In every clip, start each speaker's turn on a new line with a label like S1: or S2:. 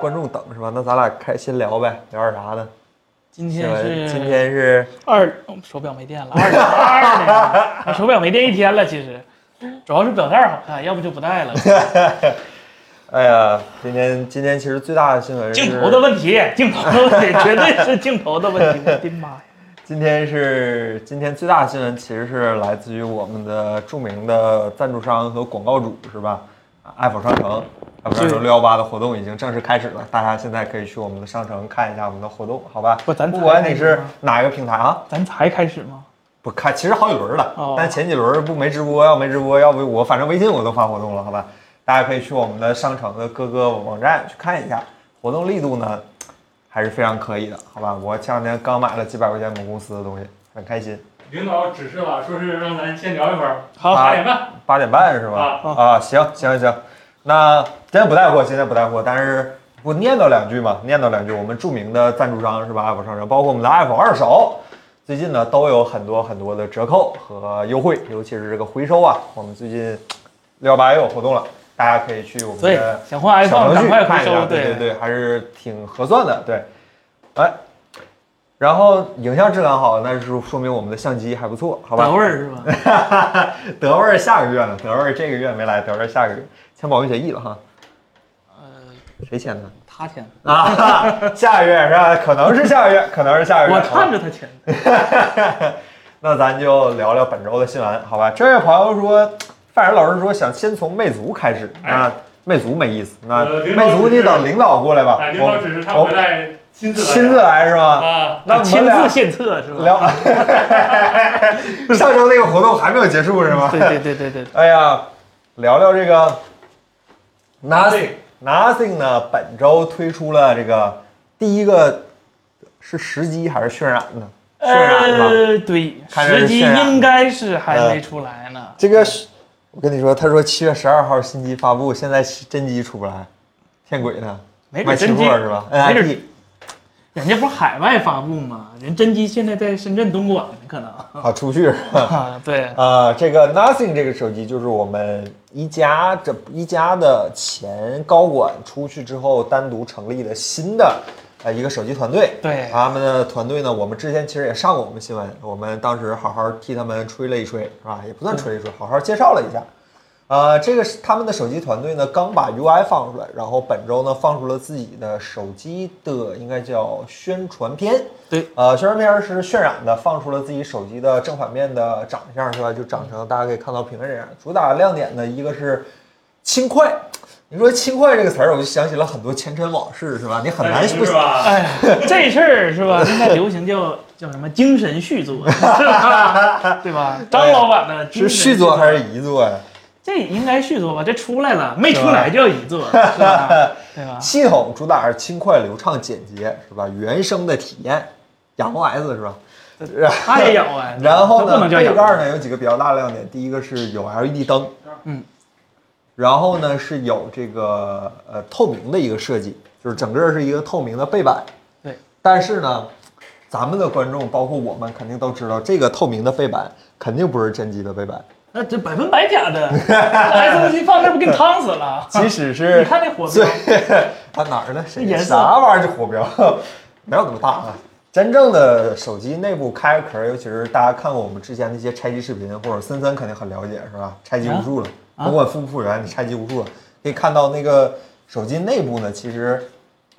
S1: 观众等是吧？那咱俩开先聊呗，聊点啥呢？
S2: 今
S1: 今
S2: 天
S1: 天
S2: 是
S1: 今天是
S2: 二，哦手表没电了，二点二呢，手 表没电一天了，其实主要是表带儿好看，要不就不戴了。
S1: 哎呀，今天今天其实最大的新闻是
S2: 镜头的问题，镜头的问题，绝对是镜头的问 题。我的妈呀！
S1: 今天是今天最大的新闻，其实是来自于我们的著名的赞助商和广告主，是吧？啊爱否商城，爱否商城六幺八的活动已经正式开始了，大家现在可以去我们的商城看一下我们的活动，好吧？
S2: 不咱才
S1: 管
S2: 开
S1: 你
S2: 始
S1: 是
S2: 吗
S1: 哪个平台啊，
S2: 咱才开始吗？
S1: 不看，其实好几轮了，
S2: 哦
S1: 但前几轮不没直播，要没直播，要不我反正微信我都发活动了，好吧？大家可以去我们的商城的各个网站去看一下，活动力度呢还是非常可以的，好吧？我前两天刚买了几百块钱某公司的东西，很开心。
S3: 领导指示了，说是让咱先聊一会儿，
S2: 好，
S1: 啊
S3: 八点半。
S1: 八点半是吧？啊，行行行，那今天不带货，今天不带货，但是我念叨两句嘛，念叨两句，我们著名的赞助商是吧？Apple 商城，包括我们的 Apple 二手，最近呢都有很多很多的折扣和优惠，尤其是这个回收啊，我们最近六幺八也有活动了，大家可以去我们
S2: 对
S1: 的，
S2: 想换
S1: 呃小程
S2: iPhone 赶
S1: 序
S2: 快
S1: 看
S2: 回
S1: 一下，
S2: 收。
S1: 对对，对，还是挺合算的，对，哎。然后影像质感好，那是说明我们的相机还不错，好吧？
S2: 等会儿 是吧？
S1: 德味儿下个月呢，德味儿这个月没来，德味儿下个月签保密协议了哈，
S2: 呃，
S1: 谁签的？
S2: 他签的，
S1: 啊， 下个月是吧？可能是下个月，可能是下个月。
S2: 我
S1: 好吧
S2: 看着他签的。
S1: 那咱就聊聊本周的新闻，好吧？这位朋友说，范然老师说想先从魅族开始，那魅族没意思，那
S3: 哎呃领导
S1: 魅族
S3: 指
S1: 你
S3: 示
S1: 等领导过来吧
S3: 啊，，领导
S1: 我
S3: 指示他
S1: 我
S3: 回来亲自来
S1: 亲自来是 吧？
S3: 啊，
S1: 那我
S2: 亲
S1: 们俩
S2: 自献策是吧？
S1: 聊， 上周那个活动还没有结束是吗？
S2: 对对对对对，
S1: 哎呀，聊聊这个 Nothing
S3: 对
S1: Nothing 呢，本周推出了这个第一个是时机还是渲染呢？渲染吧。
S2: 呃，对，
S1: 看着是啊呃
S2: 时机
S1: 渲染
S2: 应该是还没出来呢。
S1: 这个是我跟你说，他说七月十二号新机发布，现在真机出不来，骗鬼呢。
S2: 没
S1: 卖
S2: 准
S1: 期
S2: 真机
S1: 货是吧？
S2: 没准
S1: NIP
S2: 人家不是海外发布吗？人真机现在在深圳、东莞呢，可能。
S1: 啊，出去。
S2: 啊，对，
S1: 啊，这个 Nothing 这个手机就是我们一加这一加的前高管出去之后单独成立的新的呃一个手机团队。
S2: 对
S1: 他们的团队呢，我们之前其实也上过我们新闻，我们当时好好替他们吹了一吹，是吧？也不算吹了一吹，好好介绍了一下。呃，这个是他们的手机团队呢，刚把 UI 放出来，然后本周呢放出了自己的手机的应该叫宣传片。
S2: 对，
S1: 呃，宣传片是渲染的，放出了自己手机的正反面的长相，是吧？就长成大家可以看到屏幕这样。主打亮点呢，一个是轻快。你说“轻快”这个词儿，我就想起了很多前尘往事，是吧？你很难
S3: 哎
S1: 不
S3: 是吧？
S2: 哎，这事儿是 吧？现在流行叫叫什么精神续作，是吧？对吧？张老板的精
S1: 哎是
S2: 神
S1: 续作还是遗作呀？
S2: 这应该续作吧？这出来了，没出来就叫 遗作，是吧？对吧？
S1: 系统主打是轻快、流畅、简洁，是吧？原生的体验，仰 OS 是吧？
S2: 他也有啊。
S1: 然后
S2: 这
S1: 呢，
S2: 不能叫
S1: 背
S2: 养
S1: 盖儿呢有几个比较大的亮点，第一个是有 LED 灯，
S2: 嗯，
S1: 然后呢是有这个呃透明的一个设计，就是整个是一个透明的背板。
S2: 对，
S1: 但是呢，咱们的观众包括我们肯定都知道，这个透明的背板肯定不是真机的背板，
S2: 那这百分百假的 ，S O G 放这不给你烫死了？
S1: 即使
S2: 你
S1: 是
S2: 看那火
S1: 最
S2: 标，
S1: 它哪儿呢？谁
S2: 颜色
S1: 啥玩意儿就火标， 没有那么大啊。真正的手机内部开壳，尤其是大家看过我们之前那些拆机视频，或者森森肯定很了解，是吧？拆机无数了，
S2: 啊啊
S1: 甭管复不复原，你拆机无数了，可以看到那个手机内部呢，其实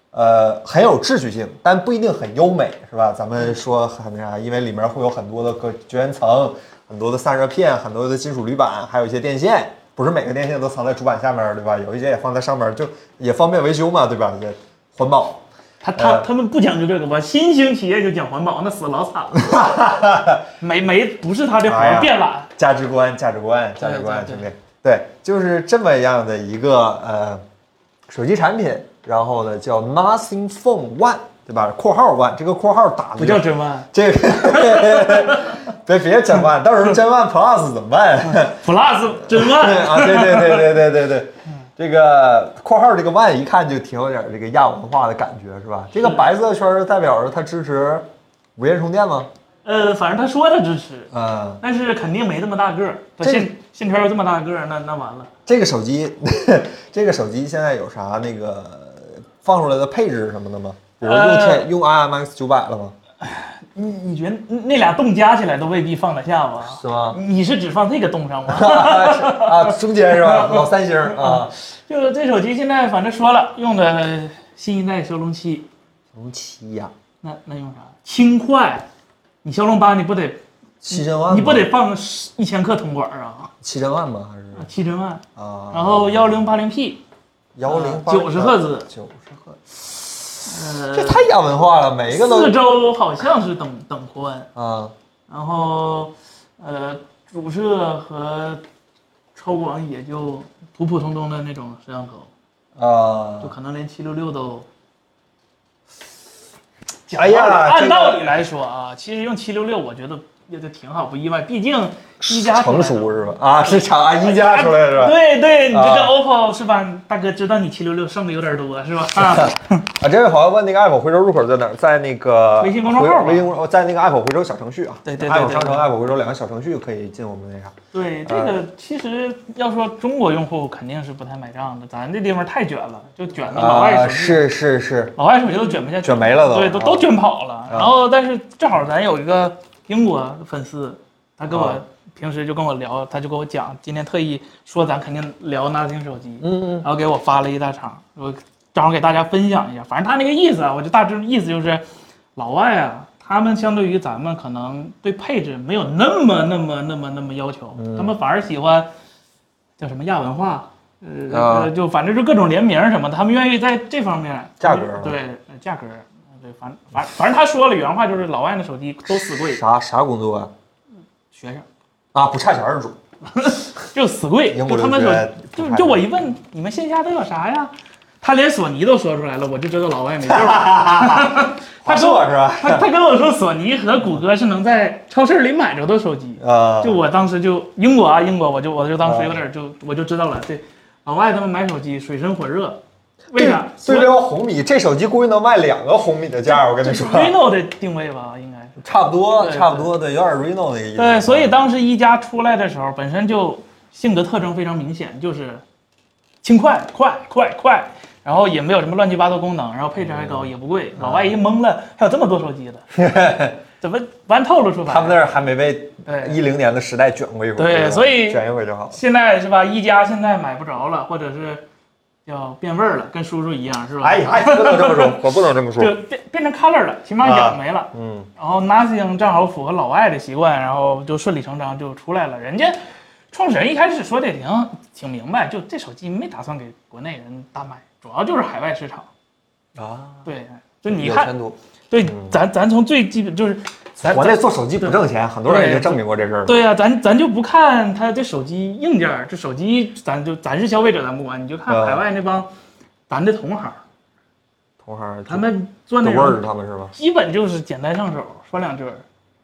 S1: 呃很有秩序性，但不一定很优美，是吧？咱们说很那啥，因为里面会有很多的个绝缘层，很多的散热片，很多的金属铝板，还有一些电线。不是每个电线都藏在主板下面儿，对吧？有一些也放在上面儿，就也方便维修嘛，对吧？也环保。
S2: 他他
S1: 呃
S2: 他们不讲究这个吧？新兴企业就讲环保，那死老惨了。 没没，不是他这活
S1: 哎呀
S2: 儿变懒。
S1: 价值观，价值观，价值观，
S2: 对
S1: 兄
S2: 对
S1: 弟，对，就是这么样的一个呃手机产品，然后呢叫 Nothing Phone One，对吧？括号 One，这个括号打的
S2: 不叫真万
S1: 这个， 别别真万，到时候真万 Plus 怎么办？
S2: 嗯，Plus 真万，
S1: 啊， 对对对对对对对，
S2: 嗯
S1: 这个括号这个 one 一看就挺有点这个亚文化的感觉，是吧？这
S2: 嗯
S1: 个白色圈儿代表着它支持无线充电吗？
S2: 呃，反正他说他支持，
S1: 嗯，
S2: 但是肯定没这么大个儿。他
S1: 这
S2: 线线条又这 么大个儿，那那完了。
S1: 这个手机，这个手机现在有啥那个放出来的配置什么的吗？比如用
S2: 呃
S1: 天用 IMX 九百了 吗？
S2: 你你觉得那俩洞加起来都未必放得下吗？
S1: 是吗？
S2: 你是只放这个洞上 吗？
S1: 啊，中间是吧？老三星儿啊，
S2: 就是这手机现在反正说了，用的新一代骁龙七，
S1: 什么七呀？
S2: 那那用啥？轻快，你骁龙八你不得
S1: 七千万？
S2: 你不得放一千克铜管儿啊？
S1: 七千万吗？还是
S2: 七千万，
S1: 啊？
S2: 然后幺零八零 P，啊
S1: 幺零
S2: 九十赫兹，
S1: 九十赫兹，
S2: 呃，
S1: 这太亚文化了，每一个
S2: 四
S1: 都
S2: 周好像是等等宽，
S1: 啊
S2: 然后呃主摄和超广也就普普通通的那种摄像头，
S1: 啊
S2: 就，可能连七六六都。
S1: 哎呀这
S2: 按
S1: 个
S2: 道理来说啊，其实用七六六我觉得也就挺好，不意外。毕竟一加出来
S1: 成
S2: 了
S1: 熟是吧？啊，是厂啊，一加出来是吧？
S2: 对对，你这个
S1: 啊
S2: OPPO 是吧，大哥知道你七六六剩的有点多是吧？
S1: 啊，这位朋友问那个 app 回收入口在哪儿？在那个
S2: 微信公众号吧
S1: 回微信公众在那个 app 回收小程序啊。
S2: 对对对
S1: app
S2: 对
S1: 商城
S2: 对
S1: app 回收两个小程序可以进我们那啥。
S2: 对，这个其实要说中国用户肯定是不太买账的，咱这地方太卷了，就卷的老外手
S1: 啊，
S2: 机，
S1: 是是是，
S2: 老外手机都卷不下去，
S1: 卷没了都。
S2: 对，都
S1: 啊
S2: 都卷跑了。然后，但是正好咱有一个英国粉丝，他跟我、
S1: 啊
S2: 平时就跟我聊，他就跟我讲，今天特意说咱肯定聊那星手机，
S1: 嗯嗯
S2: 然后给我发了一大长，我正好给大家分享一下。反正他那个意思啊，我就大致意思就是，老外啊，他们相对于咱们可能对配置没有那么那么那么那么要求，
S1: 嗯
S2: 他们反而喜欢叫什么亚文化。呃
S1: 啊
S2: 呃，就反正就各种联名什么的，他们愿意在这方面
S1: 价格
S2: 对呃价格对，反反反正他说了原话就是老外的手机都死贵，
S1: 啥啥工作啊？
S2: 学生
S1: 啊，不差小二主。
S2: 就死贵，
S1: 英
S2: 就
S1: 国
S2: 他
S1: 留
S2: 们手
S1: 学不
S2: 就
S1: 差
S2: 就我一问你们线下都有啥呀？他连索尼都说出来了，我就知道老外没溜儿。
S1: 华
S2: 他
S1: 硕
S2: 说
S1: 是吧？
S2: 他他跟我说索尼和谷歌是能在超市里买着的手机，
S1: 啊，
S2: 就我当时就英国啊英国，我就我就当时有点就我就知道了，对，老外他们买手机水深火热，为
S1: 对
S2: 啥？所
S1: 标红米，这手机估计能卖两个红米的价儿，我跟你
S2: 这
S1: 说
S2: 是，Reno 的定位吧，应该是。
S1: 差不多，
S2: 对对
S1: 差不多，对，有点 Reno 那个意思。
S2: 对，所以当时一加出来的时候，本身就性格特征非常明显，就是轻快、快、快、快，然后也没有什么乱七八糟功能，然后配置还
S1: 嗯
S2: 高，也不贵。老外一懵了，还有这么多手机的， 怎么完透露出来？
S1: 他们那儿还没被
S2: 对
S1: 一零年的时代卷过一回。
S2: 对
S1: 是吧
S2: 所以
S1: 卷一回就好。
S2: 现在是吧？一加现在买不着了，或者是要变味儿了，跟叔叔一样是吧？
S1: 哎呀，哎不能这么说，我不能这么说。
S2: 就变变成 color 了，起码
S1: 啊
S2: 氧没了。
S1: 嗯，
S2: 然后 Nothing 正好符合老外的习惯，然后就顺理成章就出来了。人家创始人一开始说的也挺挺明白，就这手机没打算给国内人大卖，主要就是海外市场。
S1: 啊，
S2: 对，就你
S1: 有
S2: 看，
S1: 前途。
S2: 对，咱咱从最基本就是，咱
S1: 国
S2: 咱
S1: 内做手机不挣钱，很多人已经证明过这事儿了。
S2: 对呀、咱咱就不看它这手机硬件儿，这手机咱就咱是消费者，咱不管，你就看
S1: 嗯
S2: 海外那帮咱的同行，
S1: 同行，
S2: 他们做
S1: 的
S2: 内
S1: 味儿，
S2: 容
S1: 他们是吧？
S2: 基本就是简单上手，说两句儿。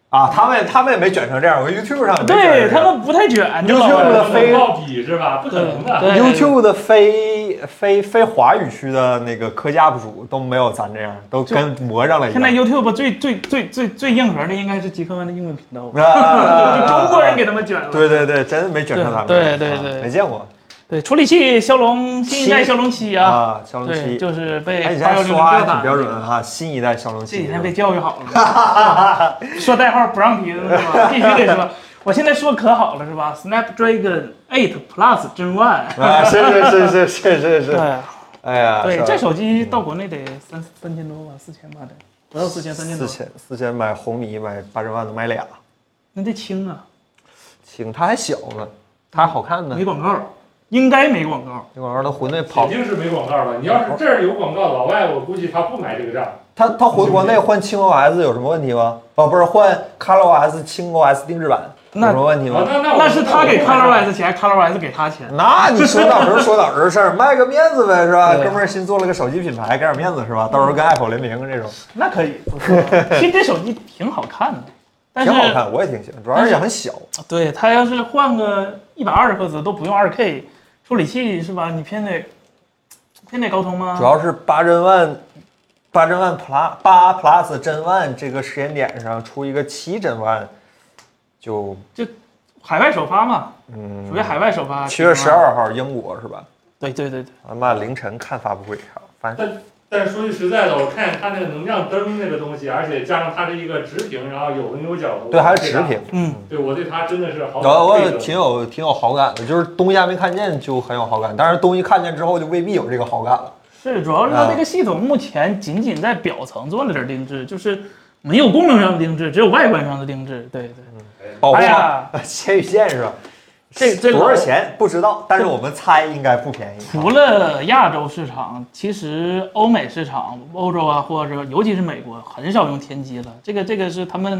S1: 啊，他们他们也没卷成这样，我 YouTube 啊上也没卷成这
S2: 对
S1: 样
S2: 他们不太卷，就
S1: YouTube
S2: 老外
S1: 的
S2: 是
S1: 非
S3: 靠比是吧？不可能的。
S2: 对
S1: YouTube 的非非非华语区的那个科技 UP 主都没有咱这样，都跟魔上了一
S2: 现在
S1: 样。
S2: YouTube 最最最最最硬核的应该是极客湾的英文频道，
S1: 啊啊啊啊
S2: 就中国人给他们卷了。
S1: 对对对，真没卷成咱们这
S2: 对
S1: 样。
S2: 对
S1: 啊
S2: 对
S1: 没见过
S2: 对处理器骁龙新一代骁龙七啊，
S1: 啊，骁龙
S2: 对，
S1: 七。
S2: 就是
S1: 哎，
S2: 被
S1: 你
S2: 八幺
S1: 这
S2: 零
S1: 说
S2: 吊
S1: 话还
S2: 打
S1: 挺标准啊的。哈，新一代骁龙
S2: 这几
S1: 七。
S2: 天被教育好了，说代号不让提了是吧？必须得说。我现在说可好了是吧？Snapdragon 8 Plus 真 One，
S1: 啊，是是是是是是是，
S2: 对
S1: 哎呀，
S2: 对，
S1: 是
S2: 这手机到国内得三三千多吧，四千吧得，不到四千三千多
S1: 四。千四千买红米买八十万能买俩，
S2: 那这轻啊，
S1: 行，它还小呢，它还好看呢
S2: 没。广告，应该没广告。
S1: 这广告它回内
S3: 肯
S1: 跑，
S3: 定是没广告了。你要是这儿有广告，老外我估计他不买这个账。
S1: 它它回国内换轻 OS 有什么问题吗？哦，不是换 ColorOS 轻 OS 定制版有
S2: 那
S1: 什么问题
S3: 啊，
S1: 吗？
S3: 那那我
S2: 那是他给 ColorOS
S3: ColorOS
S2: 钱，ColorOS 给他钱。
S1: 那你说到时 候说到时候事儿，卖个面子呗，是吧？
S2: 对
S1: 哥们儿新做了个手机品牌，给点面子是吧？到时候跟 Apple 联名这种，
S2: 那可以，不错。其实这手机挺好看的，但是啊
S1: 挺好看，我也挺喜欢，主要是也很小。
S2: 对它要是换个一百二十赫兹都不用二 K 处理器是吧？你偏得偏得高通吗？
S1: 主要是八针万，八针万 plus 八 plus 针万这个时间点上出一个七针万，就
S2: 海外首发嘛，
S1: 嗯
S2: 属于海外首发。
S1: 七月十。二号英国是吧？
S2: 对对对对，
S1: 他妈凌晨看发布会，啊反正
S3: 但但是说句实在的，我看它那个能量灯那个东西，而且加上它的一个直屏，然后有棱有角度，
S1: 对，还是直屏。
S2: 嗯，
S3: 对我对它真的是好
S1: 然后
S3: 感
S1: 我
S3: 佩服
S1: 挺有挺有好感的，就是东西还没看见就很有好感，但是东西看见之后就未必有这个好感了。
S2: 是，主要是它这个系统目前仅仅在表层做了点定制，就是没有功能上的定制，只有外观上的定制。对对，
S1: 嗯保护
S2: 哎
S1: 嘛，
S2: 呀，
S1: 千与剑是吧？
S2: 这这
S1: 多少
S2: 老
S1: 钱不知道，但是我们猜应该不便宜。
S2: 除了亚洲市场，其实欧美市场、欧洲啊，或者尤其是美国，很少用天机了。这个这个是他们，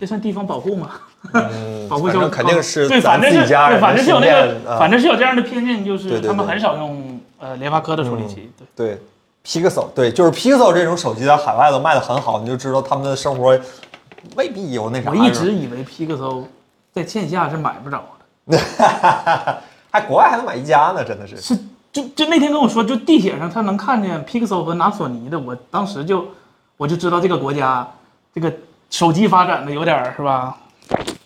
S2: 这算地方保护吗？
S1: 嗯，
S2: 保护
S1: 反
S2: 消
S1: 正肯定是
S2: 对，
S1: 咱
S2: 反
S1: 自
S2: 正
S1: 己
S2: 是
S1: 家人的
S2: 对，反正是有那
S1: 训练
S2: 个，
S1: 啊
S2: 反正是有这样的偏见，就是
S1: 对对
S2: 他们
S1: 对嗯
S2: 很少用呃联发科的处理器。对，
S1: 对，Pixel 对，就是 Pixel 这种手机在海外都卖的很好，你就知道他们的生活未必有那啥。
S2: 我一直以为 Pixel 在线下是买不着的，
S1: 还国外还能买一家呢，真的是。
S2: 是就就那天跟我说，就地铁上他能看见 Pixel 和拿索尼的，我当时就我就知道这个国家这个手机发展的有点儿是吧？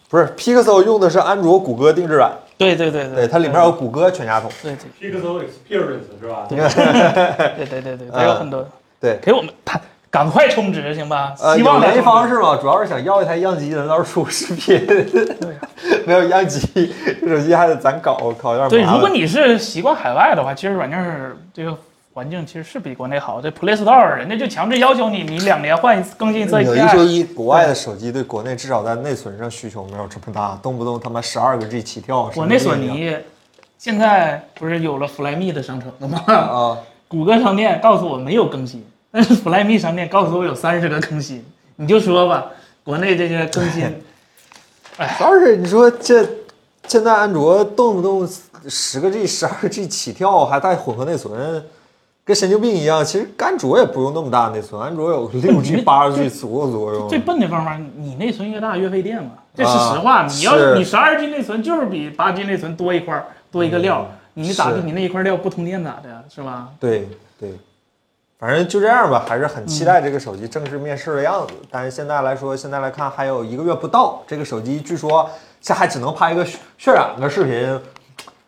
S1: 不是 Pixel 用的是安卓谷歌定制版，
S2: 对对对
S1: 对，它里面有谷歌全家桶。
S2: 对对
S3: Pixel Experience 是吧？
S2: 对对对对，它有很多
S1: 对
S2: 给我们他赶快充值行吧？
S1: 呃，
S2: 希望
S1: 有
S2: 它充值
S1: 联方式嘛，主要是想要一台样机，咱到时候出个视频。
S2: 啊
S1: 没有样机，这手机还得咱搞，搞有
S2: 对，
S1: 点麻
S2: 如果
S1: 烦。
S2: 你是习惯海外的话，其实软件儿这个环境其实是比国内好。这 Play Store 人家就强制要求你，你两年换一次更新一次
S1: 嗯有一说
S2: API。
S1: 一，国外的手机对国内至少在内存上需求没有这么大，动不动他妈十二个 G 起跳。
S2: 国内索
S1: 什么都没有
S2: 尼现在不是有了 Flyme 的商城了吗？
S1: 啊，
S2: 谷歌商店告诉我没有更新，但是 Flyme 商店告诉我有三十个更新。你就说吧，国内这些更新，
S1: 主要是你说这现在安卓动不动十个 G、十二个 G 起跳，还带混合内存，跟神经病一样。其实安卓也不用那么大内存，安卓有六 G、八 G 足够足够用
S2: 最
S1: 了。
S2: 笨的方法，你内存越大越费电嘛，这是
S1: 嗯啊
S2: 实话。你要
S1: 是
S2: 你十二 G 内存就是比八 G 内存多一块儿多一个料，你咋地
S1: 嗯是
S2: 你那一块料不通电咋的呀，是吧？
S1: 对对，反正就这样吧，还是很期待这个手机正式面世的样子。但是现在来说，现在来看还有一个月不到，这个手机据说这还只能拍一个渲渲染的视频。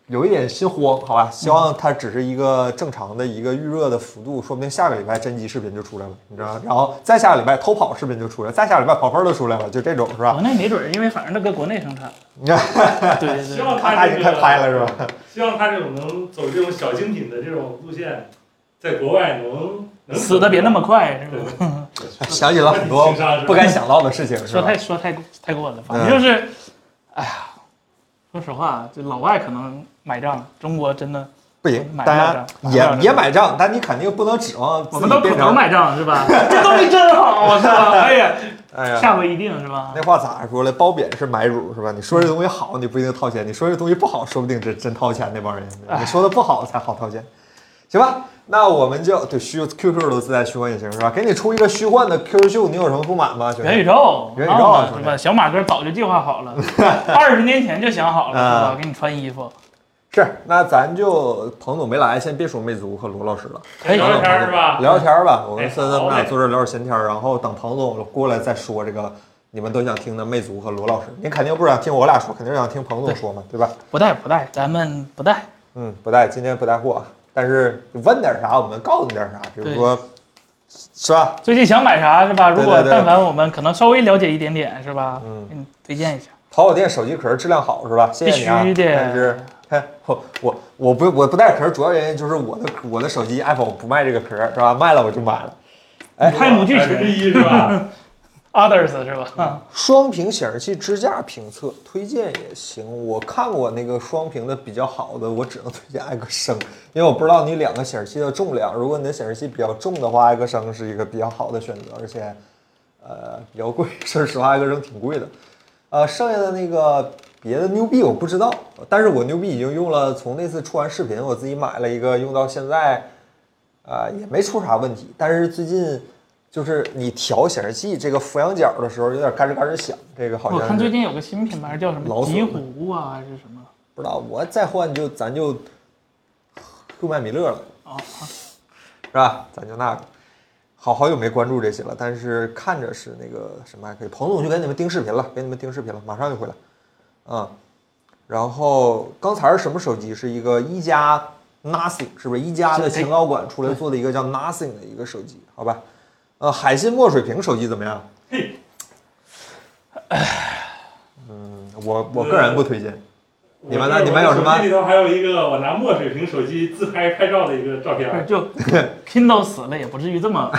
S1: 有一点心慌，好吧，希望它只是一个正常的一个预热的幅度，说不定下个礼拜真机视频就出来了，你知道吗？然后再下个礼拜偷跑视频就出来，再下个礼拜跑分儿都出来了，就这种是吧？
S2: 国内没准儿，因为反正那搁国内生 产。对对
S3: 希
S2: 对，
S3: 望
S1: 他
S3: 它
S1: 已
S3: 这
S1: 经
S3: 个
S1: 开拍了是吧？
S3: 希望它这种能走这种小精品的这种路线，在国外能能
S2: 死的别那么快，是
S3: 对
S2: 吧？
S3: 对
S1: 想起了很多不该想到的事情，是
S2: 说
S1: 吧
S2: 太？说太过太过了，
S1: 嗯
S2: 反正就是，哎呀，说实话，就老外可能买账，中国真的
S1: 不行，
S2: 买
S1: 大家
S2: 买不了
S1: 也
S2: 买不了
S1: 也买账，但你肯定不能指望
S2: 我
S1: 自己
S2: 们都
S1: 变
S2: 口头
S1: 成。
S2: 买账 是吧？这东西真好是吧？哎呀，
S1: 哎呀，
S2: 下回一定是吧？
S1: 那话咋说来？褒贬是买主是吧？你说这东西好，你不一定掏钱；你说这东西不好，说不定真真掏钱那帮人。
S2: 哎
S1: 你说的不好才好掏钱，行吧？那我们就对虚 QQ 都自带虚幻引擎是吧？给你出一个虚幻的 QQ 秀，你有什么不满吗？兄弟
S2: 元宇宙，
S1: 元宇宙
S2: 忘了
S1: 兄弟
S2: 是吧？小马哥早就计划好了，二十年前就 想好了，
S1: 嗯
S2: 是吧？给你穿衣服，
S1: 是，那咱就彭总没来，先别说魅族和罗老师了，
S2: 可以
S3: 聊聊天儿是吧？
S1: 聊聊天儿吧。我们
S3: 哎
S1: 现在咱们
S3: 好
S1: 俩
S3: 嘞
S1: 坐这儿聊点闲天儿，然后等彭总过来再说这个你们都想听的魅族和罗老师。你肯定不想听我俩说，肯定是想听彭总说嘛，对吧？
S2: 不带不带，咱们不带。
S1: 嗯，不带，今天不带货，但是你问点啥，我们告诉你点啥，比如说，是吧？
S2: 最近想买啥是吧？如果
S1: 对对对
S2: 但凡我们可能稍微了解一点点是吧？
S1: 嗯，
S2: 给你推荐一下。
S1: 淘宝店手机壳质量好是吧？谢谢你啊。
S2: 必须的
S1: 但是，嘿，我我我不我不带壳，主要原因就是我的我的手机 iPhone 不卖这个壳是吧？卖了我就买了。哎嗯
S2: 你，看母巨
S3: 百分之
S2: 齿
S3: 一是 吧？
S2: ，others 是 吧？
S1: 双屏显示器支架评测推荐也行，我看过那个双屏的比较好的，我只能推荐艾克生，因为我不知道你两个显示器的重量。如果你的显示器比较重的话，艾克生是一个比较好的选择，而且呃比较贵， 说实话，艾克生挺贵的。呃，剩下的那个别的牛逼我不知道，但是我牛逼已经用了，从那次出完视频，我自己买了一个，用到现在，呃，也没出啥问题。但是最近就是你调显示器这个俯仰角的时候，有点嘎吱嘎吱响，这个好
S2: 我
S1: 像
S2: 看
S1: 是
S2: 最近有个新品牌叫什
S1: 劳
S2: 么
S1: 斯
S2: 极狐啊，还是什么？
S1: 不知道，我再换就咱就杜曼米勒了，
S2: 啊，
S1: 是吧？咱就那个。好好久没关注这些了，但是看着是那个什么还可以。彭总去给你们盯视频了，给你们盯视频了，马上就回来。嗯，然后刚才是什么手机？是一个一加 Nothing 是不是一加的前高管出来做的一个叫 Nothing 的一个手机？好吧，呃，海信墨水屏手机怎么样？
S3: 嘿，
S1: 嗯，我我个人不推荐。你们呢
S3: 我这
S1: 你们有什么
S3: 我手机里头还有一个我拿墨水屏手机自拍拍照的一个照片
S2: 不是
S3: 儿，
S2: 就 Kindle 死了也不至于 这么，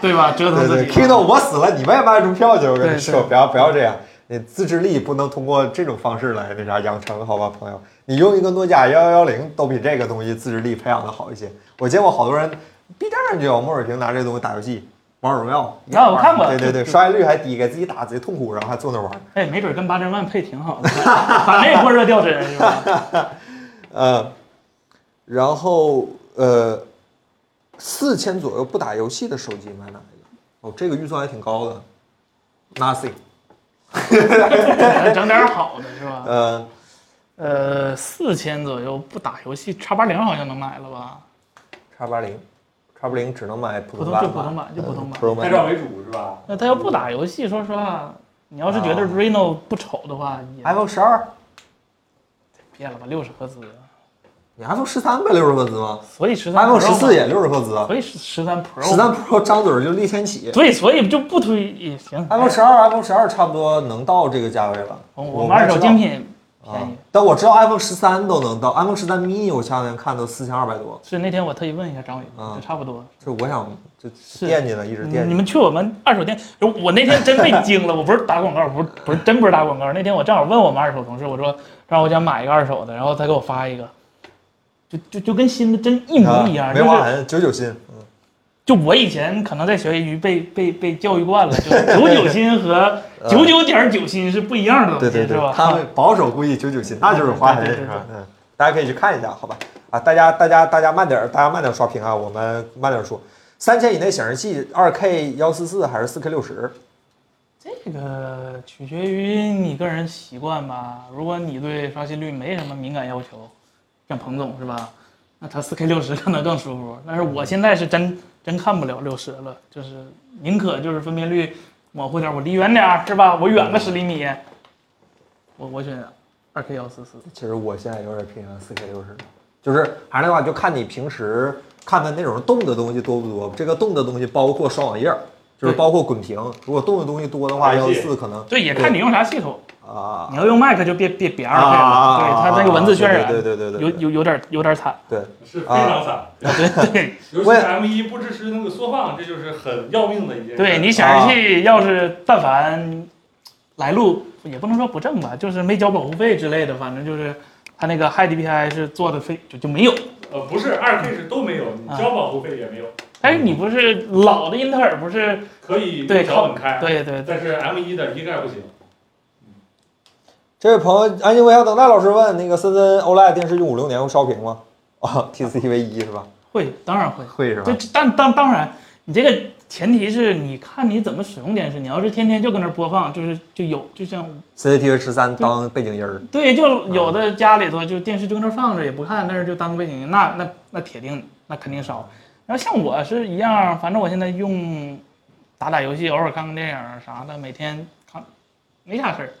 S2: 对吧？折腾
S1: 对
S2: 自
S1: 对
S2: 己。
S1: ，Kido 我死了，你们也卖不出票去。我跟你说，
S2: 对对
S1: 不要不要这样，你自制力不能通过这种方式来那啥养成，好吧，朋友？你用一个诺基亚幺幺幺零都比这个东西自制力培养的好一些。我见过好多人，B 站上就有墨水屏拿这东西打游戏，王者荣耀。
S2: 啊我看过
S1: 对对对，刷新率还低，给自己打贼痛苦，然后还坐那玩儿。
S2: 哎，没准跟八珍万配挺好的， 把那波热掉真是吧？
S1: 呃，然后呃，四千左右不打游戏的手机买哪一个？哦，这个预算还挺高的，Nothing。
S2: 整点好的是吧？
S1: 呃，
S2: 呃，四千左右不打游戏，叉八零好像能买了吧？
S1: 叉八零，叉八零只能买普
S2: 普通
S1: 版
S2: 就
S1: 吧，
S2: 普通版就普通
S1: 嗯
S2: 版
S1: Pro
S3: 拍
S1: 版。
S3: 照为主是吧？
S2: 那他要不打游戏，说实话，你要是觉得
S1: 啊
S2: Reno 不丑的话，也
S1: iPhone 十二，
S2: 变了吧，六十赫兹。
S1: 你 iPhone 十三呗，六十赫兹吗
S2: 所以十三
S1: ？iPhone 十四
S2: Pro 嘛，
S1: 也六十赫兹啊，
S2: 所以十三 Pro 嘛
S1: 十三 Pro 张嘴就立天起。
S2: 对，所以就不推也行。
S1: iPhone 十二，iPhone 十二差不多能到这个价位了。
S2: 我
S1: 我
S2: 我们二手精
S1: 品
S2: 品便
S1: 啊
S2: 宜，，
S1: 但我知道 iPhone 十三都能到，iPhone 十三 mini 我前两天看都四千二百多，
S2: 是那天我特意问一下张伟，
S1: 啊
S2: 就差不多。
S1: 就我想就是惦记呢，一直
S2: 你
S1: 惦
S2: 你
S1: 记。
S2: 们去我们二手店，我那天真被惊了，我不是打广告，不是不是真不是打广告。那天我正好问我们二手同事，我说让我想买一个二手的，然后他给我发一个，就就就跟新的真一模一样，
S1: 啊没
S2: 就
S1: 花
S2: 是
S1: 痕，九九新，嗯
S2: 就我以前可能在学业余被被被教育惯了，就九九新 和九九点九新是不一样的东
S1: 对
S2: 西，
S1: 啊对
S2: 是
S1: 对
S2: 吧，？
S1: 他们保守估计九九新，那就是花
S2: 对
S1: 痕
S2: 对
S1: 是
S2: 对
S1: 吧？嗯，大家可以去看一下，好吧？啊，大家大家大家慢点儿，大家慢点儿刷屏啊，我们慢点儿说。三千以内显示器，二 K 幺四四还是四 K 六十？
S2: 这个取决于你个人习惯吧。如果你对刷新率没什么敏感要求，像彭总是吧？那他 4K 六十可能更舒服。但是我现在是真真看不了六十了，就是宁可就是分辨率模糊点儿，我离远点儿是吧？我远个十厘米，我我选 2K 幺四四。
S1: 其实我现在有点偏向四 K 六十，就是还是那句话，就看你平时看的那种动的东西多不多。这个动的东西包括刷网页儿，就是
S2: 对
S1: 包括滚屏。如果动的东西多的话，幺
S3: 游戏
S1: 四可能
S2: 对，也看你用啥系统。
S1: 啊
S2: 你要用 Mac 就别别别 2K 了，
S1: 啊
S2: 对
S1: 啊啊
S2: 它那个文字渲染，
S1: 对对对对对
S2: 有有有点有点惨。
S1: 对
S3: 是非常惨，
S2: 对对
S3: 尤其
S1: 我也
S3: M 一不支持那个缩放，这就是很要命的一件事。
S2: 对，你显示器要是但凡来路也不能说不正吧，就是没交保护费之类的，反正就是它那个 High DPI 是做的非就就没有。
S3: 呃不是二 K 是都没有，你
S2: 啊
S3: 交保护费也没有，
S2: 但是你不是老的英特尔不是
S3: 可以
S2: 对
S3: 调很开，
S2: 对对对，
S3: 但是 M 一的一概不行。
S1: 这位朋友，安静微笑等待老师问，那个森森 OLED 电视用五六年会烧屏吗？啊，TCV 一是吧？
S2: 会当然会，
S1: 会是吧
S2: 就？但当当然你这个。前提是你看你怎么使用电视，你要是天天就搁那儿播放，就是就有，就像
S1: CCTV 十三当背景音儿，
S2: 对，就有的家里头就电视就搁那放着也不看，但是就当个背景音，那那那铁定那肯定烧。然后像我是一样，反正我现在用打打游戏，偶尔看看电影啥的，每天看没啥事儿。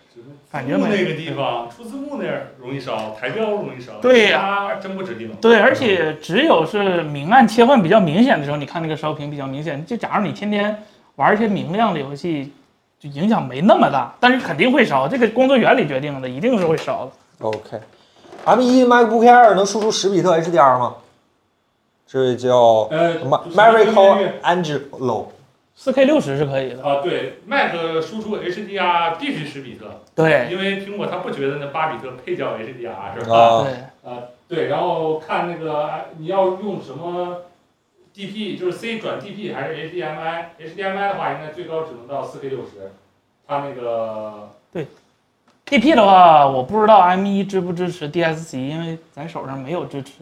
S2: 感觉没
S3: 那个地方出字幕那儿容易烧，抬标容易烧。
S2: 对呀
S3: 呀，真不指定。
S2: 对，而且只有是明暗切换比较明显的时候，你看那个烧屏比较明显。就假如你天天玩一些明亮的游戏，就影响没那么大，但是肯定会烧。这个工作原理决定的，一定是会烧的。
S1: OK。M1 MacBook Air 能输出十比特 HDR 吗？这位叫
S3: 呃
S1: Ma-
S3: 就是分辨率
S1: Marico Angelo，
S2: 四 K 六十是可以的，
S3: 啊，对，Mac 输出 HDR 必须十比特，
S2: 对
S3: 因为苹果它不觉得那八比特配叫 HDR 是吧？
S1: 啊
S2: 对。
S3: 啊，对，然后看那个啊你要用什么 DP，就是 C 转 DP 还是 HDMI？HDMI 的话，应该最高只能到 4K 六十，它那个
S2: DP 的话，我不知道 M1 支不支持 DSC，因为咱手上没有支持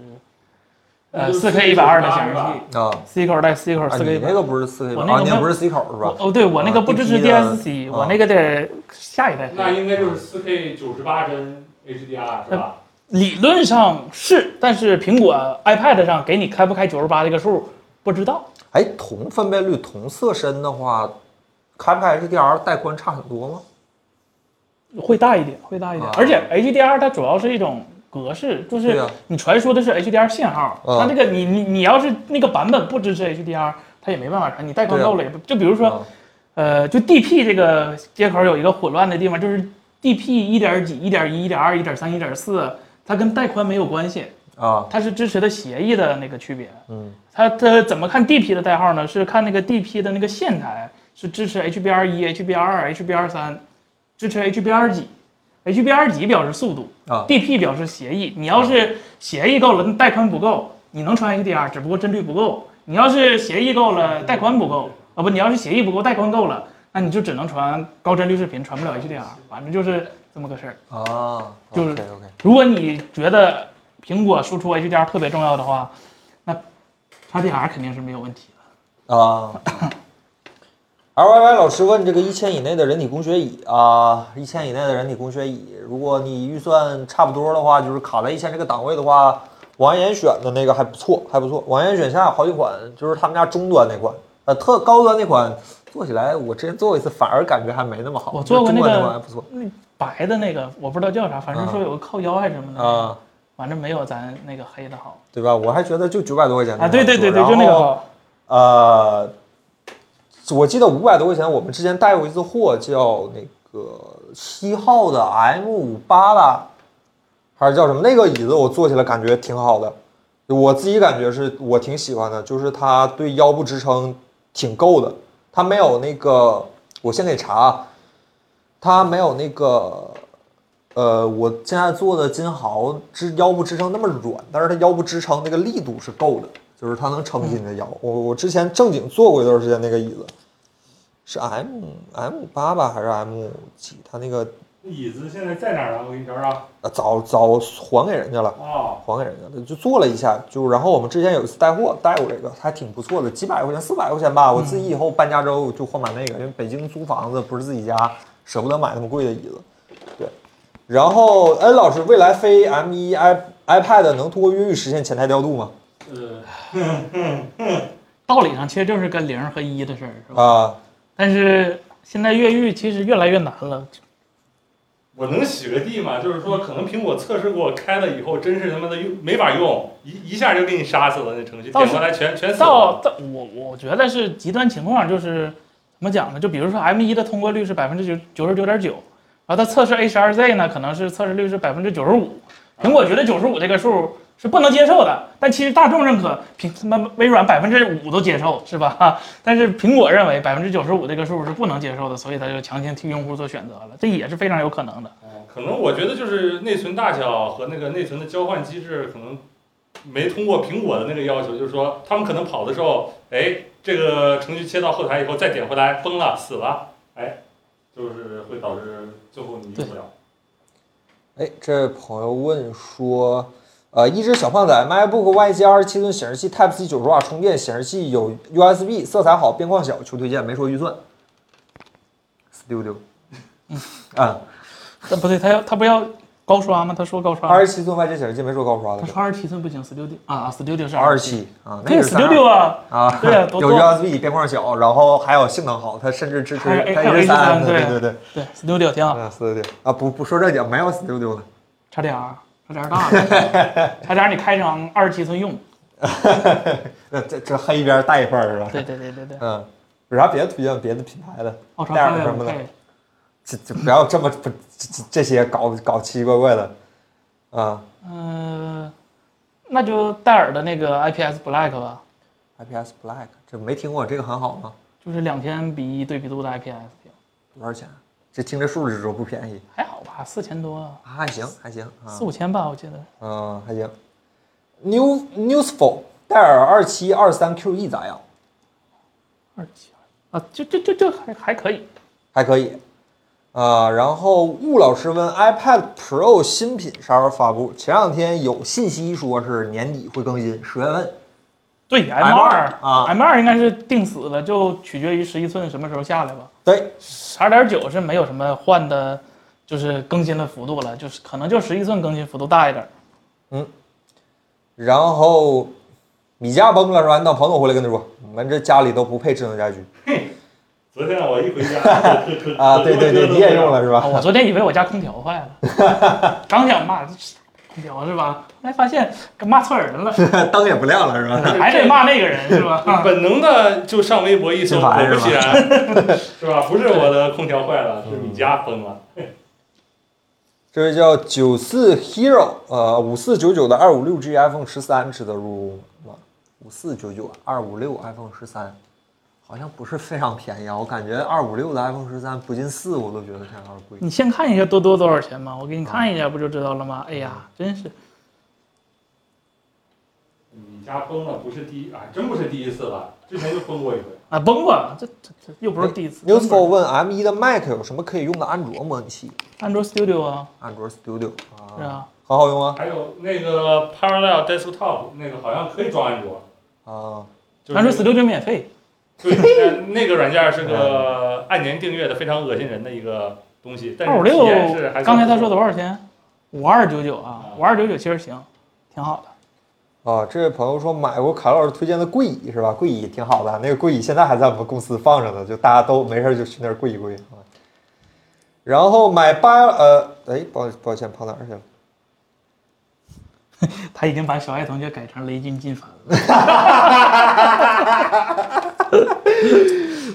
S2: 呃 4K 一百二的显示器
S1: 啊，
S2: ，C 口带 C 口
S1: 啊
S2: 4K
S1: 你
S2: 一
S1: 那
S2: 百。
S1: 个不是四 K
S2: 我
S1: 吧？
S2: 那个
S1: 啊，你那
S2: 没
S1: 不是 C 口是吧
S2: 我？哦，对我那个不支持
S1: 啊 DP
S2: DSC，
S1: 的
S2: 我那个得下一代。
S3: 那应该就是 4K 九十八帧 HDR 是吧？
S2: 理论上是，但是苹果 iPad 上给你开不开九十八这个数不知道。
S1: 哎，同分辨率、同色深的话，开不开 HDR 带宽差很多吗？
S2: 会大一点，会大一点
S1: 啊。
S2: 而且 HDR 它主要是一种格式，就
S1: 对
S2: 是
S1: 呀
S2: 你传输的是 HDR 信号，
S1: 嗯
S2: 它这个你你你要是那个版本不支持 HDR，它也没办法传，你带宽
S1: 对呀
S2: 够了也不就比如说
S1: 啊
S2: 呃，就 DP 这个接口有一个混乱的地方，就是 DP 一点几、一点一、一点二、一点三、一点四，它跟带宽没有关系，
S1: 啊，
S2: 它是支持的协议的那个区别。
S1: 嗯，
S2: 它它怎么看 DP 的代号呢？是看那个 DP 的那个线台是支持 HBR 一、HBR 二、HBR 三，支持 HBR 几，HBR 几表示速度
S1: 啊
S2: ，DP 表示协议。你要是协议够了，带宽不够，你能传 HDR，只不过帧率不够。你要是协议够了，带宽不够啊不，你要是协议不够，带宽够了，那你就只能传高帧率视频，传不了 HDR。反正就是这么个事儿。
S1: 啊，
S2: 就是
S1: OK OK，
S2: 如果你觉得苹果输出 HDR 特别重要的话，那 XDR 肯定是没有问题的。
S1: 啊。L Y Y 老师问这个一千以内的人体工学椅啊，一千以内的人体工学椅，如果你预算差不多的话，就是卡在一千这个档位的话，王岩选的那个还不错，还不错。王岩选下有好几款，就是他们家中端那款，呃，特高端那款做起来，我之前做过一次，反而感觉还没那么好。
S2: 我做过
S1: 中
S2: 那
S1: 端那
S2: 个
S1: 款还不错
S2: 那白的那个我不知道叫啥，反正说有个靠腰还是什么的，
S1: 啊，
S2: 反正没有咱那个黑的好
S1: 对吧？我还觉得就九百多块钱那
S2: 啊。
S1: 款
S2: 对对
S1: 不
S2: 对
S1: 错
S2: 对，就那个。好。
S1: 呃，我记得五百多块钱，我们之前带过一次货，叫那个七号的 M 五八吧，还是叫什么？那个椅子我坐起来感觉挺好的，我自己感觉是我挺喜欢的，就是它对腰部支撑挺够的，它没有那个，我先给查啊，它没有那个。呃，我现在做的金豪支腰部支撑那么软，但是它腰部支撑那个力度是够的，就是它能撑起你的腰。我我之前正经坐过一段时间那个椅子，是 M M 八吧还是 M 几？它那个
S3: 椅子现在在哪儿啊？我给你找找。
S1: 呃早早还给人家了，
S3: 哦，
S1: 还给人家了，就坐了一下。就然后我们之前有一次带货带过这个，还挺不错的，几百块钱，四百块钱吧。我自己以后搬家之后就换买那个，因为北京租房子不是自己家，舍不得买那么贵的椅子。对，然后 N 老师，未来飞 M 一 i iPad 能通过越狱实现前台调度吗？
S3: 呃，
S2: 道理上其实就是跟零和一的事儿，是吧？
S1: 啊、
S2: 但是现在越狱其实越来越难了，
S3: 我能洗个地吗？就是说，可能苹果测试过开了以后，真是他妈的用没法用，一一下就给你杀死了那程序，
S2: 到
S3: 点
S2: 时
S3: 过来全全死
S2: 到
S3: 了。
S2: 到我我觉得是极端情况，就是怎么讲呢？就比如说 M 一的通过率是百分之九九十九点九，然后它测试 HRZ 呢，可能是测试率是百分之九十五。苹果觉得九十五这个数是不能接受的，但其实大众认可，苹他妈微软百分之五都接受，是吧？ 但是苹果认为百分之九十五这个数是不能接受的，所以它就强行替用户做选择了，这也是非常有可能的。
S3: 嗯可能我觉得就是内存大小和那个内存的交换机制，可能没通过苹果的那个要求，就是说他们可能跑的时候，哎，这个程序切到后台以后再点回来，崩了，死了，哎，就是会导致最后你用不了。
S1: 哎，这朋友问说，呃，一只小胖仔 MacBook 外接二十七寸显示器 Type C 九十瓦充电，显示器有 USB，色彩好，边框小，求推荐。没说预算。Studio，啊，
S2: 但不对，他要他不要高刷吗？他说高刷
S1: 二，十七寸外接显示器没说高刷
S2: 他
S1: 的，
S2: 说二十七寸不行，Studio 啊，Studio 是
S1: 二
S2: 二
S1: 十七啊，
S2: 可以
S1: 那个是
S2: Studio 啊。
S1: 啊，
S2: 对啊多
S1: 有
S2: 多
S1: USB，边框小，然后还有性能好，它甚至支持
S2: 还有
S1: 它
S2: 还有
S1: 一直
S2: A13
S1: 对
S2: 对啊
S1: 对对，
S2: 对，Studio 挺好
S1: 啊，Studio 啊，不不说正经，没有 Studio 的，
S2: 差点儿，差点儿大了， 差点儿你开成二十七寸用。
S1: 那呃这这黑边带一块儿是吧？
S2: 对对对对对，
S1: 嗯，有啥别的推荐别的品牌的？
S2: 呃奥
S1: 戴
S2: 创
S1: 尔
S2: 飞
S1: 什么的
S2: 对
S1: 这这不要这么不这这这些搞搞奇奇怪怪的，啊
S2: 嗯，那就戴尔的那个 IPS Black 吧，
S1: ，IPS Black 这没听过，这个很好吗？
S2: 就是两千比一对比度的 IPS，
S1: 多少钱？啊这听这数字说不便宜，
S2: 还好吧，四千多啊，
S1: 还行还行啊
S2: 四，五千吧，我记得。
S1: 嗯还行。New Newsful 戴尔二七二三 QE 咋样？
S2: 二七啊，就就就就还还可以，
S1: 还可以，啊、然后雾老师问 iPad Pro 新品啥时候发布？前两天有信息说是年底会更新，十月份。
S2: 对 M 二
S1: M2 啊
S2: ，M 二应该是定死了，就取决于十一寸什么时候下来吧。
S1: 对，
S2: 二点九是没有什么换的，就是更新的幅度了，就是可能就十一寸更新幅度大一点儿。
S1: 然后米家崩了是吧？那彭总回来跟他说，我们这家里都不配智能家居
S3: 昨天啊我一回家，可 可可
S1: 啊。对对对，你也用了是
S2: 啊，
S1: 吧？
S2: 我昨天以为我家空调坏了，刚想骂，聊是吧？后来发现骂错人了，
S1: 灯也不亮了是吧？
S2: 还得骂那个人是吧？ 啊
S3: 本能的就上微博一搜，
S1: 是
S3: 果
S1: 吧
S3: 不其然， 是吧？不是我的空调坏了，是你家崩了。
S1: 这位叫九四 Hero，呃，五四九九的二五六 G iPhone 十三值得入吗？五四九九二五六 iPhone 十三，好像不是非常便宜啊。我感觉二五六的 iPhone 十三不进四，我都觉得它有点贵。
S2: 你先看一下多多多少钱嘛，我给你看一下不就知道了吗？哎呀，真是
S3: 你嗯家崩了，不是第一，哎，真不是第一次了，之前就崩过一回。
S2: 啊，崩过，这这这又不是第一次。
S1: Newsful 问 M1 的 Mac 有什么可以用的安卓模拟器？
S2: Android Studio 啊，
S1: 安卓 Studio
S2: 是
S1: 啊，
S2: 啊，
S1: 很好用啊
S3: 还有那个 Parallel Desktop 那个好像可以装安卓，
S1: 啊，
S3: 就是
S2: Android Studio 免费。
S3: 对，但那个软件是 个按年订阅的，非常恶心人的一个东西。但
S2: 二五
S3: 是体
S2: 六
S3: 验是还，
S2: 刚才他说
S3: 的，
S2: 多少钱？五二九九啊，五二九九其实行，挺好的。
S1: 啊，这位朋友说买过凯老师推荐的柜椅是吧？柜椅挺好的，那个柜椅现在还在我们公司放着呢，就大家都没事儿就去那儿跪一跪啊。然后买八呃，哎，抱抱歉，跑哪儿去了？
S2: 他已经把小爱同学改成雷军进凡了。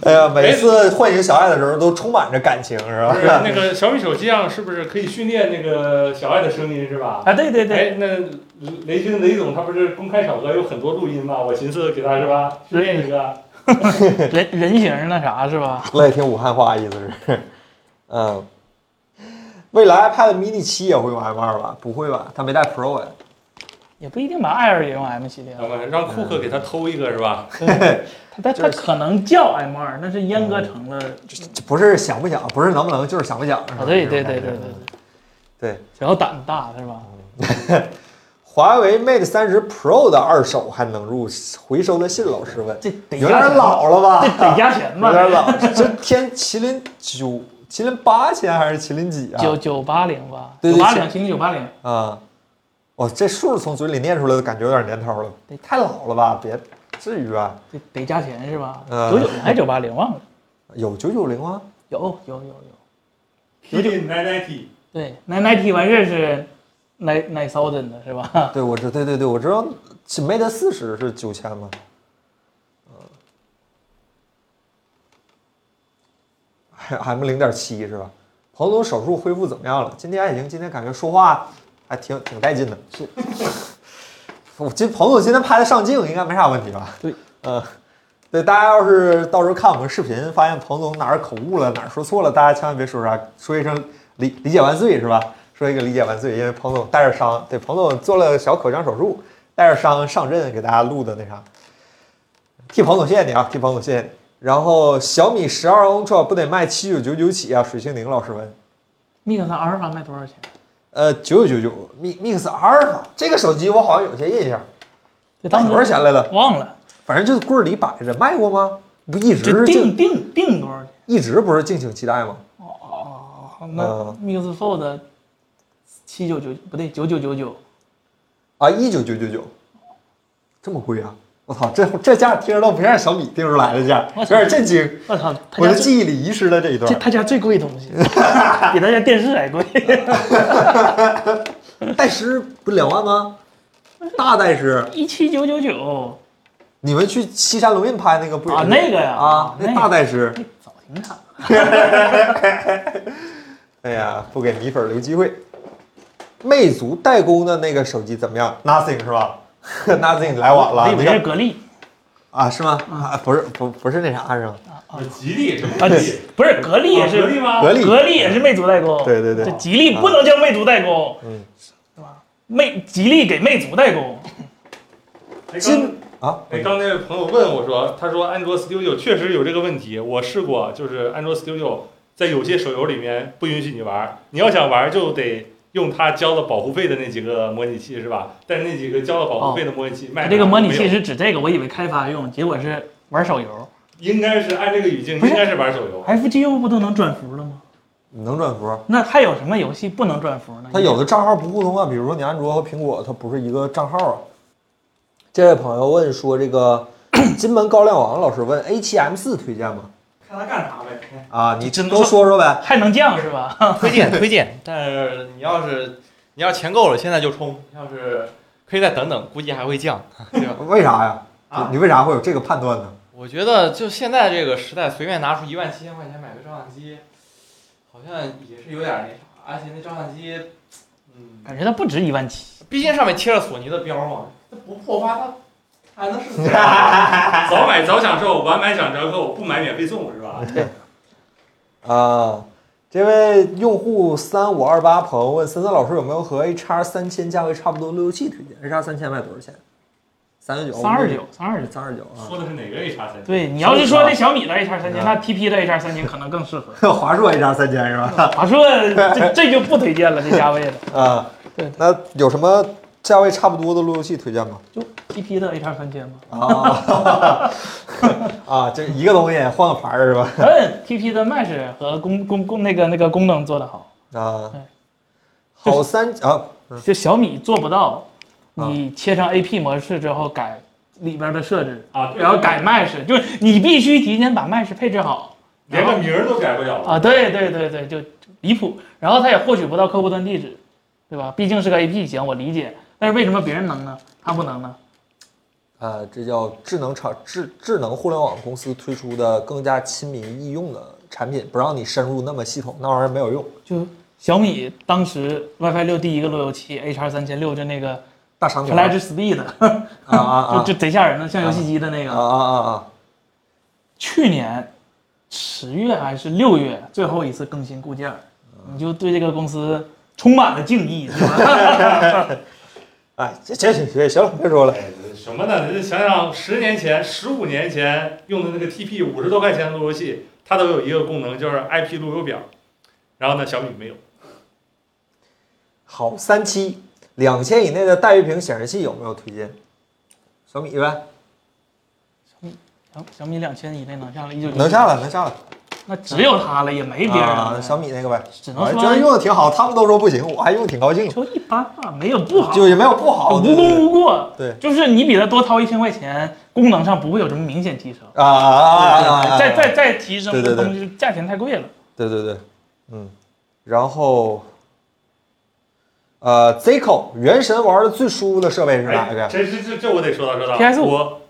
S1: 哎呀，每次唤醒小爱的时候都充满着感情是
S3: 不是啊
S1: 吧？
S3: 那个小米手机上是不是可以训练那个小爱的声音是吧？
S2: 啊，对对对，
S3: 哎，那雷军雷总他不是公开场合有很多录音吗？我寻思给他是吧，训练一个。
S2: 哎人人形那啥是吧？
S1: 乐意听武汉话，意思是，嗯。未来 iPad mini 七也会用 M 二吧？不会吧？它没带 Pro 啊呀、
S2: 也不一定吧，艾尔也用 M 系列，
S3: 咱们让库克给他偷一个是吧？
S2: 他嗯他他可能叫 M 二，但是阉割成了。
S1: 这不是想不想，不是能不能，就是想不想。是吧
S2: 啊，对
S1: 这
S2: 对
S1: 种
S2: 对
S1: 感觉
S2: 对对对，
S1: 对。
S2: 只要胆子大是吧？
S1: 华为 Mate 三十 Pro 的二手还能入回收的信？老师问，
S2: 这得
S1: 有
S2: 压
S1: 点
S2: 钱
S1: 老了
S2: 这
S1: 吧？
S2: 得加钱吧？
S1: 有点老，这天麒麟九、麒麟八千还是麒麟几啊？
S2: 九九八零吧，
S1: 对
S2: 九
S1: 对
S2: 八零，零九八零，
S1: 啊，哦，这数从嘴里念出来的感觉有点年头了，太老了吧？别至于啊吧？
S2: 得得加钱是吧？
S1: 嗯
S2: 九九零还是九八零忘了，
S1: 有九九零吗？
S2: 有有有有，
S3: 麒麟 nine ninety，
S2: 对，那 ninety 完事儿是 nine nine thousand 的是吧？
S1: 对，我知，对对对，我知道 Mate 四十是九千吗？嗯，还 M 零点七是吧？彭总手术恢复怎么样了？今天还行，今天感觉说话还挺挺带劲的。是， 我今彭总今天拍的上镜，应该没啥问题吧？
S2: 对，
S1: 嗯。对，大家要是到时候看我们视频，发现彭总哪儿口误了，哪儿说错了，大家千万别说啥，说一声理理解万岁是吧？说一个理解万岁，因为彭总带着伤，对，彭总做了小口腔手术，带着伤上阵给大家录的那啥，替彭总谢谢你啊，替彭总谢谢你。然后小米十二 Ultra 不得卖七九九九起啊？水星宁老师问，
S2: mix 阿尔法卖多少钱？
S1: 呃，九九九九 Mix 阿尔法这个手机我好像有些印象，
S2: 这当
S1: 当
S2: 时
S1: 多少钱来了？
S2: 忘了，
S1: 反正就是柜儿里摆着，卖过吗？不一直
S2: 这
S1: 是敬
S2: 定定定多少钱？
S1: 一直不是敬请期待吗？
S2: 哦，那
S1: 嗯
S2: mix fold 七九九不对，九九九九，
S1: 啊，一九九九九，这么贵啊！我操，这这价听着都不像小米定出来的价，
S2: 我
S1: 有
S2: 操
S1: 点震惊。
S2: 我操，他
S1: 我的
S2: 家最
S1: 记忆里遗失了这一
S2: 这
S1: 段，
S2: 他家最贵的 东西，比他家电视还贵。
S1: 戴师不两万吗？大戴师，
S2: 一七九九九
S1: 你们去西山龙印拍那个不也是
S2: 啊，那个呀
S1: 啊，那
S2: 那
S1: 大戴师，
S2: 那早停产了。
S1: 哎呀，不给米粉留机会。魅族代工的那个手机怎么样？Nothing 是吧 ？Nothing 来晚
S2: 我
S1: 了，
S2: 以为
S1: 那
S2: 是
S1: 个
S2: 格力
S1: 啊是吗？啊不是不不是那啥是吗？
S2: 啊
S3: 呃吉利是
S2: 啊
S3: 吧？吉利，
S2: 不是格力也是
S3: 吉利吗？
S1: 哦格力
S2: 格力也是魅族代工。
S1: 对对对
S2: 这吉利不能叫魅族代工，
S1: 嗯，
S2: 对吧？魅吉利给魅族代工，
S3: 哎刚
S1: 今啊
S3: 哎，刚才有朋友问我说，他说安卓 Studio 确实有这个问题，我试过，就是安卓 Studio 在有些手游里面不允许你玩，你要想玩就得用它交了保护费的那几个模拟器是吧？但是那几个交了保护费的模拟器卖
S2: 这个模拟器
S3: 没有
S2: 是指这个，我以为开发用，结果是玩手游。
S3: 应该是按这个语境
S2: 不是
S3: 应该是玩手游，
S2: FGO 不都能转服了吗？
S1: 能转服？
S2: 那还有什么游戏不能转服呢？
S1: 它有的账号不互通啊，比如说你安卓和苹果，它不是一个账号啊。这位朋友问说，这个金门高亮王老师问 A 7 M 4推荐吗？
S3: 看他干啥呗。
S1: 啊，你
S4: 只能
S1: 都说说呗。
S2: 还能降是吧？
S4: 推荐推荐，但是你要是你要钱够了，现在就冲；要是可以再等等，估计还会降，对吧？
S1: 为啥呀？
S4: 啊
S1: 你你为啥会有这个判断呢？
S4: 我觉得就现在这个时代，随便拿出一万七千块钱买个照相机，好像也是有点那啥，而且那照相机，嗯，
S2: 感觉它不值一万七，
S4: 毕竟上面贴着索尼的标嘛，它不破花它它还能是谁？
S3: 早买早享受，晚买享折扣，不买免费送是吧？
S1: 啊，这位用户三五二八朋友问森森老师有没有和 HR 三千价位差不多路由器推荐？HR 三千卖多少钱？三九九，
S2: 三二九，三二九。
S1: 三二九啊！
S3: 说的是哪个 HR 三？
S2: 对你要是说
S1: 是吧
S2: 那哦小米的 H R 三
S1: 嗯
S2: 千，那 TP 的 H R 三千可能更适合。
S1: 华硕 HR 三千是吧？
S2: 华硕这这就不推荐了，这价位的
S1: 啊，
S2: 对，
S1: 那有什么价位差不多的路由器推荐吗？
S2: 就 TP 的 H R 三千嘛。
S1: 啊 啊，这一个东西换个牌儿是吧？
S2: 嗯，TP 的 Mesh 和功功功那个那个功能做得好，
S1: 啊
S2: 对，
S1: 好三啊，
S2: 就小米做不到。
S1: 啊
S2: 你切上 AP 模式之后改里边的设置，
S3: 啊，对
S2: 然后改 Mesh，就是你必须提前把 Mesh 配置好。
S3: 连个名儿都改不了
S2: 啊，对对对对，就离谱。然后他也获取不到客户端地址，对吧？毕竟是个 AP 型，我理解。但是为什么别人能呢？他不能呢？
S1: 呃，这叫智能厂智智能互联网公司推出的更加亲民易用的产品，不让你深入那么系统，那玩意儿没有用。
S2: 就小米当时 WiFi 六第一个路由器 HR 三千六，就那个
S1: 大长
S2: f
S1: 条
S2: l a s h Speed，
S1: 啊啊啊
S2: 就就贼吓人的，像游戏机的那
S1: 啊
S2: 个。
S1: 啊啊啊！
S2: 去年十月还是六月最后一次更新固件儿，
S1: 啊
S2: 你就对这个公司充满了敬意，是吧？
S1: 哎，这这行行行了，别说了。
S3: 哎，什么呢？你想想，十年前、十五年前用的那个 TP 五十多块钱的路由器，它都有一个功能，就是 IP 路由表。然后呢，小米没有。
S1: 好，三七两千以内的带鱼屏显示器有没有推荐？小米呗，
S2: 小小米两千以内能下来，一九
S1: 能下来，能下来。
S2: 那只有它了，也没别人
S1: 啊
S2: 了。，
S1: 小米那个呗，
S2: 只能
S1: 我还
S2: 说
S1: 真用的挺好，他们都说不行，我还用得挺高兴，
S2: 就一般吧，没有不好，
S1: 就也没有不好。
S2: 无
S1: 哦对对
S2: 功无过。
S1: 对
S2: 就是你比他多掏一千块钱，功能上不会有什么明显提升。
S1: 对啊啊啊啊啊！啊
S2: 再再再提升
S1: 对对
S2: 这
S1: 对
S2: 东西，价钱太贵了。
S1: 对对对，嗯，然后，呃，Zico 原神玩的最舒服的设备是哪
S3: 哎，
S1: 个？
S3: 这这这这我得说道说道。
S2: PS5
S3: 我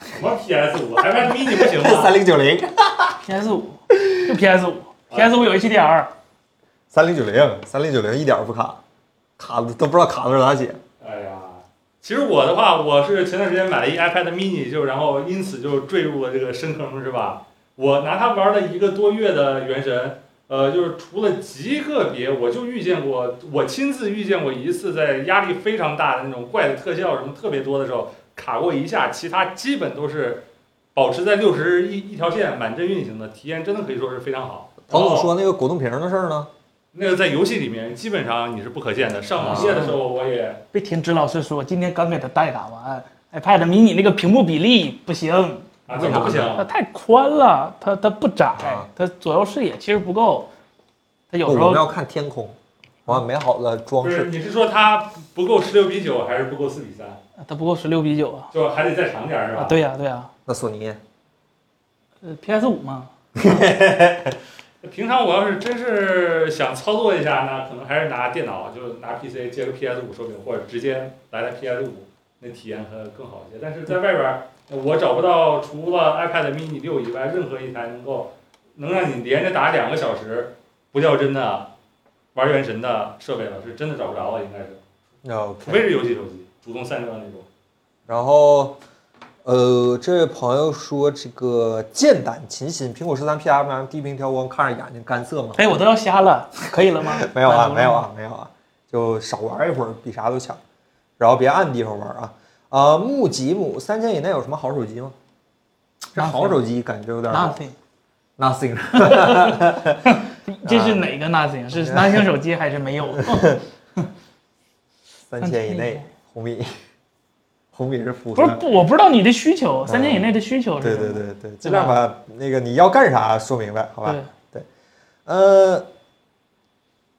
S3: 什么 PS 五？iPad mini 不行
S1: 三
S3: 吗？
S1: 零九零，
S2: PS 五就 PS 五，PS 五有 HDR，
S1: 三零九零，三零九零一点儿不卡，卡的都不知道卡字咋写。
S3: 哎呀，其实我的话，我是前段时间买了一 iPad mini，就然后因此就坠入了这个深坑，是吧？我拿它玩了一个多月的《原神》，呃，就是除了极个别，我就遇见过，我亲自遇见过一次，在压力非常大的那种怪的特效什么特别多的时候卡过一下，其他基本都是保持在六十一一条线满帧运行的，体验真的可以说是非常好。
S1: 彭总
S3: 然后
S1: 说那个果冻瓶的事儿呢？
S3: 那个在游戏里面基本上你是不可见的，上
S1: 啊
S3: 网页的时候我也。
S2: 被田植老师说，今天刚给他代打完 iPad mini 那个屏幕比例不行，
S3: 啊，怎么不行？
S2: 它太宽了，它它不窄
S1: 啊，
S2: 它左右视野其实不够，它有
S1: 不
S2: 时
S1: 我们
S2: 候
S1: 要看天空，我美好的装
S3: 不是，
S1: 饰。
S3: 你是说它不够十六比九，还是不够四比三？
S2: 它不够十六比九啊。
S3: 就还得再长点儿是吧？
S2: 啊，对呀、对呀、
S1: 那索尼
S2: 呃，PS 五嘛，
S3: 平常我要是真是想操作一下呢，可能还是拿电脑，就拿 PC 接个 PS 五手柄，或者直接来台 PS 五，那体验可更好一些。但是在外边儿，我找不到除了 iPad mini 六以外任何一台能够能让你连着打两个小时不掉帧的玩原神的设备了，是真的找不着了，应该是，除非
S1: ，OK。
S3: 是游戏手机主动散热那种。
S1: 然后，呃，这位朋友说这个剑胆琴心，苹果十三 PM 低频调光，看着眼睛干涩嘛。
S2: 哎，我都要瞎了，可以了吗
S1: ？没有啊，
S2: 满足了吗
S1: 没有。啊，没有啊，就少玩一会儿比啥都强，然后别按地方玩啊。啊，木吉姆三千以内有什么好手机吗？这好手机感觉有点
S2: Nothing，
S1: nothing
S2: 这是哪个 Nothing？是 Nothing 手机还是没有？
S1: 三千以内，红米， 红米是符
S2: 不是
S1: 合。
S2: 不，我不知道你的需求，三千以内的需求是
S1: 对
S2: 什么
S1: 对对对，尽量把那个你要干啥说明白，好吧？
S2: 对
S1: 呃，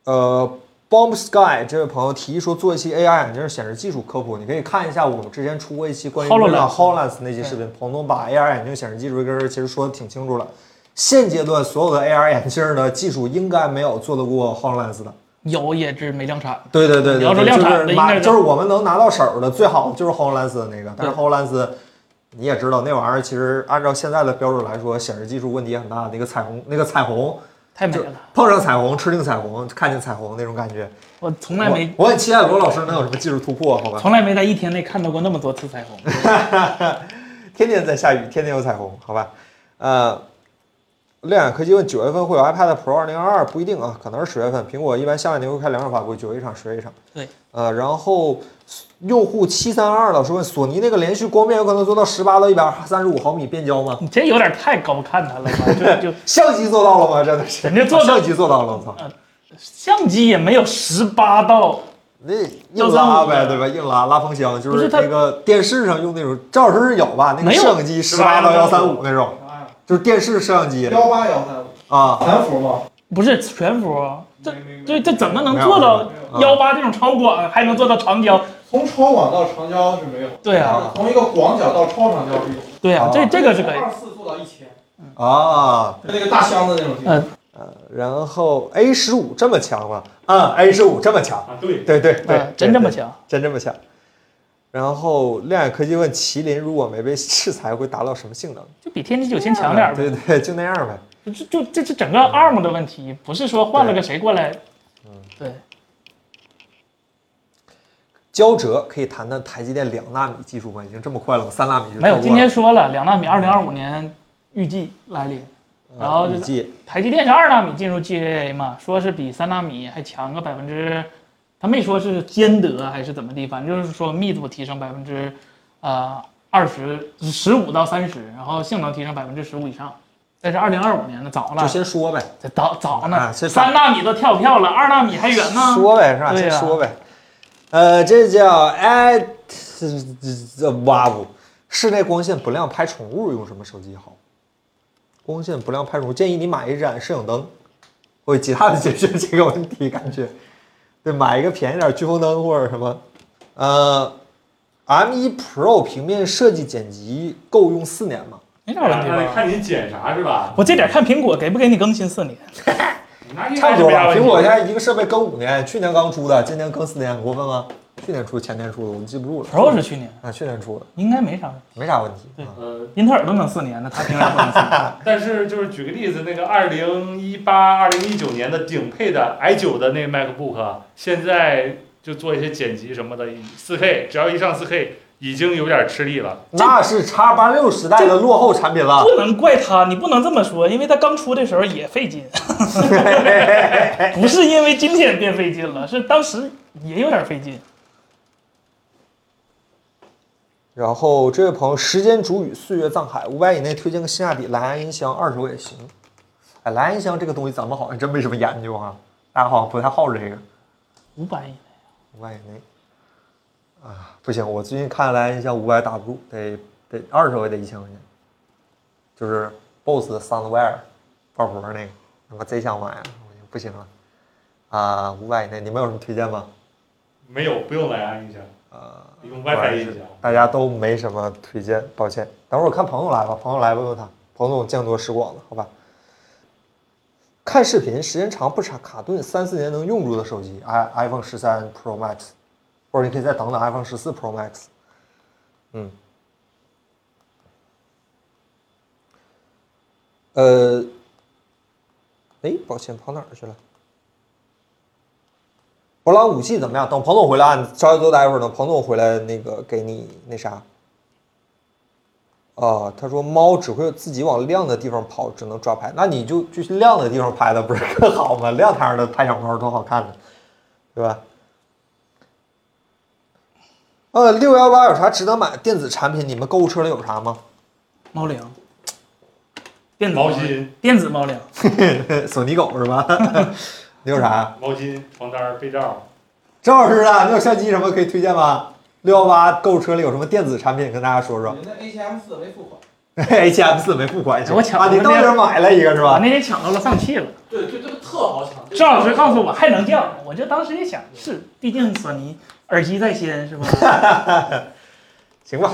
S1: 呃，Bomb Sky 这位朋友提议说做一期 AR 眼镜显示技术科普，你可以看一下我们之前出过一期关于
S2: HoloLens
S1: Meta HoloLens 那期视频，彭总把 AR 眼镜显示技术这根儿其实说的挺清楚了。现阶段所有的 AR 眼镜儿的技术应该没有做得过 HoloLens 的，
S2: 有也是没量产。
S1: 对对对对，
S2: 你要说量产的
S1: 就是
S2: 应该
S1: 买
S2: 是
S1: 就是我们能拿到手的最好就是 HoloLens 的那个，但是
S2: 对
S1: HoloLens 你也知道那玩意儿其实按照现在的标准来说，显示技术问题也很大。那个彩虹，那个彩虹
S2: 太美
S1: 就
S2: 了，
S1: 碰上彩虹，吃定彩虹，看见彩虹那种感觉。
S2: 我从来没
S1: 我我很期待罗老师能有什么技术突破，好吧？
S2: 从来没在一天内看到过那么多次彩虹。
S1: 天天在下雨，天天有彩虹，好吧？呃，亮眼科技问九月份会有 iPad Pro 二零二二，不一定啊，可能是十月份。苹果一般下半年会开两场发布会，九月一场，十月一场。
S2: 对，
S1: 呃，然后用户七三二老师问索尼那个连续光变有可能做到十八到一百三十五毫米变焦吗？
S2: 你这有点太高看它了吧？就就
S1: 相机做到了吗？真的是，
S2: 人家做到
S1: 相机做到了，我操，
S2: 啊相机也没有十八到，
S1: 那硬拉呗，
S2: 135
S1: 对吧？硬拉拉风箱，就
S2: 不
S1: 是
S2: 是它
S1: 那个电视上用那种，赵老师是有吧？那个
S2: 没有
S1: 相机十八到幺三五那种，
S5: 幺
S1: 就是电视摄像机
S5: 八哎幺三五，
S1: 啊。
S5: 全幅吗？
S2: 不是全幅，啊这
S5: 没
S2: 这
S5: 没
S2: 这怎么能做到
S5: 没有
S1: 没有
S2: 幺八这种超广，还能做到长焦？
S5: 从超广到长焦是没有，
S2: 对啊，
S5: 但是从一个广角到超长焦是有的。
S2: 对啊
S1: 哦，
S2: 这这个是可以。
S5: 二四做到一千，
S1: 啊，
S5: 就那个大箱子那种地
S2: 哎嗯
S5: 方。
S1: 呃，然后 A 十五这么强吗？嗯，A 十五这么强，
S3: 啊，对，
S1: 对对对，
S2: 嗯，真这么
S1: 对，
S2: 强？
S1: 对真这么强。然后亮眼科技问麒麟，如果没被制裁，会达到什么性能？
S2: 就比天玑九千强点儿呗。
S1: 啊对对，就那样呗。
S2: 就就这这整个 ARM 的问题，不是说换了个谁过来。
S1: 嗯
S2: 对，
S1: 焦哲可以谈谈台积电两纳米技术吗？已经这么快了吗？三纳米就
S2: 没有。
S1: 超过
S2: 今
S1: 了
S2: 天说了，两纳米二零二五年预计来临。
S1: 嗯
S2: 然后就
S1: 预计
S2: 台积电是二纳米进入 GAA 嘛，说是比三纳米还强个百分之，他没说是兼得还是怎么地，反正就是说密度提升百分之，呃二十十五到三十，然后性能提升百分之十五以上。但是二零二五年呢，早
S1: 就
S2: 了，
S1: 先说呗，
S2: 这早早
S1: 啊
S2: 呢，
S1: 这早
S2: 三纳米都跳票了，二纳米还远呢。
S1: 说呗是吧？
S2: 对
S1: 先
S2: 呀
S1: 说呗。呃，这叫 at 这哇呜，室内光线不亮拍宠物用什么手机好？光线不亮拍宠物，建议你买一盏摄影灯，会极大的解决这个问题，感觉。对，买一个便宜点儿聚光灯或者什么。呃，M1 Pro 平面设计剪辑够用四年吗？
S2: 没啥问题
S1: 啊
S3: 那得
S2: 吧？
S3: 啊看你剪啥是吧？
S2: 我这点看苹果给不给你更新四年，
S3: 那
S2: 哎
S3: 应该是
S1: 差不多
S3: 没啥
S1: 吧。
S3: 问题
S1: 苹果现在一个设备更五年，去年刚出的，今年更四年，很过分吗？去年出，前年出的，我记不住了。
S2: Pro 是去年，
S1: 啊，去年出的，
S2: 应该没啥问题。
S1: 没啥问题。
S2: 对
S1: 啊
S3: 呃，
S2: 英特尔都能四年，那它凭啥不能四年？
S3: 但是就是举个例子，那个二零一八、二零一九年的顶配的 i 九的那个 MacBook，现在就做一些剪辑什么的，四 K 只要一上四 K，已经有点吃力了。
S1: 那是叉八六时代的落后产品了。
S2: 不能怪他，你不能这么说，因为他刚出的时候也费 劲，不是因为今天变费劲了，是当时也有点费劲。
S1: 然后这位朋友，时间煮雨，岁月葬海，五百以内推荐个性价比蓝牙音箱，二手也行。哎，蓝牙音箱这个东西咱们好像真没什么研究啊，大家好像不太好这个。
S2: 五百以内，
S1: 五百以内啊，不行，我最近看蓝牙音箱五百打不住，得得二手也得一千块钱，就是 BOSS Soundwire 鲍勃那个，我贼想买啊，我就不行了啊，五百以内，你们有什么推荐吗？
S3: 没有，不用蓝牙音箱，
S1: 啊，
S3: 用 WiFi 音响。
S1: 大家都没什么推荐，抱歉。等会儿我看彭总来吧，彭总来问问他，彭总见多识广的，好吧？看视频时间长不卡卡顿，三四年能用住的手机，i iPhone 十三 Pro Max，或者你可以再等等 iPhone 十四 Pro Max。嗯，呃，哎，抱歉，跑哪儿去了？博朗武器怎么样？等彭总回来啊，你稍微多待一会儿，等彭总回来那个给你那啥。哦，他说猫只会自己往亮的地方跑，只能抓拍。那你就就去亮的地方拍它，不是更好吗？亮堂的拍小猫多好看呢，对吧？呃，六幺八有啥值得买的电子产品？你们购物车里有啥吗？
S2: 猫粮，电子
S3: 毛，巾、
S2: 电子猫粮，
S1: 索尼狗是吧？ 你有啥？
S3: 毛巾、床单、被罩，
S1: 郑老师啊，你有相机什么可以推荐吗？六幺八购物车里有什么电子产品跟大家说说？
S5: 人家 ATM 四没付款，
S1: H M 四没付款，
S2: 我抢
S1: 啊！你
S2: 我
S1: 到
S2: 那
S1: 那儿买了一个是
S2: 我
S1: 吧？
S2: 那天抢到了，放弃了。
S5: 对对，这个特好抢。
S2: 赵老师告诉我还能降，我就当时也想是，毕竟索尼耳机在先是吧？
S1: 行吧，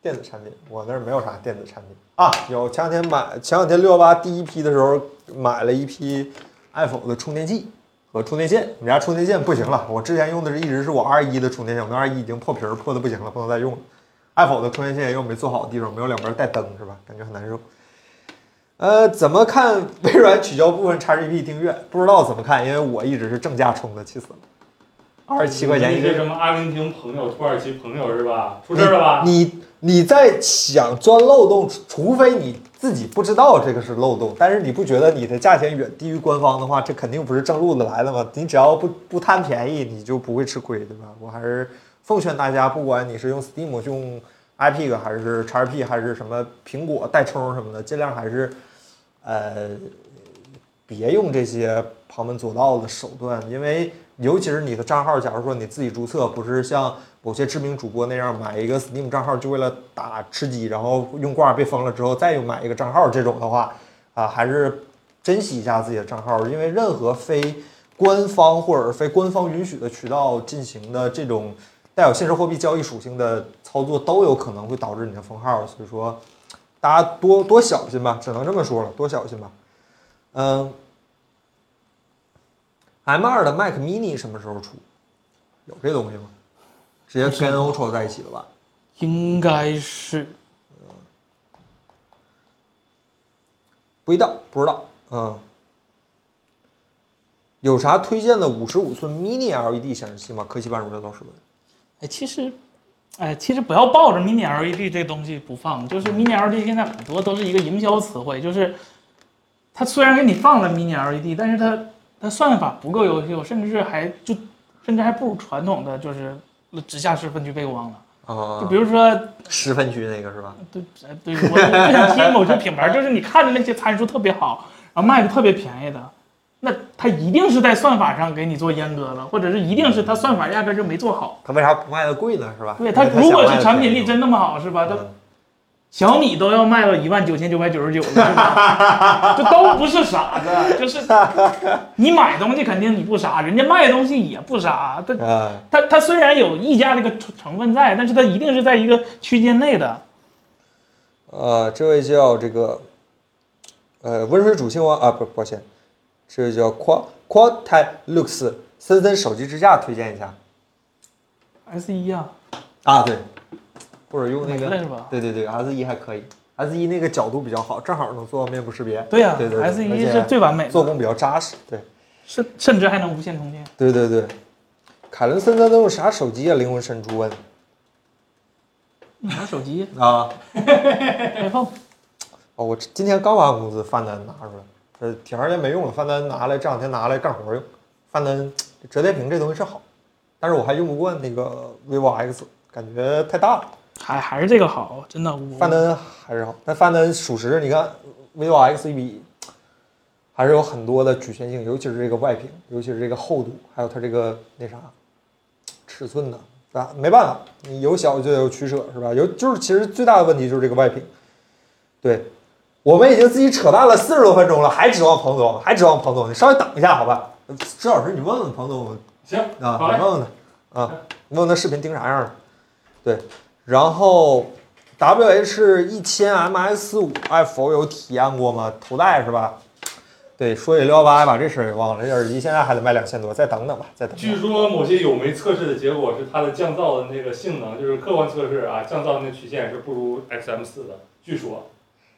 S1: 电子产品，我那儿没有啥电子产品啊。有前两天买，前两天六幺八第一批的时候买了一批 i p h o n e 的充电器我充电线，我们家充电线不行了。我之前用的是一直是我二一的充电线，我那二一已经破皮儿，破的不行了，不能再用了。Apple 的充电线也有没做好的地方，没有两边带灯是吧？感觉很难受。呃，怎么看微软取消部分 XGP 订阅？不知道怎么看，因为我一直是正价充的，气死了，二十七块钱一
S3: 你
S1: 个
S3: 这什么阿根廷朋友、土耳其朋友是吧？出事儿了吧？
S1: 你你在想钻漏洞，除除非你自己不知道这个是漏洞，但是你不觉得你的价钱远低于官方的话，这肯定不是正路子来的嘛。你只要不不贪便宜，你就不会吃亏，对吧？我还是奉劝大家，不管你是用 Steam 用 iPig 还是 XP 还是什么苹果代充什么的，尽量还是呃别用这些旁门左道的手段，因为尤其是你的账号，假如说你自己注册，不是像某些知名主播那样买一个 Steam 账号就为了打吃鸡，然后用挂被封了之后再又买一个账号这种的话，啊，还是珍惜一下自己的账号，因为任何非官方或者非官方允许的渠道进行的这种带有现实货币交易属性的操作，都有可能会导致你的封号，所以说大家多多小心吧，只能这么说了，多小心吧。嗯，M 二的 Mac Mini 什么时候出？有这东西吗？直接跟 Ultra 在一起了吧？
S2: 应该是
S1: 不知道，不知道。嗯，有啥推荐的五十五寸 Mini LED 显示器吗？科技半如的老师问。
S2: 哎，其实，哎，其实不要抱着 mini LED E 这东西不放，就是 mini LED E 现在很多都是一个营销词汇，就是它虽然给你放了 mini LED，但是它它算法不够优秀，甚至是还就甚至还不如传统的就是直下式分区背光了。就
S1: 啊
S2: 比，如说，
S1: 十分区那个是吧？
S2: 对呃对，我我不想提某些品牌，就是你看着那些参数特别好，然后卖的特别便宜的。那它一定是在算法上给你做阉割了，或者是一定是它算法压根儿就没做好。
S1: 它为啥不卖的贵呢？是吧？
S2: 对
S1: 因
S2: 它
S1: 为它
S2: 如果
S1: 啊想卖
S2: 是
S1: 得
S2: 产品
S1: 便宜
S2: 力真那么好，是吧？它
S1: 嗯
S2: 小米都要卖到一万九千九百九十九了，是吧这都不是傻子，就是 你买东西肯定你不傻，人家卖东西也不傻。他
S1: 啊，
S2: 他他虽然有溢价这个成成分在，但是它一定是在一个区间内的。
S1: 呃，这位叫这个，呃，温水煮青蛙啊，不，抱歉，这位叫 Quad Quad t e Lux 森森手机支架推荐一下
S2: S 一啊，
S1: 啊，对，或者用那
S2: 没
S1: 个
S2: 了是吧，
S1: 对对对，S 一还可以，S 一那个角度比较好，正好能做到面部识别，
S2: 对呀
S1: 对对对
S2: ，S
S1: 而
S2: 一
S1: 且
S2: 是最完美
S1: 做
S2: 的，
S1: 工比较扎实，对。
S2: 甚甚至还能无线充电。
S1: 对对对，凯伦森森都用啥手机啊？灵魂深处问
S2: 你拿手 机
S1: 啊。
S2: iPhone，
S1: 哦，我今天刚把工资饭单拿出来，呃，挺长时间没用了，饭单拿来这两天拿来干活用。饭单折叠屏这东西是好，但是我还用不惯那个 vivo X，感觉太大了。
S2: 还还是这个好，真的。我
S1: 范丹还是好，但范丹属实，你看 vivo X 一比，还是有很多的局限性，尤其是这个外屏，尤其是这个厚度，还有它这个那啥尺寸呢，是吧？没办法，你有小就有取舍，是吧？有就是其实最大的问题就是这个外屏。对，我们已经自己扯淡了四十多分钟了，还指望彭总，还指望彭总，你稍微等一下，好吧？石老师，你问问彭总，
S3: 行，
S1: 啊，
S3: 好嘞
S1: 你问问他啊，你问问他视频盯啥样了。对，然后 W H 一千 M S 五 F 有体验过吗？头戴是吧？对，说起六幺八，还把这事儿给忘了。这耳机现在还得卖两千多，再等等吧，再等
S3: 据
S1: 等。
S3: 说某些有媒测试的结果是它的降噪的那个性能，就是客观测试啊，降噪那曲线是不如 XM 4的。据说，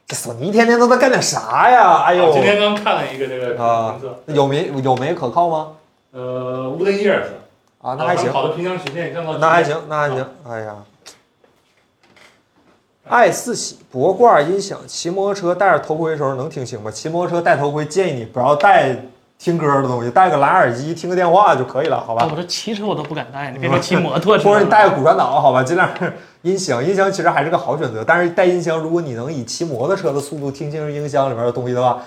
S1: 这索尼天天都在干点啥呀？哎
S3: 啊
S1: 呦啊
S3: 今，天刚看了一个这个评测，
S1: 有没有没可靠吗？
S3: 呃，Wooden Years
S1: 啊，那还行，
S3: 跑的平行曲线降噪，
S1: 那还，行，那还行。哎呀，爱四喜博挂音响，骑摩托车戴着头盔的时候能听清吗？骑摩托车戴头盔，建议你不要戴听歌的东西，戴个蓝牙耳机听个电话就可以了，好
S2: 哎
S1: 吧？
S2: 我这骑车我都不敢带，你别说骑 摩托车
S1: 或
S2: 了，
S1: 者你带个骨传导，好吧，尽量 是音响。音箱其实还是个好选择，但是带音箱，如果你能以骑摩托车的速度听清音箱里面的东西的话，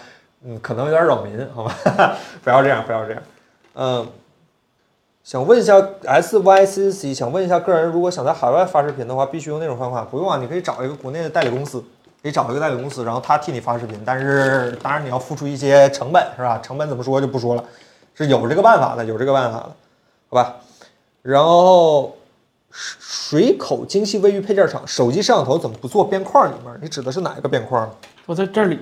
S1: 嗯，可能有点扰民，好吧？ 不要这样，不要这样。嗯，想问一下 S Y C C，想问一下个人，如果想在海外发视频的话，必须用那种方法？不用啊，你可以找一个国内的代理公司，可以找一个代理公司，然后他替你发视频，但是当然你要付出一些成本，是吧？成本怎么说就不说了，是有这个办法的，有这个办法的，好吧？然后水口精细卫浴配件厂手机摄像头怎么不做边框里面？你指的是哪一个边框
S2: 我在这里。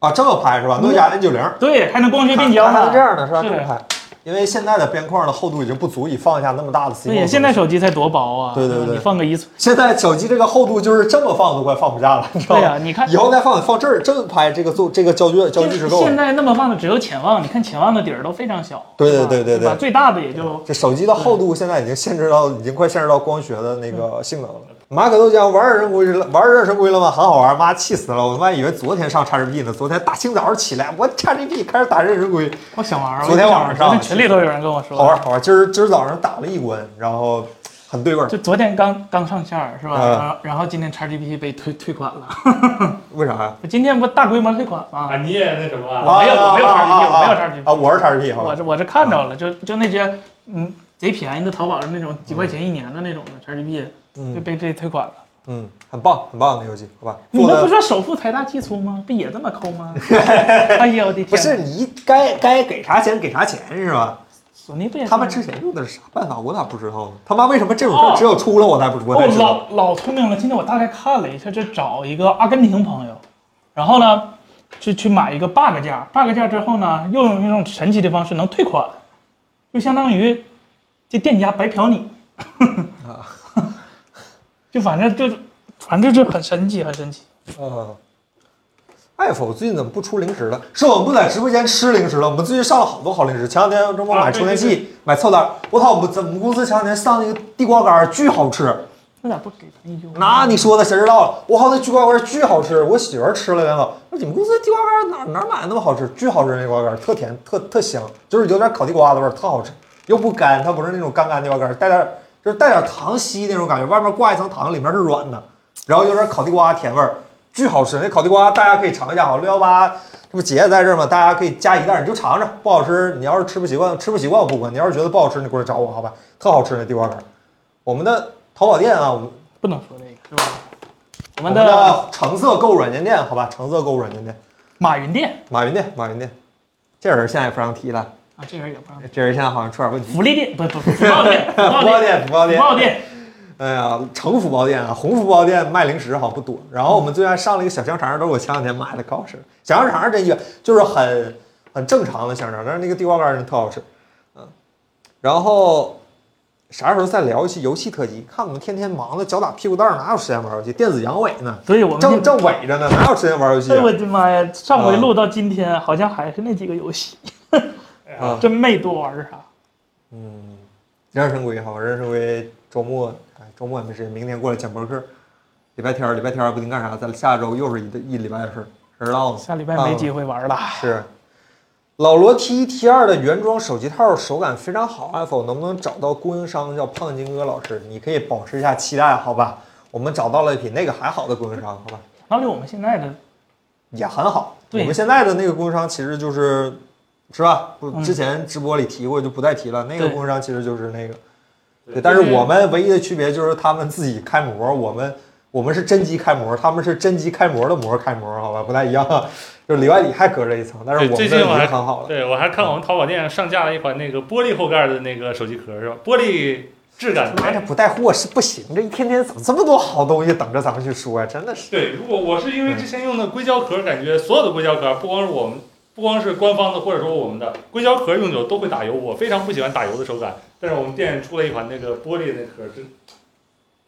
S1: 啊？这么拍是吧？诺基亚 N 九零，
S2: 对，还能光学变焦
S1: 它还
S2: 呢
S1: 是这。样的，是吧？
S2: 是
S1: 这
S2: 的
S1: 么拍。因为现在的边框的厚度已经不足以放下那么大的 C
S2: 对呀，
S1: 模。
S2: 现在手机才多薄啊！
S1: 对对对
S2: 你放个一寸，
S1: 现在手机这个厚度就是这么放都快放不下了，你知道
S2: 对啊
S1: 吗？
S2: 呀，你看
S1: 以后再放放这儿这么拍，这个做这个焦距焦距是够
S2: 现
S1: 了。
S2: 在那么放的只有潜望，你看潜望的底儿都非常小，
S1: 对对
S2: 是吧
S1: 对对对
S2: 吧最大的也就
S1: 这手机的厚度现在已经限制到，已经快限制到光学的那个性能了。马可都讲玩二神龟了，玩二神龟了吗？很好玩，妈气死了！我他妈以为昨天上 XGP 呢，昨天大清早上起来，我 XGP 开始打任神龟，
S2: 我想玩儿，啊
S1: 昨天
S2: 我就想玩
S1: 晚
S2: 儿
S1: 上
S2: 昨天群里都有人跟我说，
S1: 好玩，好玩。今儿今儿早上打了一关，然后很对味儿，
S2: 就昨天刚刚上线儿是吧？
S1: 嗯
S2: 然后然后今天 XGPT 被退退款了，
S1: 为啥呀？
S2: 今天不大规模退款吗
S1: 哎
S3: 啊，？你也那什么啊？
S2: 我没有我没有
S1: 啊
S2: XGP 我没有
S1: 啊啊
S2: XGP
S1: 啊！我是 XGP 好
S2: 我
S1: 吧？
S2: 这我这看着了，就就那些嗯贼便宜的淘宝上那种几块钱一年的那种的 XGP 就
S1: 嗯
S2: 被被退款了。
S1: 嗯，很棒很棒的游戏，好吧？
S2: 你
S1: 做
S2: 们
S1: 的
S2: 不说首付财大气粗吗？不也这么抠 吗？哎呀，我的天！
S1: 不是，你该该给啥钱给啥钱是吧？
S2: 索尼不也
S1: 他们之前用的是啥办法？我咋不知道呢？他妈为什么这种事儿只有出了我才不我才
S2: 哦
S1: 知，道？
S2: 老老聪明了。今天我大概看了一下，这找一个阿根廷朋友，然后呢，去去买一个 bug 价，bug 价之后呢，又用一种神奇的方式能退款，就相当于这店家白嫖你。
S1: 啊
S2: 就反正就是，反正就是很神奇，很神奇。
S1: 嗯，爱否最近怎么不出零食了？是我们不在直播间吃零食了。我们最近上了好多好零食。前两天周末买
S3: 啊
S1: 充电
S3: 对
S1: 器，买凑单。我操，我们咱们公司前两天上那个地瓜干儿巨好吃。
S2: 那咋不给咱一句？
S1: 那你说的谁知道了？我靠，那地瓜干儿巨好吃，我媳妇儿吃了两口。我说你们公司地瓜干儿哪哪买的那么好吃？巨好吃那地瓜干儿，特甜，特特香，就是有点烤地瓜的味儿，特好吃，又不干，它不是那种干干地瓜干儿，带点儿就是带点儿糖稀那种感觉，外面挂一层糖，里面是软的，然后有点烤地瓜甜味儿，巨好吃。那烤地瓜大家可以尝一下，好，六幺八这不姐也在这儿吗？大家可以加一袋儿，你就尝尝，不好吃你要是吃不习惯，吃不习惯我不管，你要是觉得不好吃你过来找我，好吧？特好吃那地瓜干儿，我们的淘宝店啊，我们
S2: 不能说这个是吧？
S1: 我
S2: 我们
S1: 们
S2: 的
S1: 的橙色购物软件店，好吧，橙色购物软件店，
S2: 马云店
S1: 马云店，马云店，这人现在也不让提了，
S2: 啊，这人也不让。
S1: 这人现在好像出点问题。
S2: 福利店不不不，福报 店，福
S1: 福
S2: 报
S1: 报
S2: 店，
S1: 店，福报
S2: 福
S1: 店，
S2: 报店，
S1: 哎呀，橙福报店啊，红福报店卖零食好像不多。然后我们最近还上了一个小香肠，都是我前两天买的，可好吃了。小香肠真远，就是很很正常的香肠，但是那个地瓜干儿真特好吃，嗯。然后啥时候再聊一期游戏特辑？看我们天天忙的脚打屁股蛋儿，哪有时间玩游戏？电子阳痿呢，
S2: 所以我们
S1: 正正痿着呢，哪有时间玩游戏
S2: 哎
S1: 啊？
S2: 我的妈呀！上回录到今天，好像还是那几个游戏，
S3: 哎
S1: 啊
S3: 呀，
S2: 真没多玩啊啥。
S1: 嗯，人生龟好，人生龟周末，哎，周末也没时间，明天过来讲博客。礼拜天儿，礼拜天儿不定干啥，咱下周又是一一礼拜的事儿，谁知道呢？
S2: 下礼拜没机会玩了。
S1: 是，老罗 T 一 T 二的原装手机套手感非常好，iPhone 能不能找到供应商叫胖金哥老师？你可以保持一下期待，好吧？我们找到了比那个还好的供应商，好吧？
S2: 道理我们现在的
S1: 也很好。
S2: 对
S1: 我们现在的那个供应商其实就是，是吧？不，
S2: 嗯
S1: 之前直播里提过，就不再提了。那个
S2: 对
S1: 供应商其实就是那个，
S3: 对
S1: 对。但是我们唯一的区别就是他们自己开模，我们我们是真机开模，他们是真机开模的模开模，好吧，不太一样。就里外里还隔着一层，但是
S3: 对
S1: 我们
S3: 最
S1: 的
S3: 近
S1: 已
S3: 我还
S1: 经很好了。
S3: 对我还看我们淘宝店上架了一款那个玻璃后盖的那个手机壳，是吧？玻璃质感
S1: 哎妈，这不带货是不行，这一天天怎么这么多好东西等着咱们去说呀、真的是。
S3: 对，如果我是因为之前用的硅胶壳，感觉所有的硅胶壳，不光是我们，不光是官方的，或者说我们的硅胶壳用久了都会打油，我非常不喜欢打油的手感。但是我们店出了一款那个玻璃那壳，之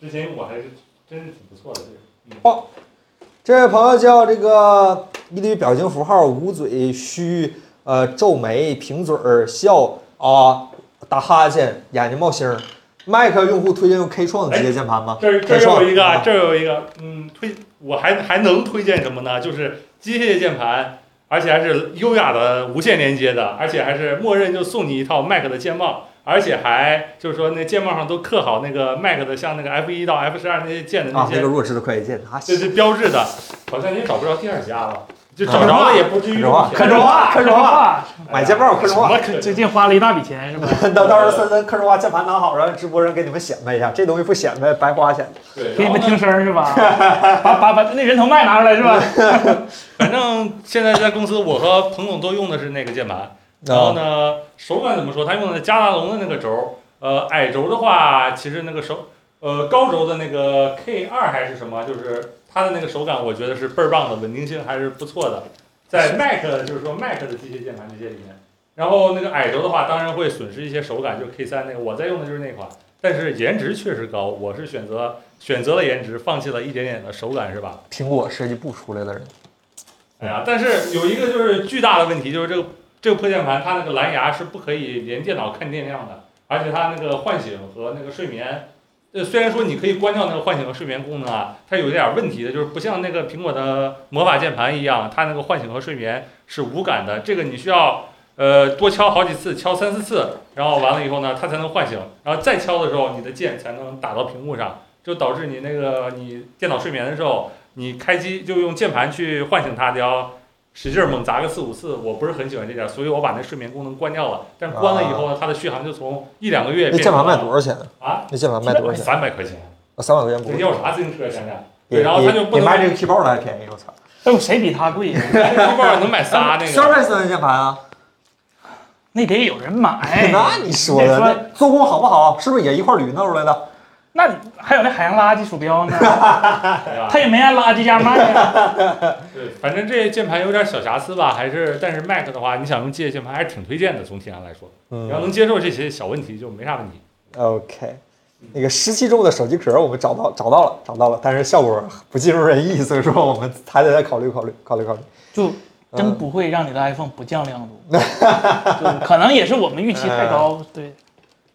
S3: 之前我还是真是挺不错的。这个，
S1: 这位朋友叫这个一堆表情符号，捂嘴、虚、呃皱眉、平嘴儿、笑啊、打哈欠、眼睛冒星儿。Mac 用户推荐用 K 创的机械键盘吗？
S3: 这儿这儿
S1: 说
S3: 有一
S1: 啊
S3: 个，这儿有一个，嗯，推我还还能推荐什么呢？就是机械键盘，而且还是优雅的无线连接的，而且还是默认就送你一套 Mac 的键帽，而且还就是说那键帽上都刻好那个 Mac 的，像那个 F 一到 F 十二那些键的那
S1: 啊，
S3: 些
S1: 那个弱智的快捷键啊，
S3: 这是标志的，好像也找不着第二家了，就找着了也不至于
S1: 可着
S2: 科话，科话，
S1: 买键帽科
S3: 什
S1: 说话
S3: 么
S2: 最
S3: 这
S2: 近花了一大笔 钱是吧？
S1: 到到时候森森克说话键盘拿好，让直播人给你们显摆一下，这东西不显摆白花钱。
S3: 哎对，
S2: 给你
S3: 然后
S2: 们
S3: 呢
S2: 听声儿是吧？把把把那人头麦拿出来是吧？
S3: 反正现在在公司，我和彭总都用的是那个键盘，然后呢，手感怎么说？他用的加大龙的那个轴，呃，矮轴的话，其实那个手，呃，高轴的那个 K 二还是什么，就是它的那个手感，我觉得是倍儿棒的，稳定性还是不错的，在 Mac 就是说 Mac 的机械键盘这些里面，然后那个矮轴的话，当然会损失一些手感，就是 K 3那个，我在用的就是那款，但是颜值确实高，我是选择选择了颜值，放弃了一点点的手感，是吧？
S1: 啊苹果设计部出来的人，
S3: 哎呀，但是有一个就是巨大的问题，就是这个这个破键盘它那个蓝牙是不可以连电脑看电量的，而且它那个唤醒和那个睡眠，呃，虽然说你可以关掉那个唤醒和睡眠功能啊，它有一点问题的，就是不像那个苹果的魔法键盘一样，它那个唤醒和睡眠是无感的，这个你需要。呃，多敲好几次，敲三四次，然后完了以后呢，它才能唤醒，然后再敲的时候，你的键才能打到屏幕上，就导致你那个你电脑睡眠的时候，你开机就用键盘去唤醒它，得要使劲儿猛砸个四五次，我不是很喜欢这点儿，所以我把那睡眠功能关掉了。但是关了以后呢，它的续航就从一两个
S1: 那
S3: 月变
S1: 键
S3: 成
S1: 盘卖
S3: 了
S1: 多少钱？
S3: 啊，
S1: 那键盘卖多少钱？
S3: 三百块钱，
S1: 啊三百块钱不
S3: 这
S1: 贵，
S3: 要啥自行车？想想，
S1: 也
S3: 对然后
S1: 也
S3: 它就不
S1: 也
S3: 能
S1: 卖这个 keyboard 还便宜，我操！
S2: 哎呦，谁比他贵呀？
S3: 书包能买仨那
S1: s h a r
S3: 个。
S1: p s 的键盘啊，
S2: 那得有人
S3: 哎
S2: 买。
S1: 那你说的
S2: 你说
S1: 那做工好不好？是不是也一块铝弄出来的？
S2: 那还有那海洋垃圾鼠标呢，
S3: 对吧
S2: 他也没按垃圾价卖啊呀。
S3: 对，反正这键盘有点小瑕疵吧，还是但是 Mac 的话，你想用机械键盘还是挺推荐的，总体上来说，你要
S1: 嗯
S3: 能接受这些小问题就没啥问题。
S1: ，OK。那个湿气重的手机壳，我们找到找到了，找到了，但是效果不尽如人意，所以说我们还得再考虑考虑，考虑考虑。
S2: 就
S1: 嗯
S2: 真不会让你的 iPhone 不降亮度， 就可能也是我们预期太高。
S1: 嗯
S2: 对，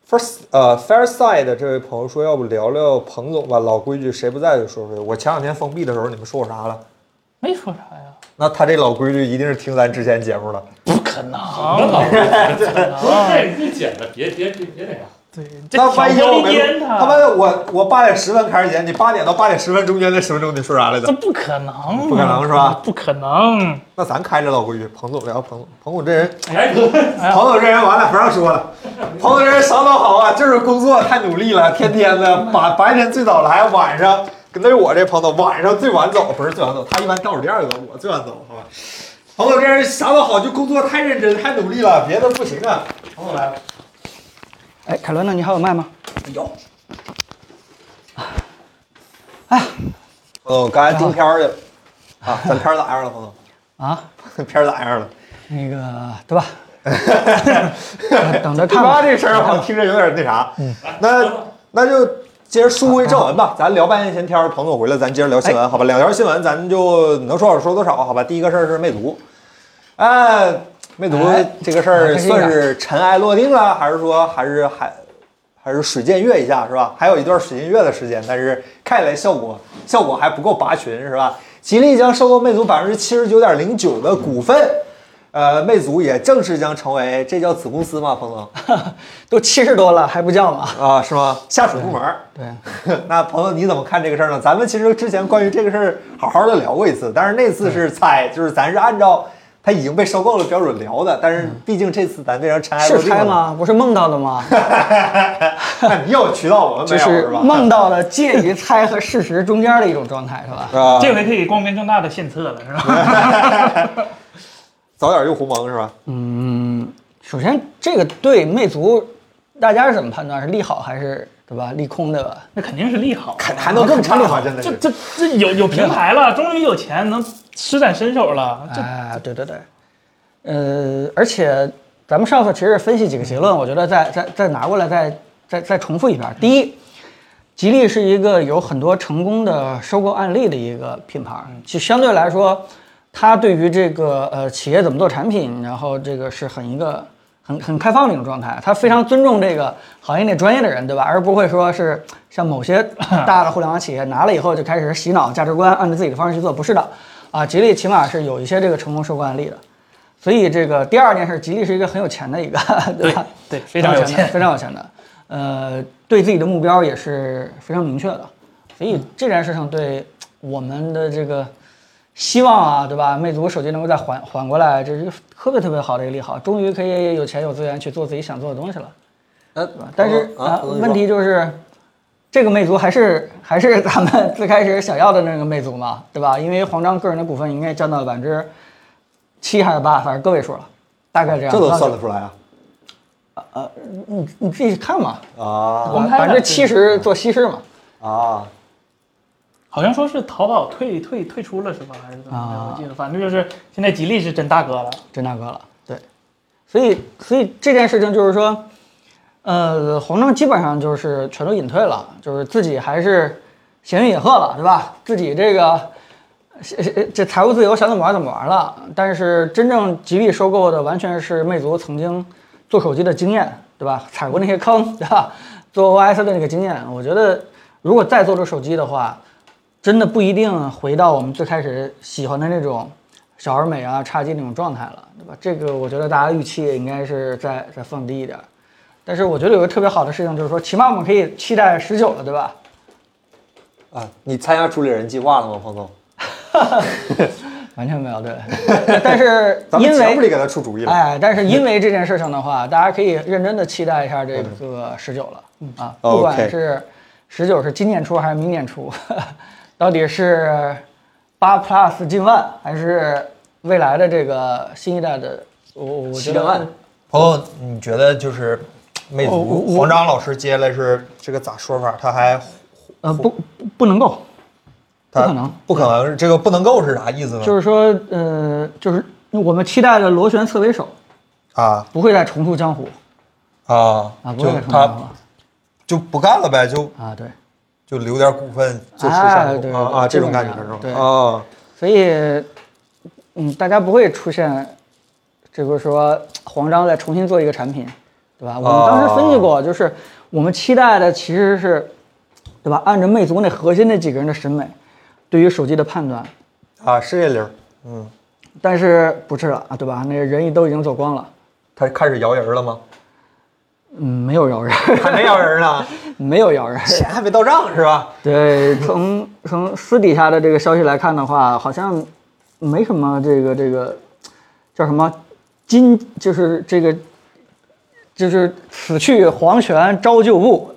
S1: First，呃，Fairside 的这位朋友说，要不聊聊彭总吧？老规矩，谁不在就说谁。我前两天封闭的时候，你们说我啥了？
S2: 没说啥呀，
S1: 那他这老规矩一定是听咱之前节目了。
S2: 不可能，
S3: 不
S2: 啊可
S1: 嗯
S2: 能。啊
S3: 是你自己剪的，别别别别那啥。
S2: 对，这
S1: 那
S2: 挑
S1: 万一
S2: 拨
S1: 我
S2: 离
S1: 没
S2: 间
S1: 录他妈的，我我八点十分开始剪，你八点到八点十分中间那十分钟你说啥来
S2: 这
S1: 着？
S2: 不可能，
S1: 嗯
S2: 啊
S1: 不可能是吧？
S2: 不可能，
S1: 那咱开这老规矩，彭总聊彭总，彭总这人，
S3: 哎， 我
S2: 哎
S1: 彭总这人完了不让说 了。彭总这人啥都好啊，就是工作太努力了，天天的
S6: 嗯
S1: 晚白天最早来，晚上跟那是我这彭总，晚上最晚走，不是最晚走，他一般倒数第二个，我最晚走，好吧？彭总这人啥都好，就工作太认真太努力了，别的不行啊。彭总来了，
S6: 哎，凯伦呢？你还有麦吗？
S1: 有。彭总，刚才听片儿去了啊，咱片儿咋样了，彭
S6: 啊，
S1: 总？ 片儿咋样了？
S6: 那个对吧？ 等着 看
S1: 吧，
S6: 吧。嗯
S1: 这事儿我听着有点那啥。那那就接着书归正文吧，咱聊半天闲天儿。彭总回来，咱接着聊新闻，好吧？两条新闻，咱们就能说少说多少，好吧？第一个事儿是魅族，哎，魅族
S6: 哎
S1: 这个事
S6: 啊这
S1: 儿
S6: 是一个
S1: 算是尘埃落定了，还是说还是还还是水见月一下是吧？还有一段水见月的时间，但是看起来效果效果还不够拔群是吧？吉利将收购魅族百分之七十九点零九的股份，呃，魅族也正式将成为这叫子公司吗？彭总
S6: 都七十多了还不叫吗？
S1: 啊，是吗？下属部门儿。
S6: 对，
S1: 那朋友你怎么看这个事儿呢？咱们其实之前关于这个事儿好好的聊过一次，但是那次是猜，就是咱是按照它已经被收购了标准聊的，但是毕竟这次咱变成尘埃落
S6: 嗯是
S1: 定了
S6: 猜？吗？不是梦到的 吗？
S1: 那你有渠道，我们没
S6: 就
S1: 有
S6: 是
S1: 吧？
S6: 梦到了介于猜和事实中间的一种状态，是吧？
S1: 啊，
S2: 这回可以光明正大的献策了，是吧？
S1: 早点用鸿蒙是吧？
S6: 嗯，首先这个对魅族，大家是怎么判断？是利好还是对吧？利空的吧？
S2: 那肯定是利好，
S1: 还还能更差吗？真的
S2: 这
S1: 是。
S2: 这这有有平台了，终于有钱能施展身手了，这
S6: 啊，对对对，呃，而且咱们上次其实分析几个结论，我觉得再再再拿过来再再再重复一遍。第一，吉利是一个有很多成功的收购案例的一个品牌，其实相对来说，它对于这个呃企业怎么做产品，然后这个是很一个很很开放的一种状态，它非常尊重这个行业内专业的人，对吧？而不会说是像某些大的互联网企业拿了以后就开始洗脑价值观，按照自己的方式去做，不是的。啊，吉利起码是有一些这个成功收购案例的，所以这个第二件事，吉利是一个很有钱的一个， 对吧？
S2: 对非
S1: 哎
S2: 常有
S6: 有钱的，
S2: 钱。
S6: 非常有钱的。呃，对自己的目标也是非常明确的，所
S2: 嗯
S6: 以这件事情对我们的这个希望啊，对吧？魅族手机能够再缓缓过来，这是一个特别特别好的一个利好，终于可以有钱有资源去做自己想做的东西了。
S1: 呃
S6: 但是
S1: 啊
S6: 啊，，问题就是，这个魅族还是还是咱们最开始想要的那个魅族嘛，对吧？因为黄章个人的股份应该占到了百分之七还是八，反正个位数了，大概这样。
S1: 这都算得出来啊
S6: 你你自己看嘛，
S1: 啊
S2: 公开的
S6: 百分之七十做稀释嘛。
S1: 啊！
S2: 好像说是淘宝退退退出了是吧？还是怎么着？
S6: 啊
S2: 我记得，反正就是现在吉利是真大哥了。
S6: 真大哥了。对，所以所以这件事情就是说，呃，红政基本上就是全都隐退了，就是自己还是闲云野鹤了，对吧？自己这个呃这财务自由想怎么玩怎么玩了。但是真正吉利收购的完全是魅族曾经做手机的经验，对吧？踩过那些坑，对吧？做 OS 的那个经验，我觉得如果再做出手机的话，真的不一定回到我们最开始喜欢的那种小而美啊、差劲那种状态了，对吧？这个我觉得大家预期也应该是再再放低一点儿。但是我觉得有个特别好的事情就是说，起码我们可以期待十九了，对吧？
S1: 啊，你参加主理人计划了吗，彭总？
S6: 完全没有对，但 是
S1: 咱
S6: 因
S1: 们节目
S6: 为
S1: 里给他出主意了。
S6: 哎，但是因为这件事情的话，大家可以认真的期待一下这个十九了啊，
S1: 嗯哦 OK
S6: 不管是十九是今年出还是明年出， 到底是八 Plus 进万还是未来的这个新一代的，我我我觉
S4: 七两万
S6: 得
S1: 彭总，你觉得就是魅
S6: 哦我
S1: 族
S6: 我
S1: 黄章老师接下来是这个咋说法？他还
S6: 呃不不能够，
S1: 他
S6: 不可能，
S1: 不可能，这个不能够是啥意思呢？
S6: 就是是说呃就是我们期待的螺旋侧为首
S1: 啊
S6: 不会再重出江湖
S1: 啊
S6: 啊，不
S1: 就
S6: 会再重出江湖
S1: 他就不干了呗，就
S6: 啊，对。
S1: 就留点股份做慈
S6: 哎
S1: 善
S6: 对
S1: 啊啊，这
S6: 对
S1: 种
S6: 这种
S1: 感觉
S6: 感觉
S1: 是
S6: 对
S1: 吧？啊，
S6: 所以，嗯，大家不会出现，这个说黄章再重新做一个产品，对
S1: 啊
S6: 吧？我们当时分析过，就是我们期待的其实是，对吧？按着魅族那核心那几个人的审美，对于手机的判断，
S1: 啊，是这理儿，嗯，
S6: 但是不是了啊，对吧？那人都已经走光了，
S1: 他开始摇人了吗？
S6: 嗯，没有摇人，
S1: 还没摇人呢，
S6: 没有摇人。
S1: 钱还没到账是吧？
S6: 对，从从私底下的这个消息来看的话，好像没什么这个这个叫什么金，就是这个就是此去黄泉照旧步，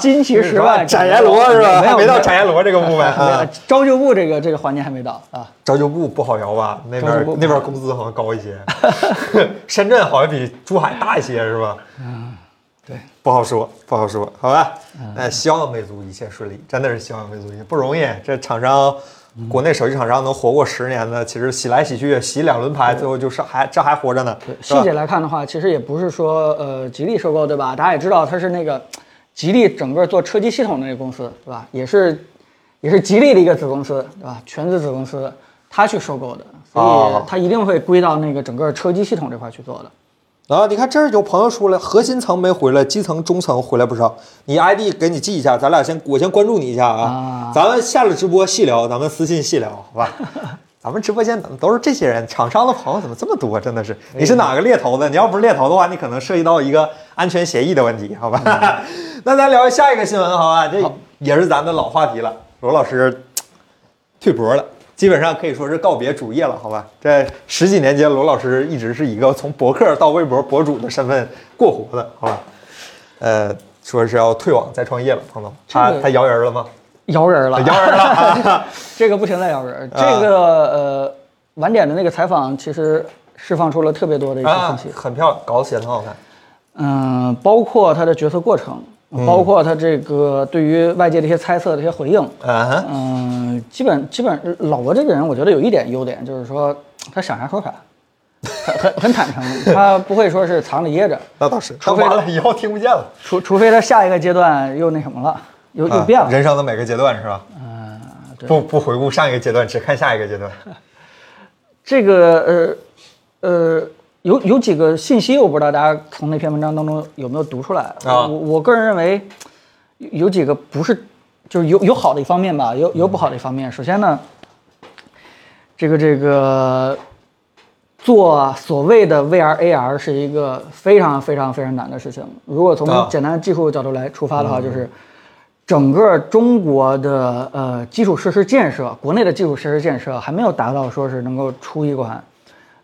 S6: 金旗十万
S1: 斩阎罗是吧？
S6: 没有
S1: 还没到
S6: 有
S1: 斩阎罗这个部分
S6: 没有
S1: 啊。
S6: 照旧步这个这个环节还没到啊。
S1: 照旧部不好摇吧？那边
S6: 照旧
S1: 儿
S6: 部不好
S1: 那边儿工资好像高一些， 深圳好像比珠海大一些是吧？嗯，
S6: 对，嗯
S1: 不好说，不好说，好吧。哎，希望魅族一切顺利，真的是希望魅族一切不容易。这厂商，
S6: 嗯
S1: 国内手机厂商能活过十年的，其实洗来洗去洗两轮牌，最后就是还这还活着呢，是
S6: 细
S1: 吧
S6: 节来看的话，其实也不是说呃吉利收购对吧？大家也知道它是那个吉利整个做车机系统的那个公司对吧？也是也是吉利的一个子公司对吧？全资子公司它去收购的，所
S1: 哦
S6: 以它一定会归到那个整个车机系统这块去做的。
S1: 啊，你看这儿有朋友说了，核心层没回来，基层、中层回来不少。你 ID 给你记一下，咱俩先我先关注你一下啊，
S6: 啊
S1: 咱们下了直播细聊，咱们私信细聊，好吧？咱们直播间怎么都是这些人？厂商的朋友怎么这么多？真的是，你是哪个猎头的？你要不是猎头的话，你可能涉及到一个安全协议的问题，好吧？那咱聊下一个新闻，好吧？这也是咱的老话题了，罗老师退博了，基本上可以说是告别主业了，好吧？这十几年间，罗老师一直是一个从博客到微博博主的身份过活的，好吧？呃，说是要退网再创业了，彭总，他
S6: 这个
S1: 啊他摇人了吗？
S6: 摇人了，
S1: 啊摇人了啊，
S6: 这个不停在摇人。
S1: 啊
S6: 这个呃晚点的那个采访其实释放出了特别多的一些信
S1: 啊
S6: 息。
S1: 很漂亮，稿子写得很好看。
S6: 嗯，包括他的决策过程，
S1: 嗯
S6: 包括他这个对于外界的一些猜测的一些回应，
S1: 嗯哼，
S6: 嗯，基本基本老罗这个人，我觉得有一点优点，就是说他想啥说啥，很很很坦诚， 他不会说是藏着掖着，
S1: 那倒是，那
S6: 除非
S1: 完了以后听不见了，
S6: 除除非他下一个阶段又那什么了，又又
S1: 啊
S6: 变了。呃
S1: 人生的每个阶段是吧？
S6: 对
S1: 不不回顾上一个阶段，只看下一个阶段。
S6: 这个呃呃，有有几个信息，我不知道大家从那篇文章当中有没有读出来。
S1: 啊
S6: 我我个人认为有有几个不是，就是有有好的一方面吧，有有不好的一方面。首先呢，这个这个做所谓的 VR AR 是一个非常非常非常难的事情。如果从
S1: 啊
S6: 简单技术角度来出发的话，就是。整个中国的呃基础设施建设，国内的基础设施建设还没有达到说是能够出一款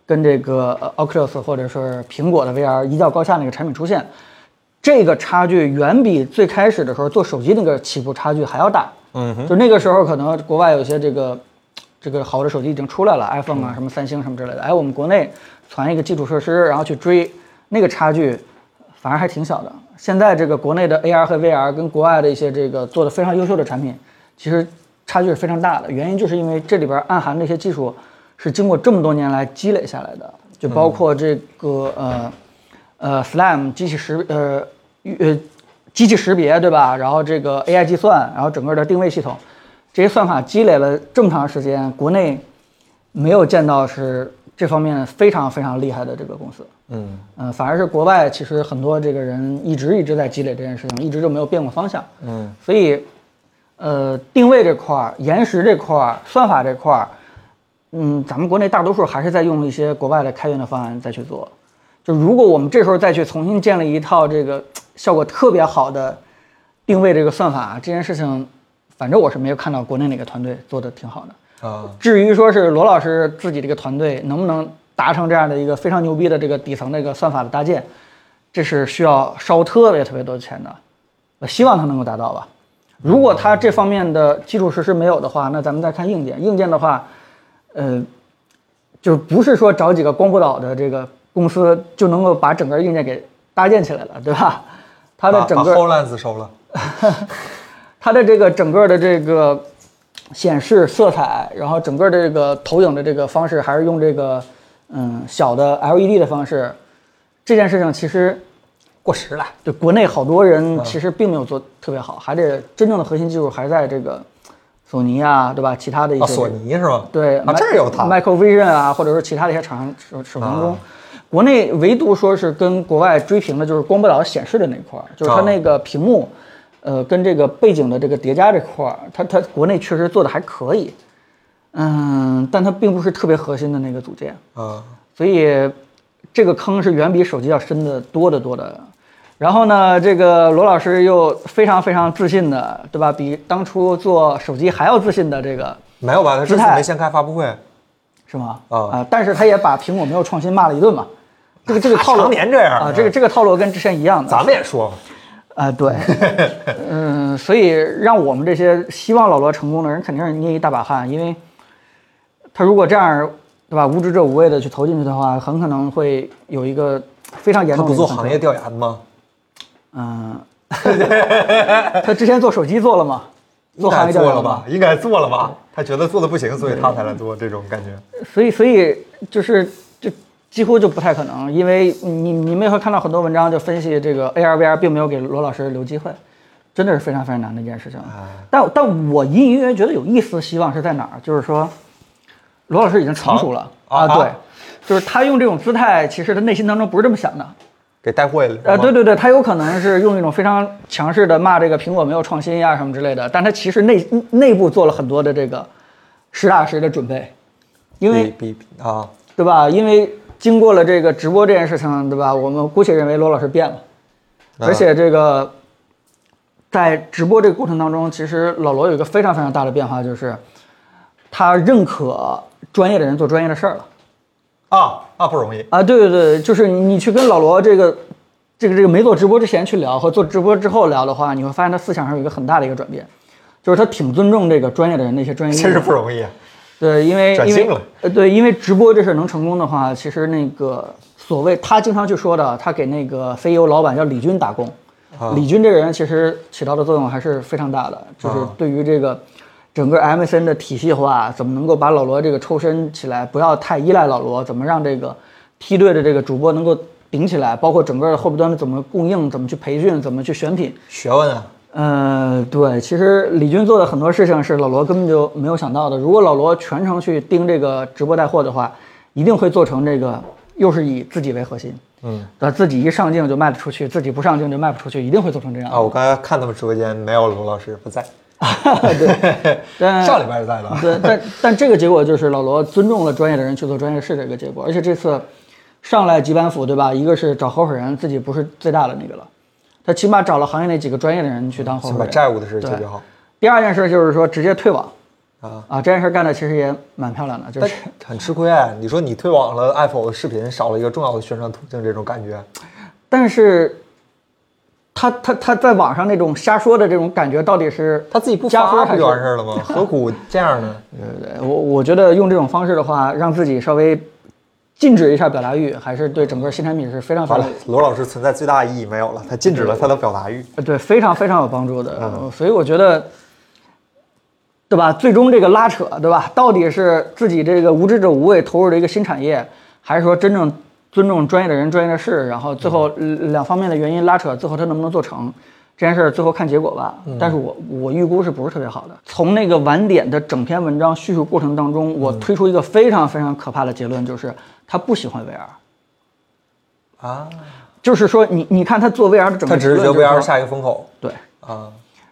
S6: 跟这个呃 Oculus 或者说是苹果的 VR 一较高下那个产品出现，这个差距远比最开始的时候做手机那个起步差距还要大。
S1: 嗯哼，
S6: 就那个时候可能国外有些这个这个好的手机已经出来了，iPhone 啊
S1: 嗯
S6: 什么三星什么之类的，哎，我们国内传一个基础设施，然后去追那个差距，反而还挺小的。现在这个国内的 AR 和 VR 跟国外的一些这个做的非常优秀的产品，其实差距是非常大的。原因就是因为这里边暗含的一些技术是经过这么多年来积累下来的，就包括这个呃呃 SLAM 机器识呃预呃机器识别对吧？然后这个 AI 计算，然后整个的定位系统，这些算法积累了这么长时间，国内没有见到是这方面非常非常厉害的这个公司。
S1: 嗯
S6: 嗯，反而是国外其实很多这个人一直一直在积累这件事情，一直就没有变过方向。
S1: 嗯，
S6: 所以，呃，定位这块儿、延时这块儿、算法这块儿，嗯，咱们国内大多数还是在用一些国外的开源的方案再去做。就如果我们这时候再去重新建立一套这个效果特别好的定位这个算法，啊这件事情，反正我是没有看到国内哪个团队做的挺好的。
S1: 啊，
S6: 至于说是罗老师自己这个团队能不能达成这样的一个非常牛逼的这个底层的一个算法的搭建，这是需要烧特别特别多钱的。我希望他能够达到吧。如果他这方面的基础设施没有的话，那咱们再看硬件。硬件的话，呃，就不是说找几个光谱岛的这个公司就能够把整个硬件给搭建起来了，对吧？它的
S1: 把
S6: 整
S1: 把
S6: 个
S1: Hollands 收了，
S6: 它的这个整个的这个显示色彩，然后整个的这个投影的这个方式，还是用这个嗯小的 LED 的方式。这件事情其实过时了，对国内好多人
S1: 嗯
S6: 其实并没有做特别好，还得真正的核心技术还在这个索尼啊，对吧？其他的一些、
S1: 啊，索尼是吗？
S6: 对
S1: 啊，这儿有它
S6: Microvision 啊，或者说其他的一些厂商手手当中。
S1: 啊
S6: 国内唯独说是跟国外追平的，就是光波导显示的那块儿，就是它
S1: 哦
S6: 那个屏幕，呃，跟这个背景的这个叠加这块儿，它它国内确实做的还可以，嗯，但它并不是特别核心的那个组件。
S1: 啊，
S6: 所以这个坑是远比手机要深的多得多的。然后呢，这个罗老师又非常非常自信的，对吧？比当初做手机还要自信的这个，
S1: 没有吧？他这
S6: 姿
S1: 次
S6: 态
S1: 没先开发布会，
S6: 是吗？
S1: 啊
S6: 但是他也把苹果没有创新骂了一顿嘛。这个这个套 路
S1: 常年这样
S6: 啊，这个这个套路跟之前一样的。
S1: 咱们也说吧，
S6: 啊，对， 嗯，所以让我们这些希望老罗成功的人，肯定是捏一大把汗，因为他如果这样，对吧，无知者无畏的去投进去的话，很可能会有一个非常严
S1: 他
S6: 重
S1: 不
S6: 的一个
S1: 做
S6: 反
S1: 行
S6: 弹
S1: 业调研吗？
S6: 嗯， 他之前做手机做了吗？做行业调
S1: 做
S6: 研
S1: 了
S6: 吗
S1: 吧？？应该做了吧？他觉得做的不行，所以他才来做这种感觉。
S6: 所以，所以就是就几乎就不太可能，因为你你们也会看到很多文章就分析这个 AR VR 并没有给罗老师留机会，真的是非常非常难的一件事情。
S1: 啊
S6: 但但我隐隐约约觉得有一丝希望是在哪儿，就是说罗老师已经成熟了
S1: 啊啊
S6: 对，就是他用这种姿态，其实他内心当中不是这么想的，
S1: 给带货了
S6: 呃，对，对对，他有可能是用一种非常强势的骂这个苹果没有创新呀、什么之类的，但他其实内内部做了很多的这个实打实的准备，因为
S1: 比比啊，
S6: 对吧？因为经过了这个直播这件事情，对吧？我们姑且认为罗老师变了，
S1: 啊
S6: 而且这个在直播这个过程当中，其实老罗有一个非常非常大的变化，就是他认可专业的人做专业的事儿了。
S1: 啊啊不容易，
S6: 啊，对对对，就是你去跟老罗这个这个这个没做直播之前去聊和做直播之后聊的话，你会发现他思想上有一个很大的一个转变，就是他挺尊重这个专业的人的一些专业意见。
S1: 真是不容易啊。
S6: 对，因为
S1: 转
S6: 因为
S1: 型了
S6: 呃，对，因为直播这事儿能成功的话，其实那个所谓他经常去说的，他给那个 CEO 老板叫李军打工，
S1: 啊
S6: 李军这个人其实起到的作用还是非常大的，就是
S1: 啊
S6: 对于这个整个 MSN 的体系化，怎么能够把老罗这个抽身起来，不要太依赖老罗，怎么让这个梯队的这个主播能够顶起来，包括整个后端的怎么供应，怎么去培训，怎么去选品，
S1: 学问啊，
S6: 呃，对，其实李军做的很多事情是老罗根本就没有想到的。如果老罗全程去盯这个直播带货的话，一定会做成这个，又是以自己为核心，
S1: 嗯
S6: 对吧？自己一上镜就卖得出去，自己不上镜就卖不出去，一定会做成这样
S1: 啊，我刚才看他们直播间没有罗老师不在，
S6: 但
S1: 上礼拜是在的。
S6: 呃对，但但这个结果就是老罗尊重了专业的人去做专业事的一个结果，而且这次上来几板斧，对吧？一个是找合伙人，自己不是最大的那个了，他起码找了行业内几个专业的人去当合
S1: 先
S6: 伙
S1: 把
S6: 人，
S1: 债务的事解
S6: 对
S1: 决好
S6: 第二件事就是说直接退网
S1: 啊，
S6: 啊，这件事干的其实也蛮漂亮的，就
S1: 但
S6: 是
S1: 很吃亏啊。你说你推广了 Apple 的视频，少了一个重要的宣传途径，这种感觉
S6: 但是他他他在网上那种瞎说的这种感觉到底是
S1: 他自己不
S6: 加分
S1: 发不
S6: 还是
S1: 就完事儿了 吗？何苦这样呢？
S6: 对呃对，我我觉得用这种方式的话，让自己稍微禁止一下表达欲，还是对整个新产品是非常非
S1: 完
S6: 常
S1: 了，罗老师存在最大意义没有了，他禁止了他的表达欲。
S6: 呃对非常非常有帮助的。
S1: 嗯
S6: 呃所以我觉得，对吧？最终这个拉扯，对吧？到底是自己这个无知者无畏投入的一个新产业，还是说真正尊重专业的人、专业的事，然后最后
S1: 嗯
S6: 呃两方面的原因拉扯，最后它能不能做成这件事儿，最后看结果吧。
S1: 嗯
S6: 但是我我预估是不是特别好的。从那个晚点的整篇文章叙述过程当中，
S1: 嗯
S6: 我推出一个非常非常可怕的结论，就是他不喜欢 VR。
S1: 啊，
S6: 就是说你，你看他做 VR 的整
S1: 他
S6: 个
S1: 只是
S6: 结
S1: 觉得
S6: 论就是说
S1: VR 下一个风口
S6: 对，
S1: 啊，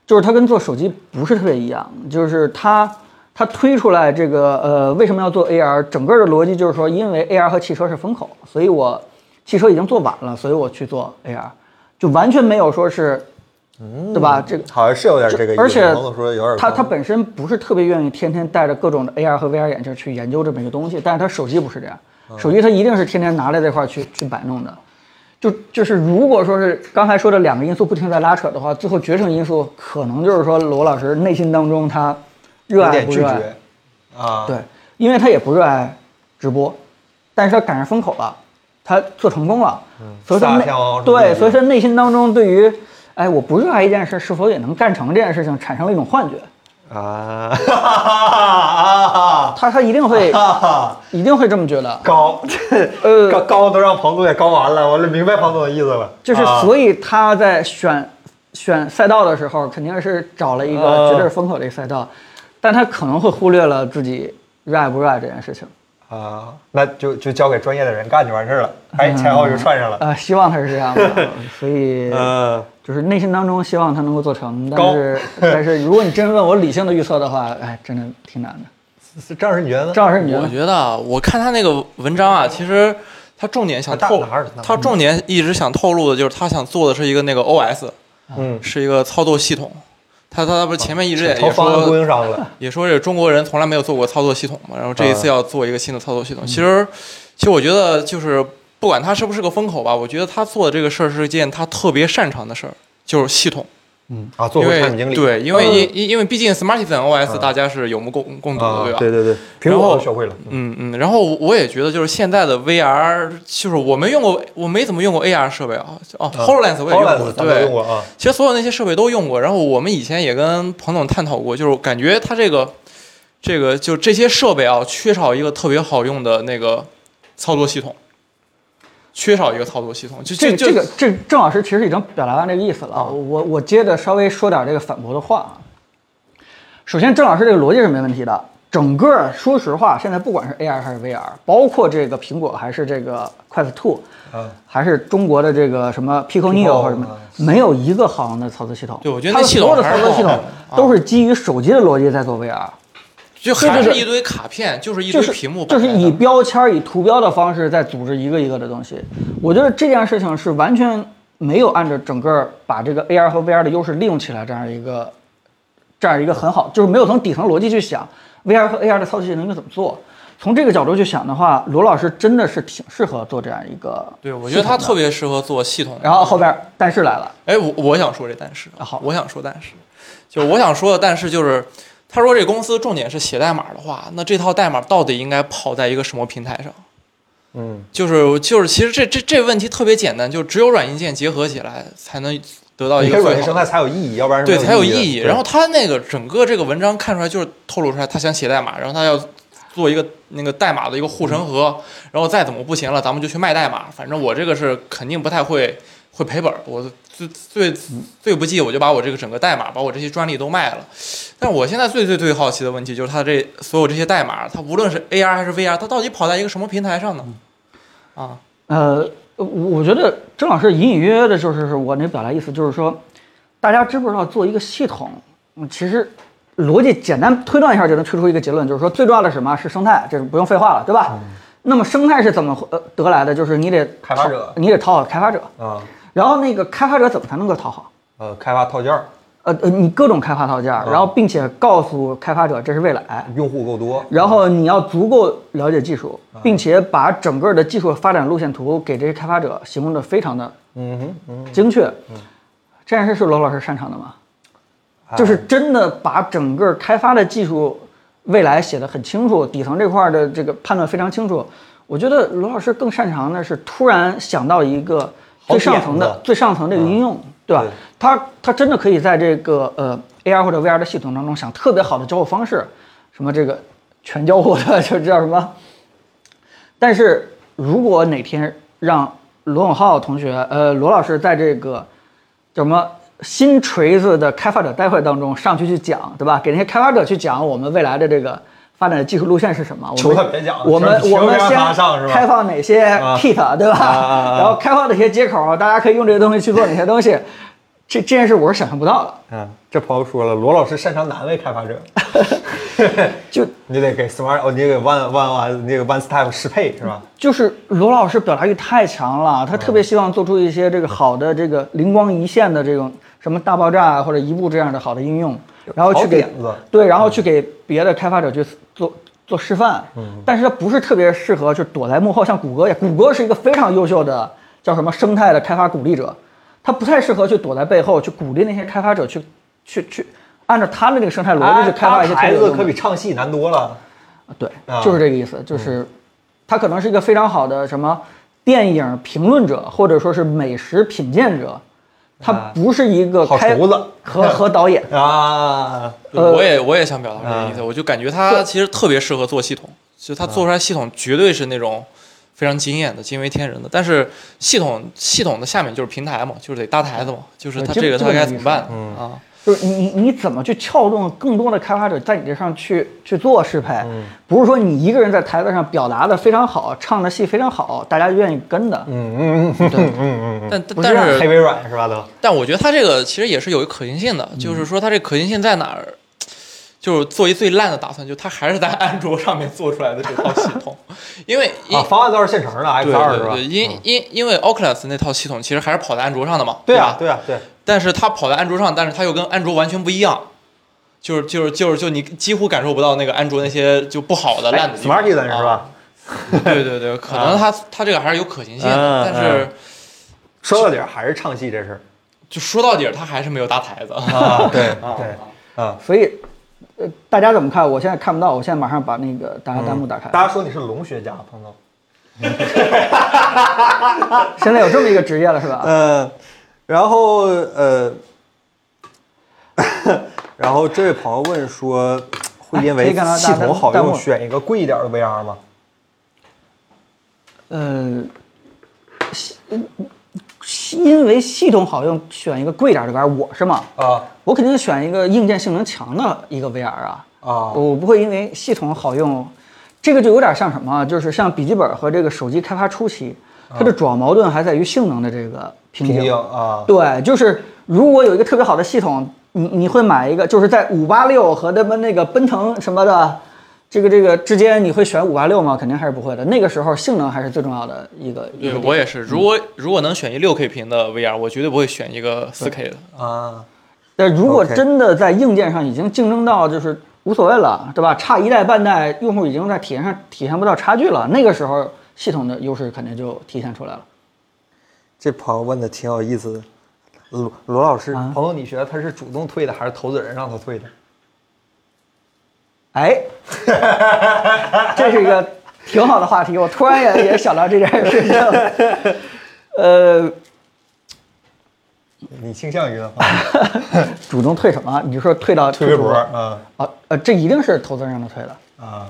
S6: 就是它跟做手机不是特别一样，就是它它推出来这个呃为什么要做 AR，整个的逻辑就是说，因为 AR 和汽车是风口，所以我汽车已经做晚了，所以我去做 AR，就完全没有说是，对吧？这个
S1: 好像是有点这个意思。
S6: 而且
S1: 萌总说有点
S6: 他
S1: 坑
S6: 他本身不是特别愿意天天戴着各种的 AR 和 VR 眼镜去研究这么一个东西，但是他手机不是这样，手机他一定是天天拿来这块儿去去摆弄的。就就是如果说是刚才说的两个因素不停地在拉扯的话，最后决胜因素可能就是说罗老师内心当中他热
S1: 有
S6: 爱
S1: 点
S6: 不
S1: 拒
S6: 热爱，
S1: 绝啊，
S6: 对，因为他也不热爱直播，但是他赶上风口了，他做成功了，所以他
S1: 撒
S6: 内
S1: 天王什么
S6: 对，
S1: 的
S6: 所以他内心当中对于，哎，我不热爱一件事，是否也能干成这件事情，产生了一种幻觉，
S1: 啊，哈哈哈
S6: 他他一定会
S1: 哈哈，
S6: 一定会这么觉得，
S1: 啊高，这
S6: 呃
S1: 高高都让庞总给高完了，我就明白庞总的意思了，
S6: 就是
S1: 啊
S6: 所以他在选选赛道的时候，肯定是找了一个
S1: 呃
S6: 绝对是风口的一个赛道，但他可能会忽略了自己热爱不热爱这件事情。
S1: 啊，那就就交给专业的人干就完事儿了，
S6: 嗯
S1: 哎，前后就串上了，
S6: 呃，希望他是这样的，所以
S1: 嗯，
S6: 就是内心当中希望他能够做成，但
S1: 高
S6: 是但是如果你真问我理性的预测的话，哎，真的挺难的。
S1: 张老师你觉得呢？
S6: 赵老师，你觉
S4: 我
S6: 得？
S4: 觉得啊，我看他那个文章啊，其实他重点想
S1: 啊大
S4: 透
S1: 哪儿哪儿，
S4: 他重点一直想透露的就是他想做的是一个那个 OS，
S1: 嗯，
S4: 是一个操作系统。他他他不是前面一直也
S1: 朝
S4: 也
S1: 方案供
S4: 说
S1: 应商了，
S4: 也说这中国人从来没有做过操作系统嘛，然后这一次
S1: 啊
S4: 要做一个新的操作系统。
S1: 嗯
S4: 其实其实我觉得就是不管他是不是个风口吧，我觉得他做的这个事儿是一件他特别擅长的事儿，就是系统。
S1: 啊，做
S4: 因
S1: 回
S4: 为
S1: 产品经理，
S4: 对，因为
S1: 嗯
S4: 因因因为毕竟 Smartisan OS 大家是有目共共睹的，
S1: 啊
S4: 对吧？，
S1: 对对对，苹
S4: 然
S1: 果
S4: 后
S1: 我学会了，
S4: 嗯嗯，然后我也觉得就是现在的 VR，就是我没用过，我没怎么用过 AR 设备啊。哦
S1: 啊
S4: ，HoloLens 我也用
S1: Hololens
S4: 过，
S1: 咱们都用
S4: 对，
S1: 过啊，
S4: 其实所有那些设备都用过。然后我们以前也跟彭总探讨过，就是感觉它这个这个就这些设备啊，缺少一个特别好用的那个操作系统，缺少一个操作系统。就
S6: 这
S4: 就
S6: 个
S4: 就哦
S6: 这个这郑老师其实已经表达完这个意思了啊，我我接着稍微说点这个反驳的话啊。首先，郑老师这个逻辑是没问题的。整个说实话，现在不管是 AR 还是 VR，包括这个苹果还是这个 Quest 2，
S4: 啊
S1: 嗯
S6: 还是中国的这个什么 Pico Neo 或者什么
S1: 啊，
S6: 没有一个好用的操作系统。
S4: 对我觉得
S6: 它
S4: 那
S6: 们
S4: 系
S6: 所有的
S4: 统还
S6: 操
S4: 是
S6: 作系
S4: 不好啊
S6: 统都是基于手机的逻辑在做 VR。
S4: 就还
S6: 这
S4: 是
S6: 个
S4: 一堆卡片，就是一
S6: 就
S4: 堆
S6: 是
S4: 屏幕摆
S6: 就
S4: 在
S6: 是
S4: 那儿，
S6: 以标签儿、以图标的方式在组织一个一个的东西。我觉得这件事情是完全没有按照整个把这个 AR 和 VR 的优势利用起来这样一个这样一个很好，就是没有从底层逻辑去想 VR 和 AR 的操作系统应该怎么做。从这个角度去想的话，罗老师真的是挺适合做这样一个。
S4: 对我觉得它特。别适合做系统。
S6: 然后后边儿但是来了，
S4: 哎，我我想说这但是
S6: 啊好
S4: 我想说但是，就是我想说的但是就是，他说这公司重点是写代码的话，那这套代码到底应该跑在一个什么平台上？
S1: 嗯，
S4: 就是就是，其实这这这问题特别简单，就只有软硬件结合起来才能得呃到一
S1: 你
S4: 个
S1: 这软
S4: 最
S1: 件生
S4: 好
S1: 态
S4: 的。
S1: 才有意义，要不然是
S4: 对，
S1: 没
S4: 才有意
S1: 的
S4: 义。
S1: 对
S4: 然后他那个整个这个文章看出来，就是透露出来他想写代码，然后他要做一个那个代码的一个护城河，然后再怎么不行了，咱们就去卖代码。反正我这个是肯定不太会会赔本儿，我最最最不济，我就把我这个整个代码，把我这些专利都卖了。但我现在最最最好奇的问题就是，它这所有这些代码，它无论是 AR 还是 VR，它到底跑在一个什么平台上呢？啊，
S6: 呃，我我觉得郑老师隐隐约约的就是我那表达意思，就是说，大家知不知道做一个系统，嗯其实逻辑简单推断一下就能推出一个结论，就是说最重要的是什么是生态，这个不用废话了，对吧？那么生态是怎么呃得来的？就是你得
S1: 开发
S6: 讨
S1: 者
S6: 你得讨好开发者，
S1: 啊，
S6: 然后那个开发者怎么才能够讨好？
S1: 呃，开发套件儿，
S6: 呃呃，你各种开发套件，
S1: 嗯
S6: 然后并且告诉开发者这是未来，
S1: 用户够多，
S6: 然后你要足够了解技术，
S1: 嗯
S6: 并且把整个的技术发展路线图给这些开发者形容的非常的
S1: 嗯哼，嗯，
S6: 精确。这件事是罗老师擅长的吗？
S1: 哎
S4: 啊
S6: 就是真的把整个开发的技术未来写得很清楚，底层这块儿的这个判断非常清楚。我觉得罗老师更擅长的是突然想到一个
S1: 好
S6: 最
S1: 点
S6: 上层的
S1: 子嗯
S6: 最上层的一个应用，对吧
S1: 对？
S6: 他他真的可以在这个呃 AR 或者 VR 的系统当中想特别好的交互 方式，什么这个全交互的，就叫什么但是如果哪天让罗永浩同学，呃，罗老师在这个叫什么新锤子的开发者大会当中上去去讲，对吧？给那些开发者去讲我们未来的这个发展的技术路线是什么？我
S1: 求
S6: 们
S1: 他别讲了
S6: 我们
S1: 求求
S6: 我们
S1: 别让
S6: 先
S1: 他上是吧
S6: 开放哪些
S1: 啊
S6: kit，、对吧？
S1: 啊啊啊
S6: 然后开放哪些接口，大家可以用这些东西去做哪些东西。这这件事我是想象不到的，
S1: 嗯，这朋友说了，罗老师擅长难为开发者，
S6: 就
S1: 你得给 smart 哦，你得给 one one one 那个 one step 适配是吧？
S6: 就是罗老师表达欲太强了，
S1: 嗯
S6: 他特别希望做出一些这个好的这个灵光一现的这种什么大爆炸啊或者一步这样的好的应用，然后去给
S1: 好点子嗯
S6: 对，然后去给别的开发者去做做示范。但是他不是特别适合就躲在幕后，像谷歌也，谷歌是一个非常优秀的叫什么生态的开发鼓励者，他不太适合去躲在背后去鼓励那些开发者去去去按照他的那个生态
S4: 啊
S6: 逻辑去开发一些
S1: 哎
S6: 特
S1: 孩
S6: 别有
S1: 子
S6: 用
S1: 可
S6: 的
S1: 比唱戏难多了。
S6: 对
S1: 啊，嗯
S6: 就是这个意思，就是他可能是一个非常好的什么电影评论者，或者说是美食品鉴者，他
S1: 啊
S6: 不是一个
S1: 好
S6: 开
S1: 厨子
S6: 和和导演。
S1: 啊，
S6: 呃
S4: 我也我也想表达这个意思，我就感觉他其实特别适合做系统，就他做出来系统绝对是那种非常惊艳的、惊为天人的。但是系统系统的下面就是平台嘛，就是得搭台
S1: 嗯
S4: 子嘛，就是他
S6: 对
S4: 这个
S6: 这
S4: 他
S6: 这个
S4: 该
S6: 意
S4: 怎么
S6: 思
S4: 办啊？
S6: 就是你你你怎么去撬动更多的开发者在你这上去去做适配？
S1: 嗯
S6: 不是说你一个人在台子上表达的非常好，唱的戏非常好，大家愿意跟的。
S1: 嗯
S4: 但
S6: 不
S4: 但是
S6: 是
S1: 啊黑微软是吧都？
S4: 但我觉得他这个其实也是有一个可行性的，就是
S1: 嗯
S4: 说他这可行性在哪儿？就是做一最烂的打算，就他还是在安卓上面做出来的这套系 统，因为因
S1: 啊，方案都是现成的 X
S4: 对
S1: 二是
S4: 对
S1: 吧
S4: 对，？因因因为 Oculus 那套系统其实还是跑在安卓上的嘛，
S1: 对啊
S4: 吧，？
S1: 对啊，对，
S4: 但是它跑在安卓上，但是它又跟安卓完全不一样，就是就是就是就你几乎感受不到那个安卓那些就不好的烂的地方。
S1: ，Smarty 在哎那是
S4: 啊？
S1: 吧？啊
S4: 对对对，可能它它这个还是有可行性的，
S1: 嗯
S4: 但是
S1: 说到底儿还是唱戏这事儿
S4: 就说到底儿它还是没有搭台子。
S1: 啊，对对啊，
S6: 所以，呃，大家怎么看？我现在看不到，我现在马上把那个大家弹
S1: 嗯
S6: 幕打开。
S1: 大家说你是龙学家，彭总。
S6: 现在有这么一个职业了，是吧？
S1: 嗯，然后呃， 然后这位朋友问说，会因
S6: 哎可
S1: 为
S6: 以看到
S1: 系
S6: 弹
S1: 统好
S6: 弹幕
S1: 用选一个贵一点的 VR 吗？
S6: 呃，系嗯因为系统好用，选一个贵点儿的 VR，我是吗？
S1: 啊
S6: 我肯定选一个硬件性能强的一个 VR 啊。
S1: 啊
S6: 我不会因为系统好用，这个就有点像什么啊，就是像笔记本和这个手机开发初期，它的主要矛盾还在于性能的这个瓶
S1: 平
S6: 颈。
S1: 行啊，
S6: 对，就是如果有一个特别好的系统，你你会买一个，就是在五八六和他们那个奔腾什么的，这个这个之间，你会选五八六吗？肯定还是不会的。那个时候性能还是最重要的一个一
S4: 对
S6: 个点。
S4: 我也是，如果如果能选一六 K 屏的 VR，我绝对不会选一个四 K 的。
S1: 啊，
S6: 但如果
S1: OK
S6: 真的在硬件上已经竞争到就是无所谓了，对吧？差一代半代，用户已经在体验上体现不到差距了。那个时候系统的优势肯定就体现出来了。
S1: 这朋友问的挺有意思的。罗罗老师，
S6: 啊
S1: 朋友，你觉得他是主动退的，还是投资人让他退的？
S6: 哎，这是一个挺好的话题，我突然也也想到这件事情了。 呃，
S1: 你倾向于 的话，
S6: 主动退什么？你就说退到
S1: 推微博
S6: 啊？
S1: 啊
S6: 呃，这一定是投资人让 他退的，
S1: 啊，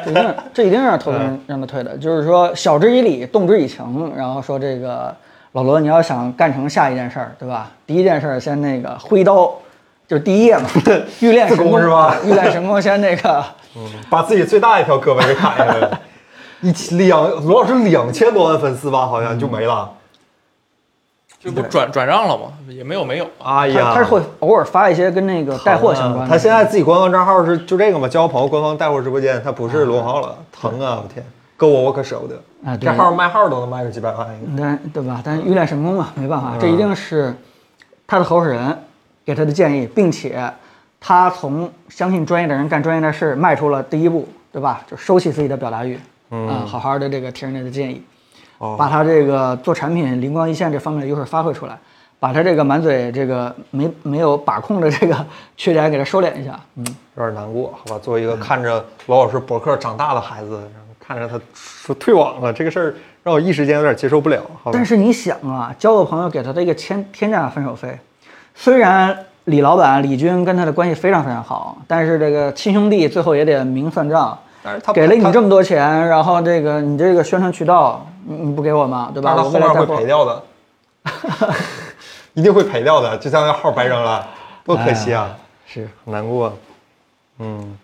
S6: 这一定这一定是投资人让他退的。就是说晓之以理，动之以情，然后说这个老罗，你要想干成下一件事儿，对吧？第一件事儿先那个挥刀，就是第一页嘛，欲练神
S1: 自宫是吧
S6: 欲练神功，先那个。
S1: 把自己最大一条胳膊给砍下来 了。一千两罗老师两千多万粉丝吧，好像就没了。
S6: 嗯
S4: 这不转转让了吗？也没有没有。
S1: 哎呀，啊
S6: 他他是会偶尔发一些跟那个带货相关的。
S1: 他现在自己官方账号是就这个嘛，交朋友官方带货直播间，他不是罗浩了，疼啊！我天，搁我我可舍不得
S6: 啊对
S1: 这号卖号都能卖个几百万一个。
S6: 但对吧？但是欲练神功嘛，没办法，这一定是他的合伙人给他的建议，并且他从相信专业的人干专业的事迈出了第一步，对吧？就收起自己的表达欲，嗯，好好的这个听人家的建议，把他这个做产品灵光一现这方面的优势发挥出来，把他这个满嘴这个没没有把控的这个缺点给他收敛一下，嗯，
S1: 有点难过，好吧？作为一个看着罗老师博客长大的孩子，然后看着他说退网了这个事儿，让我一时间有点接受不了，好吧？
S6: 但是你想啊，交个朋友给他的一个天天价分手费，虽然李老板李军跟他的关系非常非常好，但是这个亲兄弟最后也得明算账。
S1: 但是他
S6: 给了你
S1: 他
S6: 这么多钱，然后这个你这个宣传渠道，你你不给我吗？对吧？
S1: 但是他后
S6: 我未来
S1: 面
S6: 再
S1: 会
S6: 做
S1: 赔掉 的，一定会赔掉的，就这样的号白扔了，多可惜啊，
S6: 是
S1: 很难过。嗯，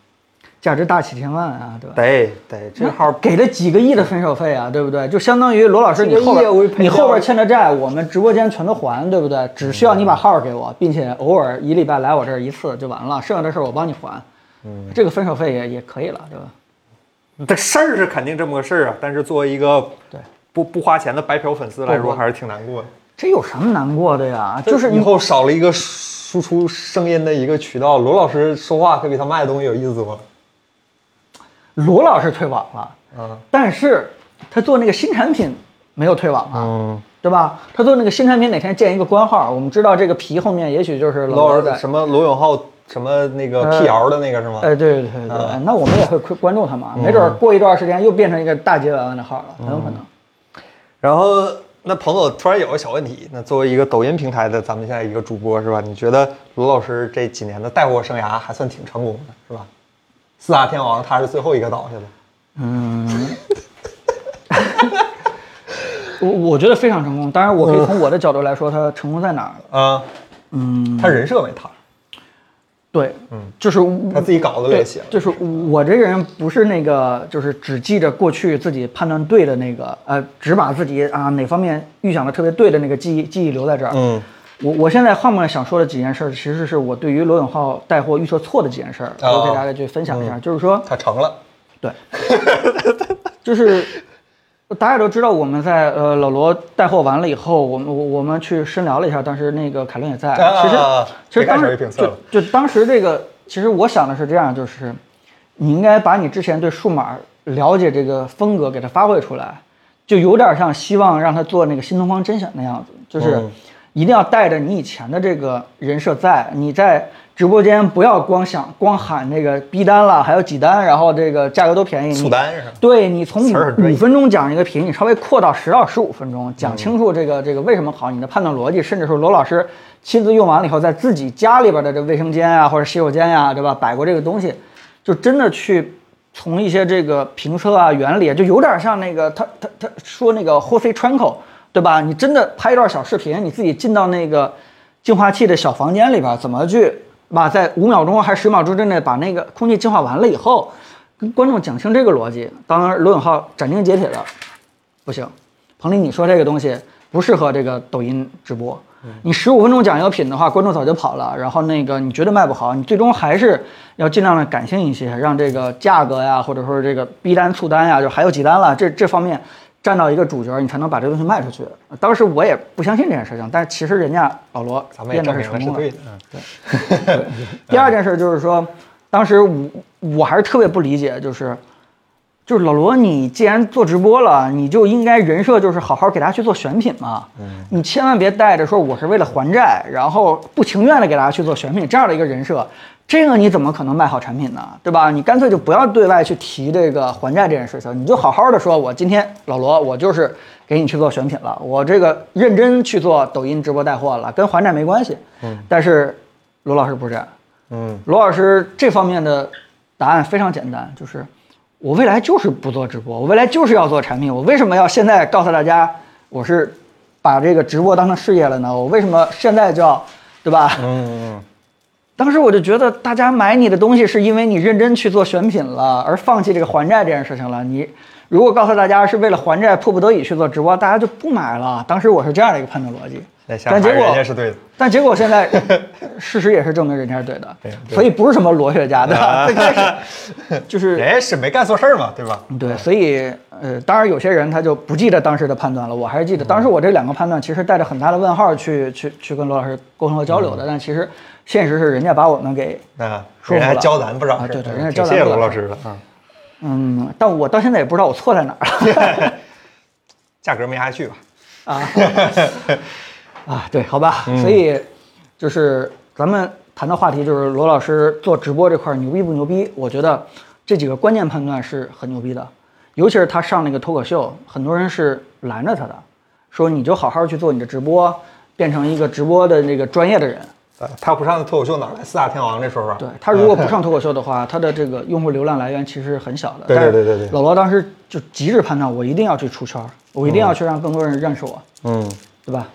S6: 价值大几千万啊，对吧？
S1: 得得，这号
S6: 那给了几个亿的分手费啊，对不对？就相当于罗老师
S1: 几
S6: 你
S1: 个
S6: 后
S1: 亿啊我也
S6: 边
S1: 赔
S6: 你
S1: 掉
S6: 后边
S1: 了嗯
S6: 欠的债，我们直播间全都还，对不对？只需要你把号给我，并且偶尔一礼拜来我这儿一次就完了，剩下的事儿我帮你还。嗯，这个分手费也也可以了，对吧？
S1: 这事儿是肯定这么个事儿啊，但是作为一个
S6: 对
S1: 不不花钱的白嫖粉丝来
S6: 不
S1: 说，
S6: 不
S1: 还是挺难过的。
S6: 这有什么难过的呀？就是
S1: 以
S6: 你
S1: 后少了一个输出声音的一个渠道，罗老师说话可比他卖的东西有意思多了。
S6: 罗老师退网了，
S1: 嗯
S6: 但是他做那个新产品没有退网啊。
S1: 嗯，
S6: 对吧？他做那个新产品，哪天建一个官号，我们知道这个皮后面也许就是
S1: 罗
S6: 老
S1: 老
S6: 在
S1: 师什么罗永浩什么那个
S6: 呃
S1: 辟谣的那个是吗？
S6: 哎，对对对对，
S1: 啊
S6: 那我们也会关注他嘛，没准儿过一段时间又变成一个大结完的号了，很有可能。
S1: 然后，那彭总突然有个小问题，那作为一个抖音平台的咱们现在一个主播是吧？你觉得罗老师这几年的带货生涯还算挺成功的，是吧？四大天王他是最后一个倒下的，
S6: 嗯， 我我觉得非常成功。当然，我可以从我的角度来说，他成功在哪儿？
S1: 啊、
S6: 嗯，
S1: 他人设没塌，
S6: 对，
S1: 嗯，
S6: 就是
S1: 他自己稿子里
S6: 对
S1: 也写了，，
S6: 就是我这个人不是那个，就是只记着过去自己判断对的那个，呃，只把自己啊哪方面预想的特别对的那个记忆记忆留在这儿。
S1: 嗯
S6: 我我现在后面想说的几件事儿，其实是我对于罗永浩带货预测错的几件事儿，
S1: 哦
S6: 我给大家去分享一下。 就是说，
S1: 他成了，
S6: 对， 就是大家都知道我们在呃老罗带货完了以后，我们我我们去深聊了一下，当时那个凯伦也在。
S1: 啊
S6: 其实、
S1: 啊啊
S6: 其实
S1: 别看
S6: 当
S1: 手
S6: 时
S1: 机评测了
S6: 就就当时这个，其实我想的是这样，就是你应该把你之前对数码了解这个风格给它发挥出来，就有点像希望让他做那个新东方甄选那样子，就是
S1: 嗯
S6: 一定要带着你以前的这个人设在，你在直播间不要光想光喊那个逼单了，还有几单，然后这个价格都便宜，你
S1: 苏丹是吧？
S6: 对你从
S1: 词儿很
S6: 五
S1: 专业
S6: 五分钟讲一个品，你稍微扩到十到十五分钟，讲清楚
S1: 嗯
S6: 这个这个为什么好，你的判断逻辑，甚至说罗老师亲自用完了以后，在自己家里边的这卫生间啊或者洗手间呀、对吧，摆过这个东西，就真的去从一些这个评测啊原理啊，就有点像那个他他他说那个霍菲川口，对吧？你真的拍一段小视频，你自己进到那个净化器的小房间里边，怎么去把在五秒钟还是十秒钟之内把那个空气净化完了以后，跟观众讲清这个逻辑。当然，罗永浩斩钉截铁的，不行，彭林，你说这个东西不适合这个抖音直播。
S1: 嗯
S6: 你十五分钟讲一个品的话，观众早就跑了，然后那个你绝对卖不好，你最终还是要尽量的感性一些，让这个价格呀，或者说这个逼单、促单呀，就还有几单了，这这方面占到一个主角，你才能把这东西卖出去。当时我也不相信这件事情，但是其实人家老罗
S1: 咱们也
S6: 变得
S1: 证
S6: 是
S1: 明
S6: 成
S1: 了是
S6: 功了
S1: 对。的，嗯
S6: 第二件事就是说，当时我我还是特别不理解，就是就是老罗，你既然做直播了，你就应该人设就是好好给大家去做选品嘛，你千万别带着说我是为了还债，然后不情愿的给大家去做选品这样的一个人设。这个你怎么可能卖好产品呢？对吧？你干脆就不要对外去提这个还债这件事情，你就好好的说，我今天老罗，我就是给你去做选品了，我这个认真去做抖音直播带货了，跟还债没关系。嗯，但是罗老师不是这样，
S1: 嗯
S6: 罗老师这方面的答案非常简单，就是我未来就是不做直播，我未来就是要做产品。我为什么要现在告诉大家我是把这个直播当成事业了呢？我为什么现在就要，对吧？
S1: 嗯
S6: 当时我就觉得，大家买你的东西是因为你认真去做选品了，而放弃这个还债这件事情了。你如果告诉大家是为了还债，迫不得已去做直播，大家就不买了。当时我是这样的一个判断逻辑
S1: 那，下
S6: 但
S1: 面
S6: 结果
S1: 人家是对的，
S6: 但结果 现在事实也是证明人家是对的
S1: 对，对啊
S6: 所以不是什么罗学家，对吧？最开始 就是
S1: 人家是没干错事儿嘛，对吧？
S6: 对，所以呃，当然有些人他就不记得当时的判断了，我还是记得
S1: 嗯
S6: 当时我这两个判断其实带着很大的问号去去去跟罗老师沟通和交流
S1: 嗯
S6: 的，但其实现实是人家把我们给
S1: 那
S6: 说
S1: 人家
S6: 服
S1: 还
S6: 了
S1: 教咱不少事儿，
S6: 啊对对
S1: 嗯
S6: 人家
S1: 挺
S6: 教咱
S1: 谢谢
S6: 不少
S1: 罗老
S6: 事
S1: 师了啊，
S6: 嗯，但我到现在也不知道我错在哪儿了
S1: 价格没下去吧？
S6: 啊 啊，对，好吧，
S1: 嗯
S6: 所以就是咱们谈的话题就是罗老师做直播这块儿牛逼不牛逼？我觉得这几个关键判断是很牛逼的，尤其是他上那个脱口秀，很多人是拦着他的，说你就好好去做你的直播，变成一个直播的那个专业的人。
S1: 呃，他不上脱口秀哪来四大天王这啊说法？
S6: 对他如果不上脱口秀的话，他的这个用户流量来源其实很小的。
S1: 对对对对
S6: 但
S1: 对
S6: 是老罗当时就极致判断，我一定要去出圈儿，我一定要去让更多人认识我，
S1: 嗯，
S6: 对吧？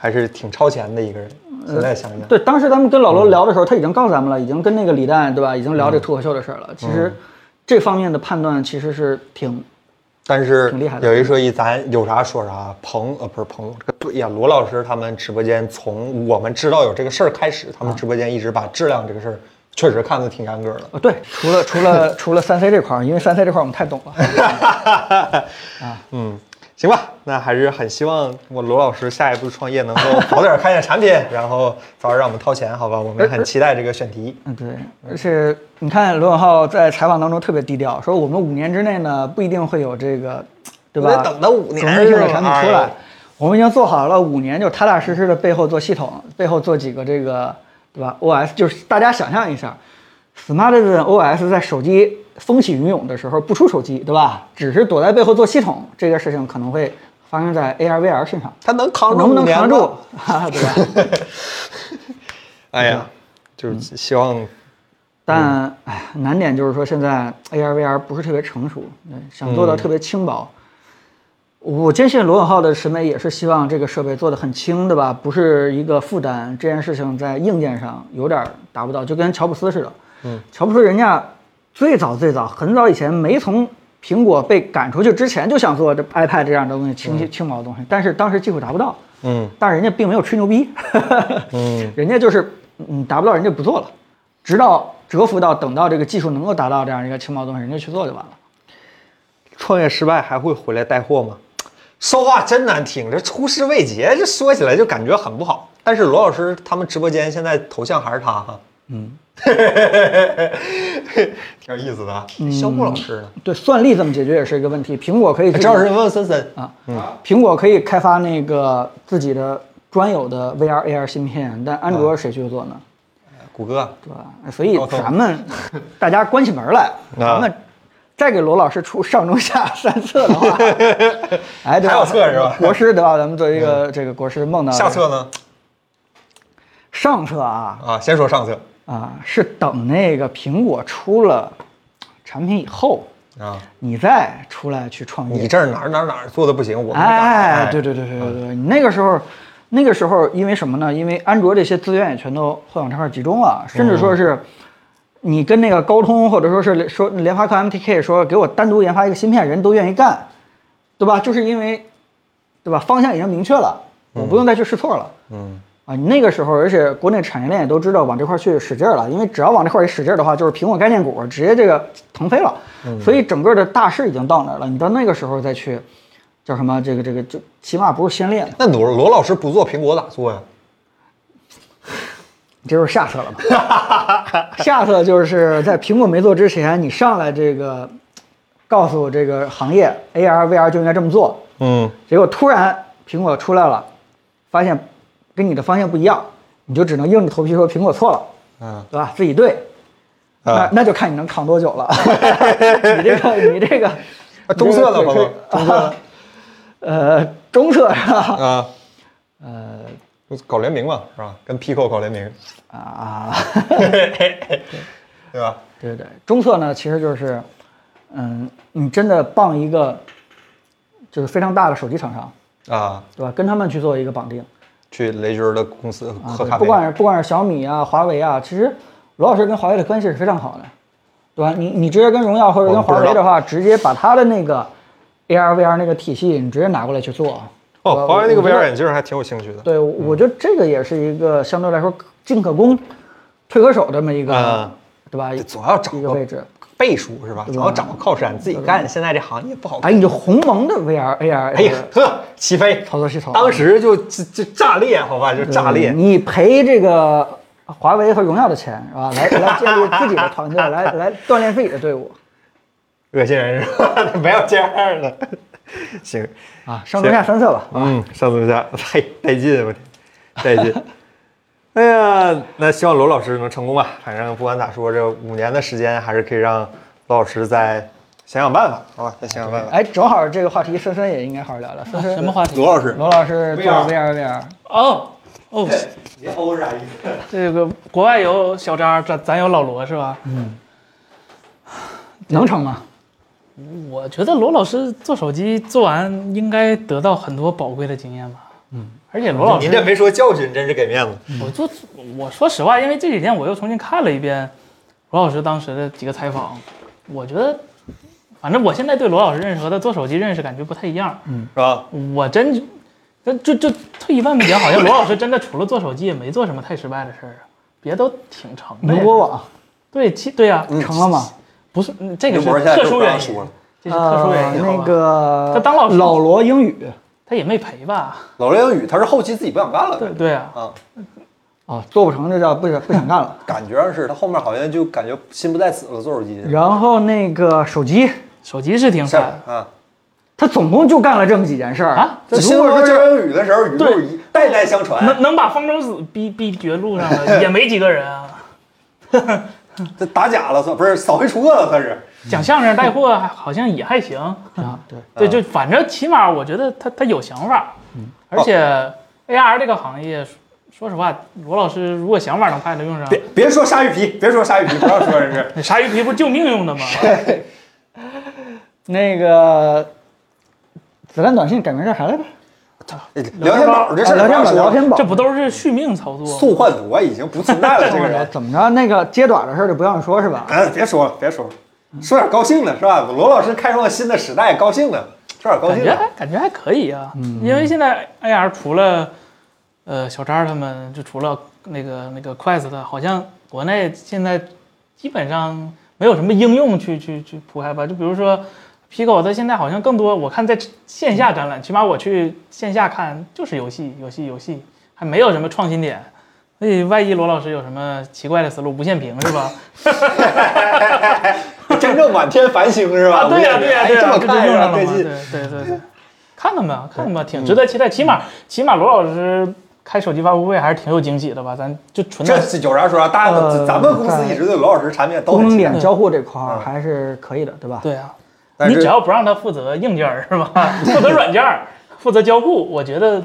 S1: 还是挺超前的一个人。现在想想，
S6: 嗯对，当时咱们跟老罗
S1: 嗯
S6: 聊的时候，他已经告诉咱们了，已经跟那个李诞对吧，已经聊这个脱口秀的事儿了。
S1: 嗯
S6: 其实这方面的判断其实是挺
S1: 但是
S6: 挺厉害的
S1: 有一说一，咱有啥说啥。彭呃不是彭总，这个对呀，罗老师他们直播间从我们知道有这个事儿开始，他
S6: 嗯
S1: 们直播间一直把质量这个事儿确实看得挺严格的。
S6: 呃，对，除了除 了除了三 C 这块儿，因为三 C 这块儿我们太懂了。
S1: 嗯，行吧，那还是很希望我罗老师下一步创业能够早点看见产品， 然后早点让我们掏钱，好吧？我们很期待这个选题。
S6: 嗯，对，而且你看罗永浩在采访当中特别低调，说我们五年之内呢不一定会有这个，对
S1: 我
S6: 吧？
S1: 得等到五年
S6: 革命性的
S1: 是吧
S6: 产品出
S1: 哎
S6: 来，我们已经做好了五年，就踏踏实实的背后做系统，背后做几个这个，对吧？OS 就是大家想象一下，Smartisan OS 在手机风起云涌的时候不出手机，对吧？只是躲在背后做系统，这件事情可能会发生在 AR VR 身上，
S1: 他能扛住
S6: 能不能
S1: 五年
S6: 扛住
S1: 吗？？
S6: 哈 哈，对吧？
S1: 哎呀，
S6: 嗯
S1: 就是希望
S6: 但哎，难点就是说现在 AR VR 不是特别成熟，对想做到特别轻薄。我坚信罗永浩的审美也是希望这个设备做的很轻，对吧？不是一个负担。这件事情在硬件上有点达不到，就跟乔布斯似的。嗯，乔布斯人家最早最早很早以前没从苹果被赶出去之前就想做这 iPad 这样的东西，轻轻薄的东西，但是当时技术达不到。
S1: 嗯
S6: 但是人家并没有吹牛逼，
S1: 嗯，
S6: 人家就是嗯达不到，人家不做了，直到折服到等到这个技术能够达到这样一个轻薄的东西，人家去做就完了。
S1: 创业失败还会回来带货吗？说话真难听，这出师未捷，这说起来就感觉很不好。但是罗老师他们直播间现在头像还是他哈，嗯， 挺有意思的啊。肖木老师呢？哎
S6: 对，算力怎么解决也是一个问题。苹果可以自己
S1: 这老师问问森森
S6: 啊，苹果可以开发那个自己的专有的 VR AR 芯片，但安
S1: 嗯
S6: 卓谁去做呢？
S1: 谷歌，
S6: 对吧？所以
S1: 高通
S6: 咱们大家关起门来，
S1: 啊
S6: 咱们再给罗老师出上中下三策 的话，哎，对吧
S1: 还有策是吧
S6: 国师对吧？咱们做一个这个国师梦到
S1: 下策呢？
S6: 上策啊
S1: 啊，先说上策
S6: 啊，是等那个苹果出了产品以后，
S1: 啊，
S6: 你再出来去创业
S1: 你。这儿哪儿哪儿哪儿做的嗯不行，我们
S6: 哎，
S1: 改
S6: 对对对对对对，你那个时候，那个时候因为什么呢？因为安卓这些资源也全都会往这块儿集中了，甚至
S1: 嗯
S6: 说是你跟那个高通或者说是说联发科 MTK 说给我单独研发一个芯片，人都愿意干，对吧？就是因为，对吧？方向已经明确了，我不用再去试错了。
S1: 嗯
S6: 啊，你那个时候，而且国内产业链也都知道往这块儿去使劲儿了，因为只要往这块儿一使劲儿的话，就是苹果概念股直接这个腾飞了，
S1: 嗯
S6: 所以整个的大势已经到那儿了。你到那个时候再去，叫什么？这个这个就起码不是先烈了，
S1: 那罗罗老师不做苹果咋做呀？
S6: 这就是下策了嘛。 下策就是在苹果没做之前，你上来这个告诉这个行业 AR VR 就应该这么做，
S1: 嗯
S6: 结果突然苹果出来了，发现跟你的方向不一样，你就只能硬着头皮说苹果错了。
S1: 啊
S6: 对吧？自己对，那
S1: 啊，
S6: 那就看你能扛多久了。 你这个，你这个，
S1: 啊中测呢
S6: 你这个
S1: 朋友中测呢
S6: 啊呃，中测 是吧？
S1: 啊，
S6: 呃
S1: 搞联名嘛，是吧？跟 Pico 搞联名，
S6: 啊，
S1: 对吧？
S6: 对对对，中测呢，其实就是，嗯，你真的傍一个，就是非常大的手机厂商，
S1: 啊，
S6: 对吧？跟他们去做一个绑定
S1: 去雷军儿的公司
S6: 啊
S1: 喝，
S6: 对
S1: 咖啡。
S6: 不管是不管是小米啊、华为啊，其实罗老师跟华为的关系是非常好的，对吧？你你直接跟荣耀或者
S1: 我
S6: 跟
S1: 们不知
S6: 华
S1: 道
S6: 为的话，直接把他的那个 AR VR 那个体系，你直接拿过来去做。
S1: 哦，华为那个
S6: 呃我觉得
S1: VR 眼镜还挺有兴趣的。
S6: 对，我觉得这个也是一个相对来说进可攻、退可守这么一个，
S1: 啊
S6: 对吧？
S1: 总要找
S6: 嗯一个
S1: 个
S6: 位置。
S1: 背书是吧？
S6: 对吧
S1: 总要找个靠山，自己干。现在这行业不好干。
S6: 哎，你就鸿蒙的 VR、AR，
S1: 哎呀，呵，起飞，
S6: 操作系统嗯
S1: 当时就就就炸裂，好吧，就炸裂。
S6: 你赔这个华为和荣耀的钱是吧？来来建立自己的团队，来来锻炼自己的队伍
S1: 恶心人是吧？ 不要这样的。行，
S6: 啊，上中下三策吧。
S1: 嗯，上次家，嘿，带劲，啊我天，带劲。 哎呀，那希望罗老师能成功吧。反正不管咋说，这五年的时间还是可以让罗老师再想想办法，好吧？再想想办法。
S6: 哎，正好这个话题，森森也应该好好聊聊。森森
S2: 什么话题？
S1: 罗老师，
S6: 罗老师做 VR VR，
S2: 哦，哦，
S1: 你欧啥意思？
S2: 这个国外有小张，咱咱有老罗是吧？
S6: 能成吗？
S2: 我觉得罗老师做手机做完，应该得到很多宝贵的经验吧。嗯，而且罗老师，
S1: 您这没说教训，真是给面子。
S2: 我做我说实话，因为这几天我又重新看了一遍罗老师当时的几个采访，我觉得，反正我现在对罗老师认识和他做手机认识感觉不太一样。
S1: 是吧？
S2: 我真，就就就退一万步讲，好像罗老师真的除了做手机也没做什么太失败的事儿啊，别都挺成的
S6: 能
S2: 呀。
S6: 播网
S2: 对，其对呀、
S6: 成了吗？
S2: 不是嗯这个
S1: 嗯刘
S2: 是
S1: 博现在
S2: 特
S1: 就
S2: 殊
S1: 不让
S2: 原
S1: 说
S2: 因，
S1: 了。
S2: 这是特殊原因。
S6: 呃
S2: 好吧
S6: 那个
S2: 他当老师
S6: 老罗英语
S2: 他也没赔吧？
S1: 老刘英语，他是后期自己不想干了呗
S2: 对对啊，
S1: 啊，
S6: 啊，做不成这叫不想不想干 了。
S1: 感觉上是他后面好像就感觉心不在此了，做手机去
S6: 然后那个手机，
S2: 手机是挺
S1: 是
S2: 惨。
S1: 啊。
S6: 他总共就干了这么几件事儿
S2: 啊
S6: 这
S1: 新
S6: 如果
S1: 闻
S6: 说
S1: 教
S6: 是
S1: 英语的时候，语录
S2: 对
S1: 一代代相传
S2: 能，能把方舟子逼逼绝路上的也没几个人啊。
S1: 这打假了算不是扫黑除恶了算是。
S2: 讲相声带货还好像也还行，
S6: 啊，对，
S2: 对，就反正起码我觉得他他有想法，
S6: 嗯
S2: 而且 AR 这个行业，说说实话，罗老师如果想法能派得用上，啊
S1: 别啊别说鲨鱼皮，别说鲨鱼皮，不要说这是。
S2: 那鲨鱼皮不是救命用的吗？
S6: 那个子弹短信改名叫啥来着？
S1: 聊天宝这事儿
S6: 啊聊
S1: 不要
S6: 天宝，
S1: 说
S6: 聊
S1: 了，
S6: 天宝
S2: 这。不都是续命操作吗？
S1: 速换图啊已经不存在了，这个人。
S6: 怎么着？那个接短的事儿就不让说是吧？
S1: 哎，别说了，别说了，说点高兴的是吧？罗老师开创了新的时代，高兴的，说点高
S2: 感
S1: 兴
S2: 觉
S1: 的。
S2: 还感觉还可以啊，因为现在 AR 除了呃小张他们，就除了那个那个 Quest，的好像国内现在基本上没有什么应用去去去铺开吧。就比如说 Pico，它现在好像更多，我看在线下展览，起码我去线下看就是游戏，游戏，游戏，还没有什么创新点。所以万一罗老师有什么奇怪的思路，无限屏是吧？
S1: 真正满天繁星是吧？
S2: 啊对呀、对呀、
S1: 哎
S2: 对呀、
S1: 这么
S2: 这就
S1: 看
S2: 用
S1: 是吧
S2: 上了
S1: 对
S2: 嘛
S1: 劲。
S2: 对对对对，看看吧，看看吧，挺值得期待。起码起码罗老师开手机发布会还是挺有惊喜的吧？咱就纯
S1: 这
S2: 的
S1: 是有啥说啥，大家都
S6: 呃
S1: 咱们公司一直对罗老师产品都
S6: 功
S1: 很
S6: 能
S1: 期
S6: 点
S1: 待，
S6: 交互这块儿
S1: 嗯
S6: 还是可以的，对吧？
S2: 对啊，
S1: 但
S2: 你
S1: 是
S2: 只要不让他负责硬件儿是吧？负责软件儿，负责交互，我觉得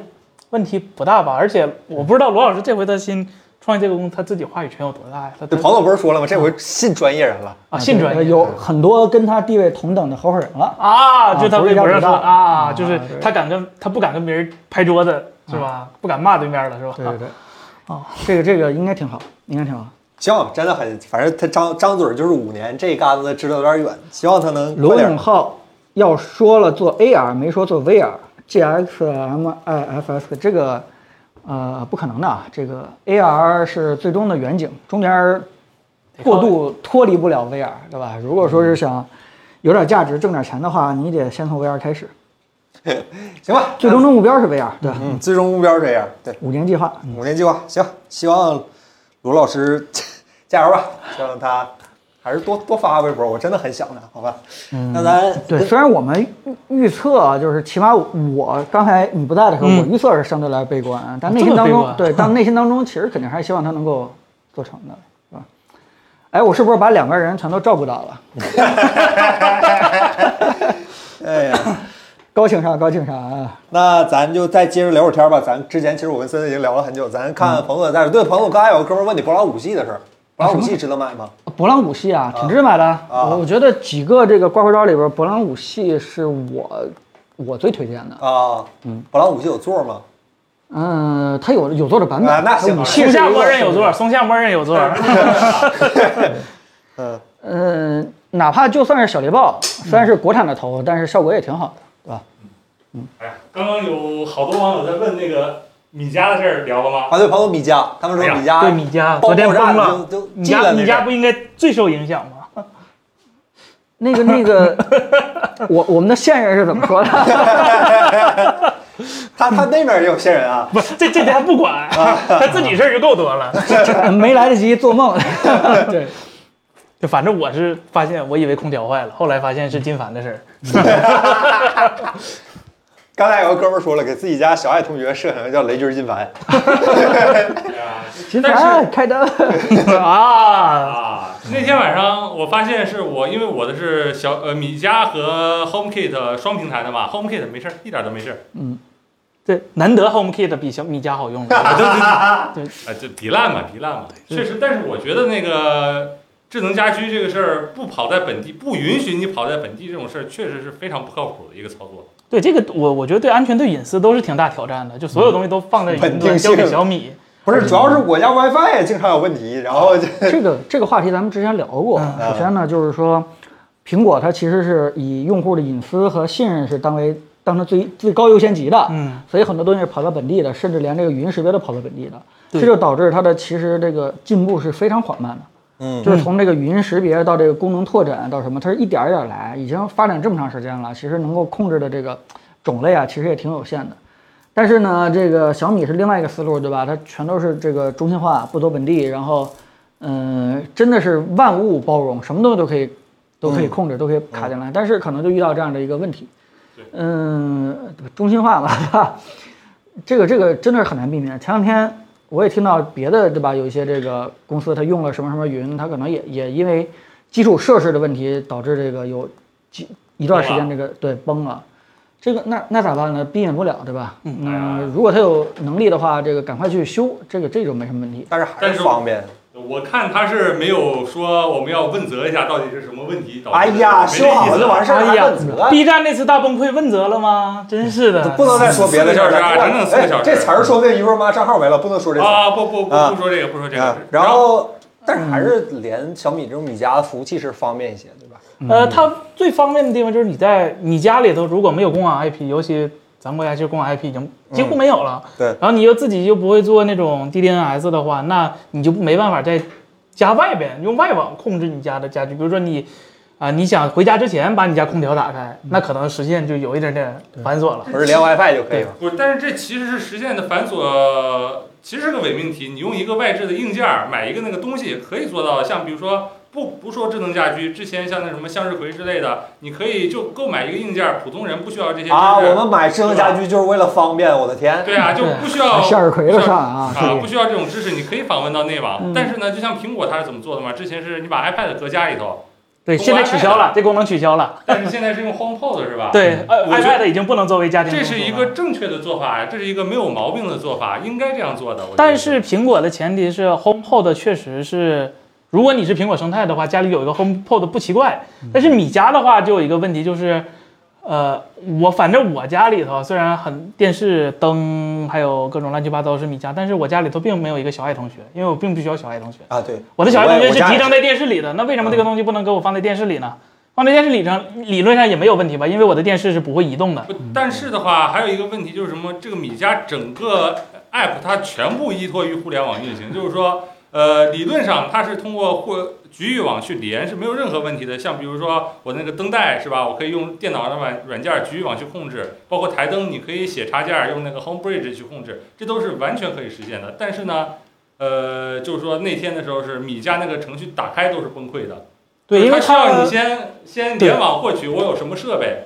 S2: 问题不大吧？而且我不知道罗老师这回他新创业这个公司，他自己话语权有多大呀？他
S1: 对
S2: 他
S1: 彭总不是说了吗？这回信专业人了，
S2: 啊，信专业
S6: 有很多跟他地位同等的合伙人了。
S2: 啊，就他
S6: 不是
S2: 微博
S6: 要
S2: 上
S6: 不
S2: 说
S6: 大
S2: 啊，
S6: 啊
S2: 就是
S6: 对
S2: 他敢跟他不敢跟别人拍桌子是吧？不敢骂对面了是吧？
S6: 对对对，哦，这个这个应该挺好，应该挺好。
S1: 希望真的很，反正他张张嘴就是五年，这杆子支得有点远，希望他能快
S6: 罗
S1: 点
S6: 永。浩要说了做 AR，没说做 VR，GXMIFS 这个呃不可能的啊，这个 AR 是最终的远景，中间儿过度脱离不了 VR，对吧？如果说是想有点价值、挣点钱的话，你得先从 VR 开始，
S1: 行吧，
S6: 最终的目标是 VR，对吧，
S1: 嗯，最终目标是这样，对，
S6: 五年计划。
S1: 五年计划，行，希望罗老师 加油吧，希望他还是多多发发微博，我真的很想他，好吧？
S2: 嗯
S1: 那咱
S6: 对，虽然我们预预测啊，就是起码我刚才你不在的时候，
S2: 嗯哦
S6: 我预测是相对来悲观啊，但内
S2: 这
S6: 心
S2: 么
S6: 当
S2: 悲
S6: 中，
S2: 观
S6: 对，但内心当中其实肯定还是希望他能够做成的，是吧？哎，我是不是把两边人全都照顾到了？
S1: 哎呀，
S6: 高情商，高情商啊！
S1: 那咱就再接着聊会儿天儿吧。咱之前其实我跟森森已经聊了很久，咱
S2: 嗯
S1: 看彭总在这儿。对，彭总刚才有个哥们儿问你博朗五系的事儿，
S2: 啊
S1: 博朗五系值得买吗？
S6: 勃朗五系啊，挺值得买的。我我觉得几个这个刮胡刀里边，勃朗五系是我我最推荐的。
S1: 啊，嗯，博朗五系有座吗？
S6: 嗯，它有有座的版本，
S1: 啊那行
S6: 它五系
S2: 松
S6: 是
S2: 下
S6: 一个
S2: 默认有座，松下默认有座。
S1: 啊
S6: 嗯，哪怕就算是小猎豹，虽然是国产的头，但是效果也挺好的，对吧？
S3: 哎呀，刚刚有好多网友在问那个米家的事儿，聊了吗？
S1: 啊，对，彭总米家，他们说米家
S2: 哎对米家，
S1: 爆
S2: 昨天
S1: 爆炸
S2: 崩
S1: 了
S2: 了，
S1: 就就
S2: 米
S1: 进了
S2: 家米
S1: 那
S2: 家
S1: 家
S2: 不应该最受影响吗？
S6: 那个那 个，我我们的线人是怎么说的？
S1: 他
S2: 嗯
S1: 他那边也有些人啊，
S2: 不，这这他不管， 他自己事儿就够多了。
S6: 没来得及做梦。对，
S2: 就反正我是发现，我以为空调坏了，后来发现是金凡的事儿。
S1: 刚才有个哥们儿说了，给自己家小爱同学设想一个叫雷军金牌。啊
S3: 哎呀，
S6: 秦
S3: 但
S6: 凡哎开 灯。
S2: 啊，
S3: 啊，那天晚上我发现是我，因为我的是小呃米家和 HomeKit 双平台的嘛，HomeKit 没事儿，一点儿都没事儿。
S6: 嗯。
S2: 对，难得 HomeKit 比小米家好用 了。
S3: 啊，就比烂嘛，比烂嘛，确实。但是我觉得那个智能家居这个事儿，不跑在本地，不允许你跑在本地这种事儿，确实是非常不靠谱的一个操作。
S2: 对这个，我我觉得对安全、对隐私都是挺大挑战的。就所有东西都放在云
S1: 稳定
S2: 端，交
S1: 性
S2: 给小米。
S1: 不是，主要是我家 WiFi 也经常有问题，然后就
S6: 这个这个话题咱们之前聊过。
S2: 嗯
S6: 首先呢，就是说，苹果它其实是以用户的隐私和信任是当为当成最最高优先级的。
S2: 嗯，
S6: 所以很多东西是跑到本地的，甚至连这个语音识别都跑到本地的，
S2: 对
S6: 这就导致它的其实这个进步是非常缓慢的。
S1: 嗯
S6: 就是从这个语音识别到这个功能拓展到什么，它是一点儿一点儿来，已经发展这么长时间了，其实能够控制的这个种类啊，其实也挺有限的。但是呢，这个小米是另外一个思路，对吧？它全都是这个中心化，不走本地，然后，嗯、真的是万物包容，什么东西都可以，都可以控制，都可以卡进来。但是可能就遇到这样的一个问题，嗯，中心化嘛，对吧？ 这个这个真的是很难避免。前两天我也听到别的，对吧？有一些这个公司它用了什么什么云，它可能也也因为基础设施的问题，导致这个有几一段时间这个对崩了。这个那那咋办呢？避免不了，对吧？嗯，如果它有能力的话，这个赶快去修，这个这就没什么问题。
S1: 但是还是方便。
S3: 我看他是没有说我们要问责一下到底是什么问题导致
S1: 哎呀，修好了就完事儿
S2: 哎
S1: 了，
S2: 呀
S1: 问责。
S2: ，B 站那次大崩溃问责了吗？真是的，
S1: 不能再说别的事儿了，
S3: 四个小时啊整整四个小时
S1: 哎这词儿说不定一会儿妈账号没了，不能说这词儿。
S3: 啊！不不不，不说这个，不说这
S1: 啊
S3: 个。
S1: 然后，但是还是连小米这种米家的服务器是方便一些，对吧？
S3: 嗯
S2: 呃，它最方便的地方就是你在你家里头如果没有公网
S3: 嗯
S2: IP，尤其咱们国家其实公网 IP 已经几乎没有了。
S1: 对
S2: 然后你又自己又不会做那种 DDNS 的话，那你就没办法在家外边用外网控制你家的家居。比如说你啊、你想回家之前把你家空调打开，那可能实现就有一点点繁琐了。
S1: 不是连 WiFi 就可以了。
S3: 不是，但是这其实是实现的繁琐，其实是个伪命题。你用一个外置的硬件儿买一个那个东西，可以做到。像比如说，不不说智能家居，之前像那什么向日葵之类的，你可以就购买一个硬件儿，普通人不需要这些
S1: 啊，
S3: 知识
S1: 我们买智能家居就是为了方便，我的天！
S3: 对啊，就不需要
S6: 向日葵
S3: 不
S6: 都
S3: 需
S6: 上
S3: 要
S6: 啊，
S3: 啊，不需要这种知识，你可以访问到内网。但是呢，就像苹果它是怎么做的嘛？之前是你把 iPad 搁家里头，
S2: 对，
S3: 公
S2: 现在
S3: 网
S2: 取消
S3: iPad
S2: 了，这功能取消了。
S3: 但是现在是用 HomePod 是吧？
S2: 对、呃
S3: 我觉
S2: ，iPad
S3: 得
S2: 已经不能作为家庭
S3: 这
S2: 用途
S3: 是
S2: 了
S3: 一个正确的做法呀，这是一个没有毛病的做法，应该这样做的。我觉得
S2: 但是苹果的前提是 HomePod 确实是，如果你是苹果生态的话，家里有一个 HomePod 不奇怪。但是米家的话就有一个问题就是，呃，我反正我家里头虽然很电视、灯还有各种乱七八糟是米家，但是我家里头并没有一个小爱同学，因为我并不需要小爱同学。
S1: 啊，对，
S2: 我的小爱同学
S1: 我
S2: 是
S1: 家
S2: 集成在电视里的，那为什么这个东西不能给我放在电视里呢？放在电视里上理论上也没有问题吧，因为我的电视是不会移动的。
S3: 不，但是的话，还有一个问题就是什么？这个米家整个 app 它全部依托于互联网运行，就是说，呃，理论上它是通过互局域网去连是没有任何问题的。像比如说我那个灯带是吧，我可以用电脑的软软件儿局域网去控制，包括台灯，你可以写插件儿用那个 HomeBridge 去控制，这都是完全可以实现的。但是呢。呃，就是说那天的时候是米家那个程序打开都是崩溃的，
S2: 对，因为
S3: 它需
S2: 它
S3: 要你先先联网获取我有什么设备，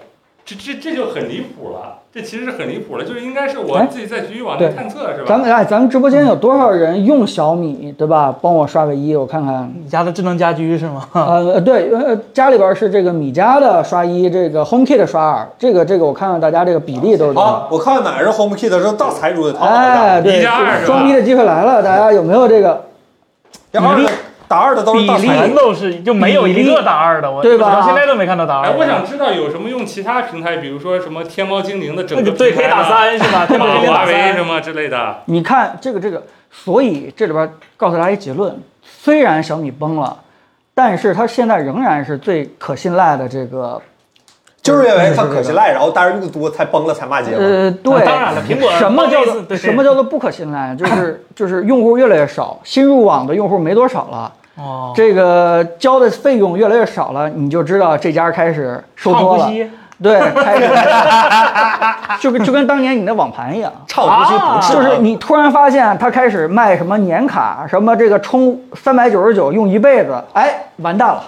S3: 这这这就很离谱了，这其实是很离谱了，就是应该是我
S6: 哎
S3: 自己在局域网内
S6: 对
S3: 探测是吧？
S6: 咱们哎，咱们直播间有多少人用小米，对吧？帮我刷个一，我看看。
S2: 你家的智能家居是吗？
S6: 呃，对，呃，家里边是这个米家的刷一，这个 HomeKit 刷二，这个这个这个我看看大家这个比例都是多
S1: 啊
S6: 少。，
S1: 我看哪个是 HomeKit 的时候到财主的淘宝
S6: 哎，
S1: 上，
S6: 对，
S3: 米家二是吧
S6: 装逼的机会来了，大家有没有这个？
S1: 这二的打二的都是
S2: 比
S1: 到
S2: 例
S1: 财主。
S2: 都是就没有一个打二的，我
S6: 对吧
S2: 我到现在都没看到打
S3: 哎，
S2: 二。
S3: 我想知道有什么用其他平台，比如说什么天猫精灵的整
S2: 那
S3: 个
S2: 就对，
S3: 平
S2: 可以
S3: 台
S2: 打
S3: 吗，
S2: 三是吧？对
S3: 什
S2: 吧？
S3: 么
S2: 可以打
S3: 华为什
S2: 三。
S3: 么之类的，
S6: 你看这个这个，所以这里边告诉大家一结论：虽然小米崩了，但是它现在仍然是最可信赖的这个。
S1: 就是因为它可信赖，然后但是用的多才崩了，才骂街嘛。
S6: 呃，对，
S2: 当然了苹果
S6: 什么叫
S2: 不好意思
S6: 做
S2: 对
S6: 什么叫做不可信赖？就是就是用户越来越少，新入网的用户没多少了。
S2: 哦，
S6: 这个交的费用越来越少了，你就知道这家开始收
S2: 胖
S6: 缩
S2: 呼
S6: 了。
S2: 吸，
S6: 对，开始 就跟就跟当年你的网盘一样，
S2: 啊
S1: 唱不是不是，
S6: 就是你突然发现他开始卖什么年卡，什么这个充三百九十九用一辈子，哎，完蛋了，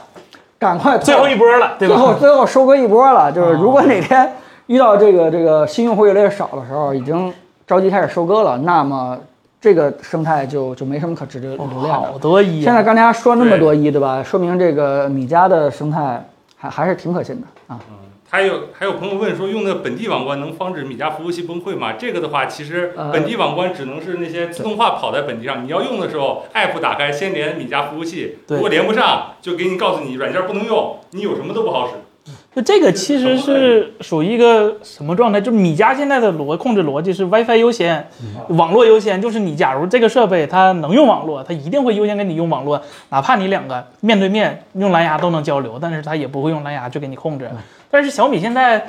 S6: 赶快退
S2: 最后一波了，对吧？哦
S6: 最后最后收割一 波了。就是如果哪天遇到这个这个新用户越来越少的时候，已经着急开始收割了，那么这个生态就就没什么可值得留恋的了。
S2: 好多一啊，
S6: 现在刚才说那么多一，对吧？说明这个米家的生态还还是挺可信的啊。
S3: 还有还有朋友问说，用那个本地网关能防止米家服务器崩溃吗？这个的话，其实
S6: 呃
S3: 本地网关只能是那些自动化跑在本地上。你要用的时候，app 打开先连米家服务器，
S2: 对
S3: 如果连不上，就给你告诉你软件不能用，你有什么都不好使。
S2: 就这个其实是属于一个什么状态？就米家现在的逻控制逻辑是 WiFi 优先，网络优先。就是你假如这个设备它能用网络，它一定会优先给你用网络，哪怕你两个面对面用蓝牙都能交流，但是它也不会用蓝牙去给你控制。但是小米现在，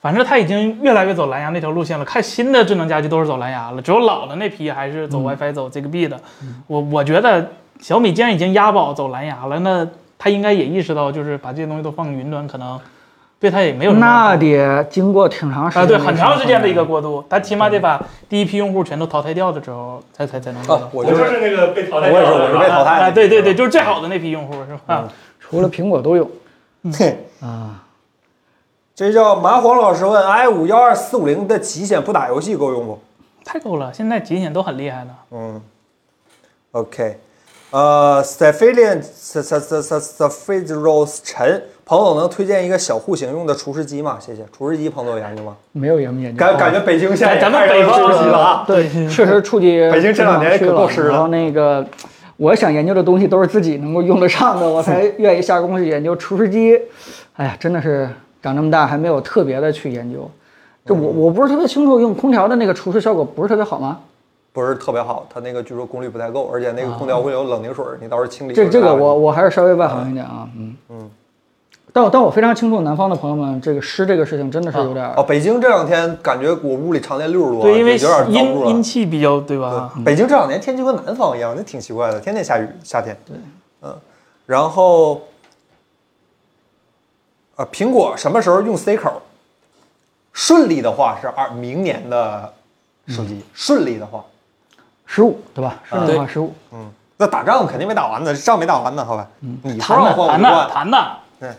S2: 反正它已经越来越走蓝牙那条路线了。看新的智能家居都是走蓝牙了，只有老的那批还是走 WiFi 走这个 B 的。我我觉得小米既然已经押宝走蓝牙了，那它应该也意识到，就是把这些东西都放云端，可能对它也没有什么
S6: 那得经过挺长时间
S2: 啊，
S6: 的
S2: 对，
S6: 一个
S2: 很长时间的一个过渡，它起码得把第一批用户全都淘汰掉的时候，才才才能做到。
S1: 啊，我
S3: 我
S1: 就是
S3: 哦是那个被淘汰
S1: 我
S3: 掉
S1: 也是
S3: 的，
S1: 我是被淘汰的
S2: 啊，对对对，就是最好的那批用户是
S1: 嗯
S2: 吧？
S6: 除了苹果都有
S1: 嘿
S6: 啊，
S1: 这叫麻黄老师问 i 五幺二四五零的极限不打游戏够用不？
S2: 太够了，现在极限都很厉害了。
S1: 嗯，OK，呃 s e p h i l i a n s s s s s f i z r o s 陈，彭总能推荐一个小户型用的厨师机吗？谢谢。厨师机彭总有研究吗？啊
S6: 没有研究研究。
S1: 感感觉北京现在
S2: 咱咱们北方
S1: 厨师机了啊。
S6: 对，确实触及
S1: 北京这两年可够湿了
S6: 然后那个，我想研究的东西都是自己能够用得上的，我才 愿意下功夫去研究。厨师机，哎呀，真的是长这么大还没有特别的去研究。这我
S1: 嗯
S6: 我不是特别清楚，用空调的那个除湿效果不是特别好吗？
S1: 不是特别好，它那个据说功率不太够，而且那个空调会有冷凝水儿，你到时候清理
S6: 这
S1: 水
S6: 这
S1: 大
S6: 个
S1: 问题
S6: 我我还是稍微外行一点啊，嗯嗯。但我但我非常清楚南方的朋友们，这个湿这个事情真的是有点儿。
S1: 哦，北京这两天感觉我屋里常年六十多，
S2: 对，因为
S1: 有点儿遭不
S2: 阴
S1: 住
S2: 阴
S1: 了。
S2: 气比较对吧？
S1: 对北京这两年天气跟南方一样，那挺奇怪的，天天下雨，夏天。对，嗯，然后，呃，苹果什么时候用 C 口？顺利的话是二明年的手机，顺利的话，
S6: 十五对吧？十五的话十五，
S1: 嗯，那打仗肯定没打完呢，仗没打完呢，好吧？你说
S2: 谈
S1: 让我换
S2: 呐
S1: 我
S2: 谈
S1: 就
S2: 呐
S1: 换，
S2: 谈呐，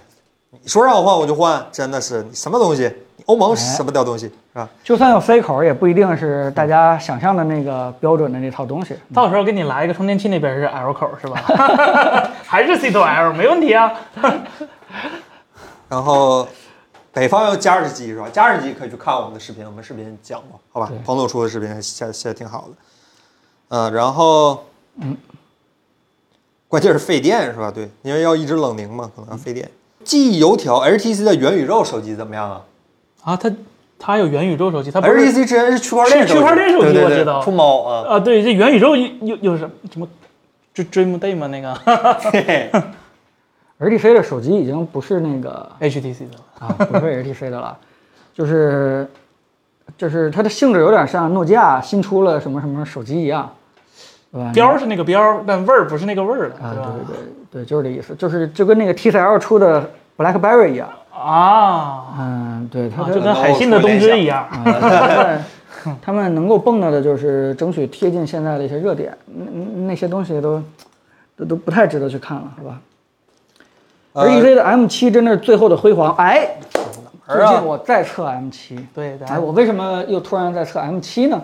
S1: 你说让我换我就换，真的是你什么东西？你欧盟是什么屌东西是吧？
S6: 就算有 C 口，也不一定是大家想象的那个标准的那套东西。
S2: 到时候给你来一个充电器那边是 L 口是吧？ 还是 C to L 没问题啊。
S1: 然后北方有加热机是吧？加热机可以去看我们的视频，我们视频讲过，好吧
S6: 对？
S1: 彭总出的视频写写的挺好的，嗯，然后嗯，关键是费电是吧？对，因为要一直冷凝嘛，可能要费电。记忆油条 HTC 的元宇宙手机怎么样啊
S2: 啊，它它有元宇宙手机，它啊不是
S1: ？HTC 之前是区块链
S2: 是区块链手机
S1: 对对
S2: 我
S1: 对
S2: 知道
S1: 出猫啊，
S2: 啊？对，这元宇宙有有什么什么 Dream Day 吗？那个
S1: 嘿嘿，
S6: HTC 的手机已经不是那个
S2: HTC 的
S6: 啊，不是 HTC 的了，就是就是它的性质有点像诺基亚新出了什么什么手机一样，对吧？
S2: 标是那个标，但味儿不是那个味儿了，
S6: 啊，
S2: 对吧？
S6: 对对对，就是这意思，就是就跟那个 TCL 出的 BlackBerry 一样，
S2: 啊，
S6: 嗯，对，它
S2: 啊
S6: 这
S2: 就
S6: 个
S2: 跟海信的东芝一样。
S6: 啊，他们他们能够蹦跶的，就是争取贴近现在的一些热点，那那那些东西都都都不太值得去看了，好吧？
S1: 呃
S6: 而 E V 的 M 7真的是最后的辉煌，哎，
S1: 儿
S6: 最
S1: 啊
S6: 近我再测 M 7
S2: 对的
S6: 哎，我为什么又突然在测 M 7呢？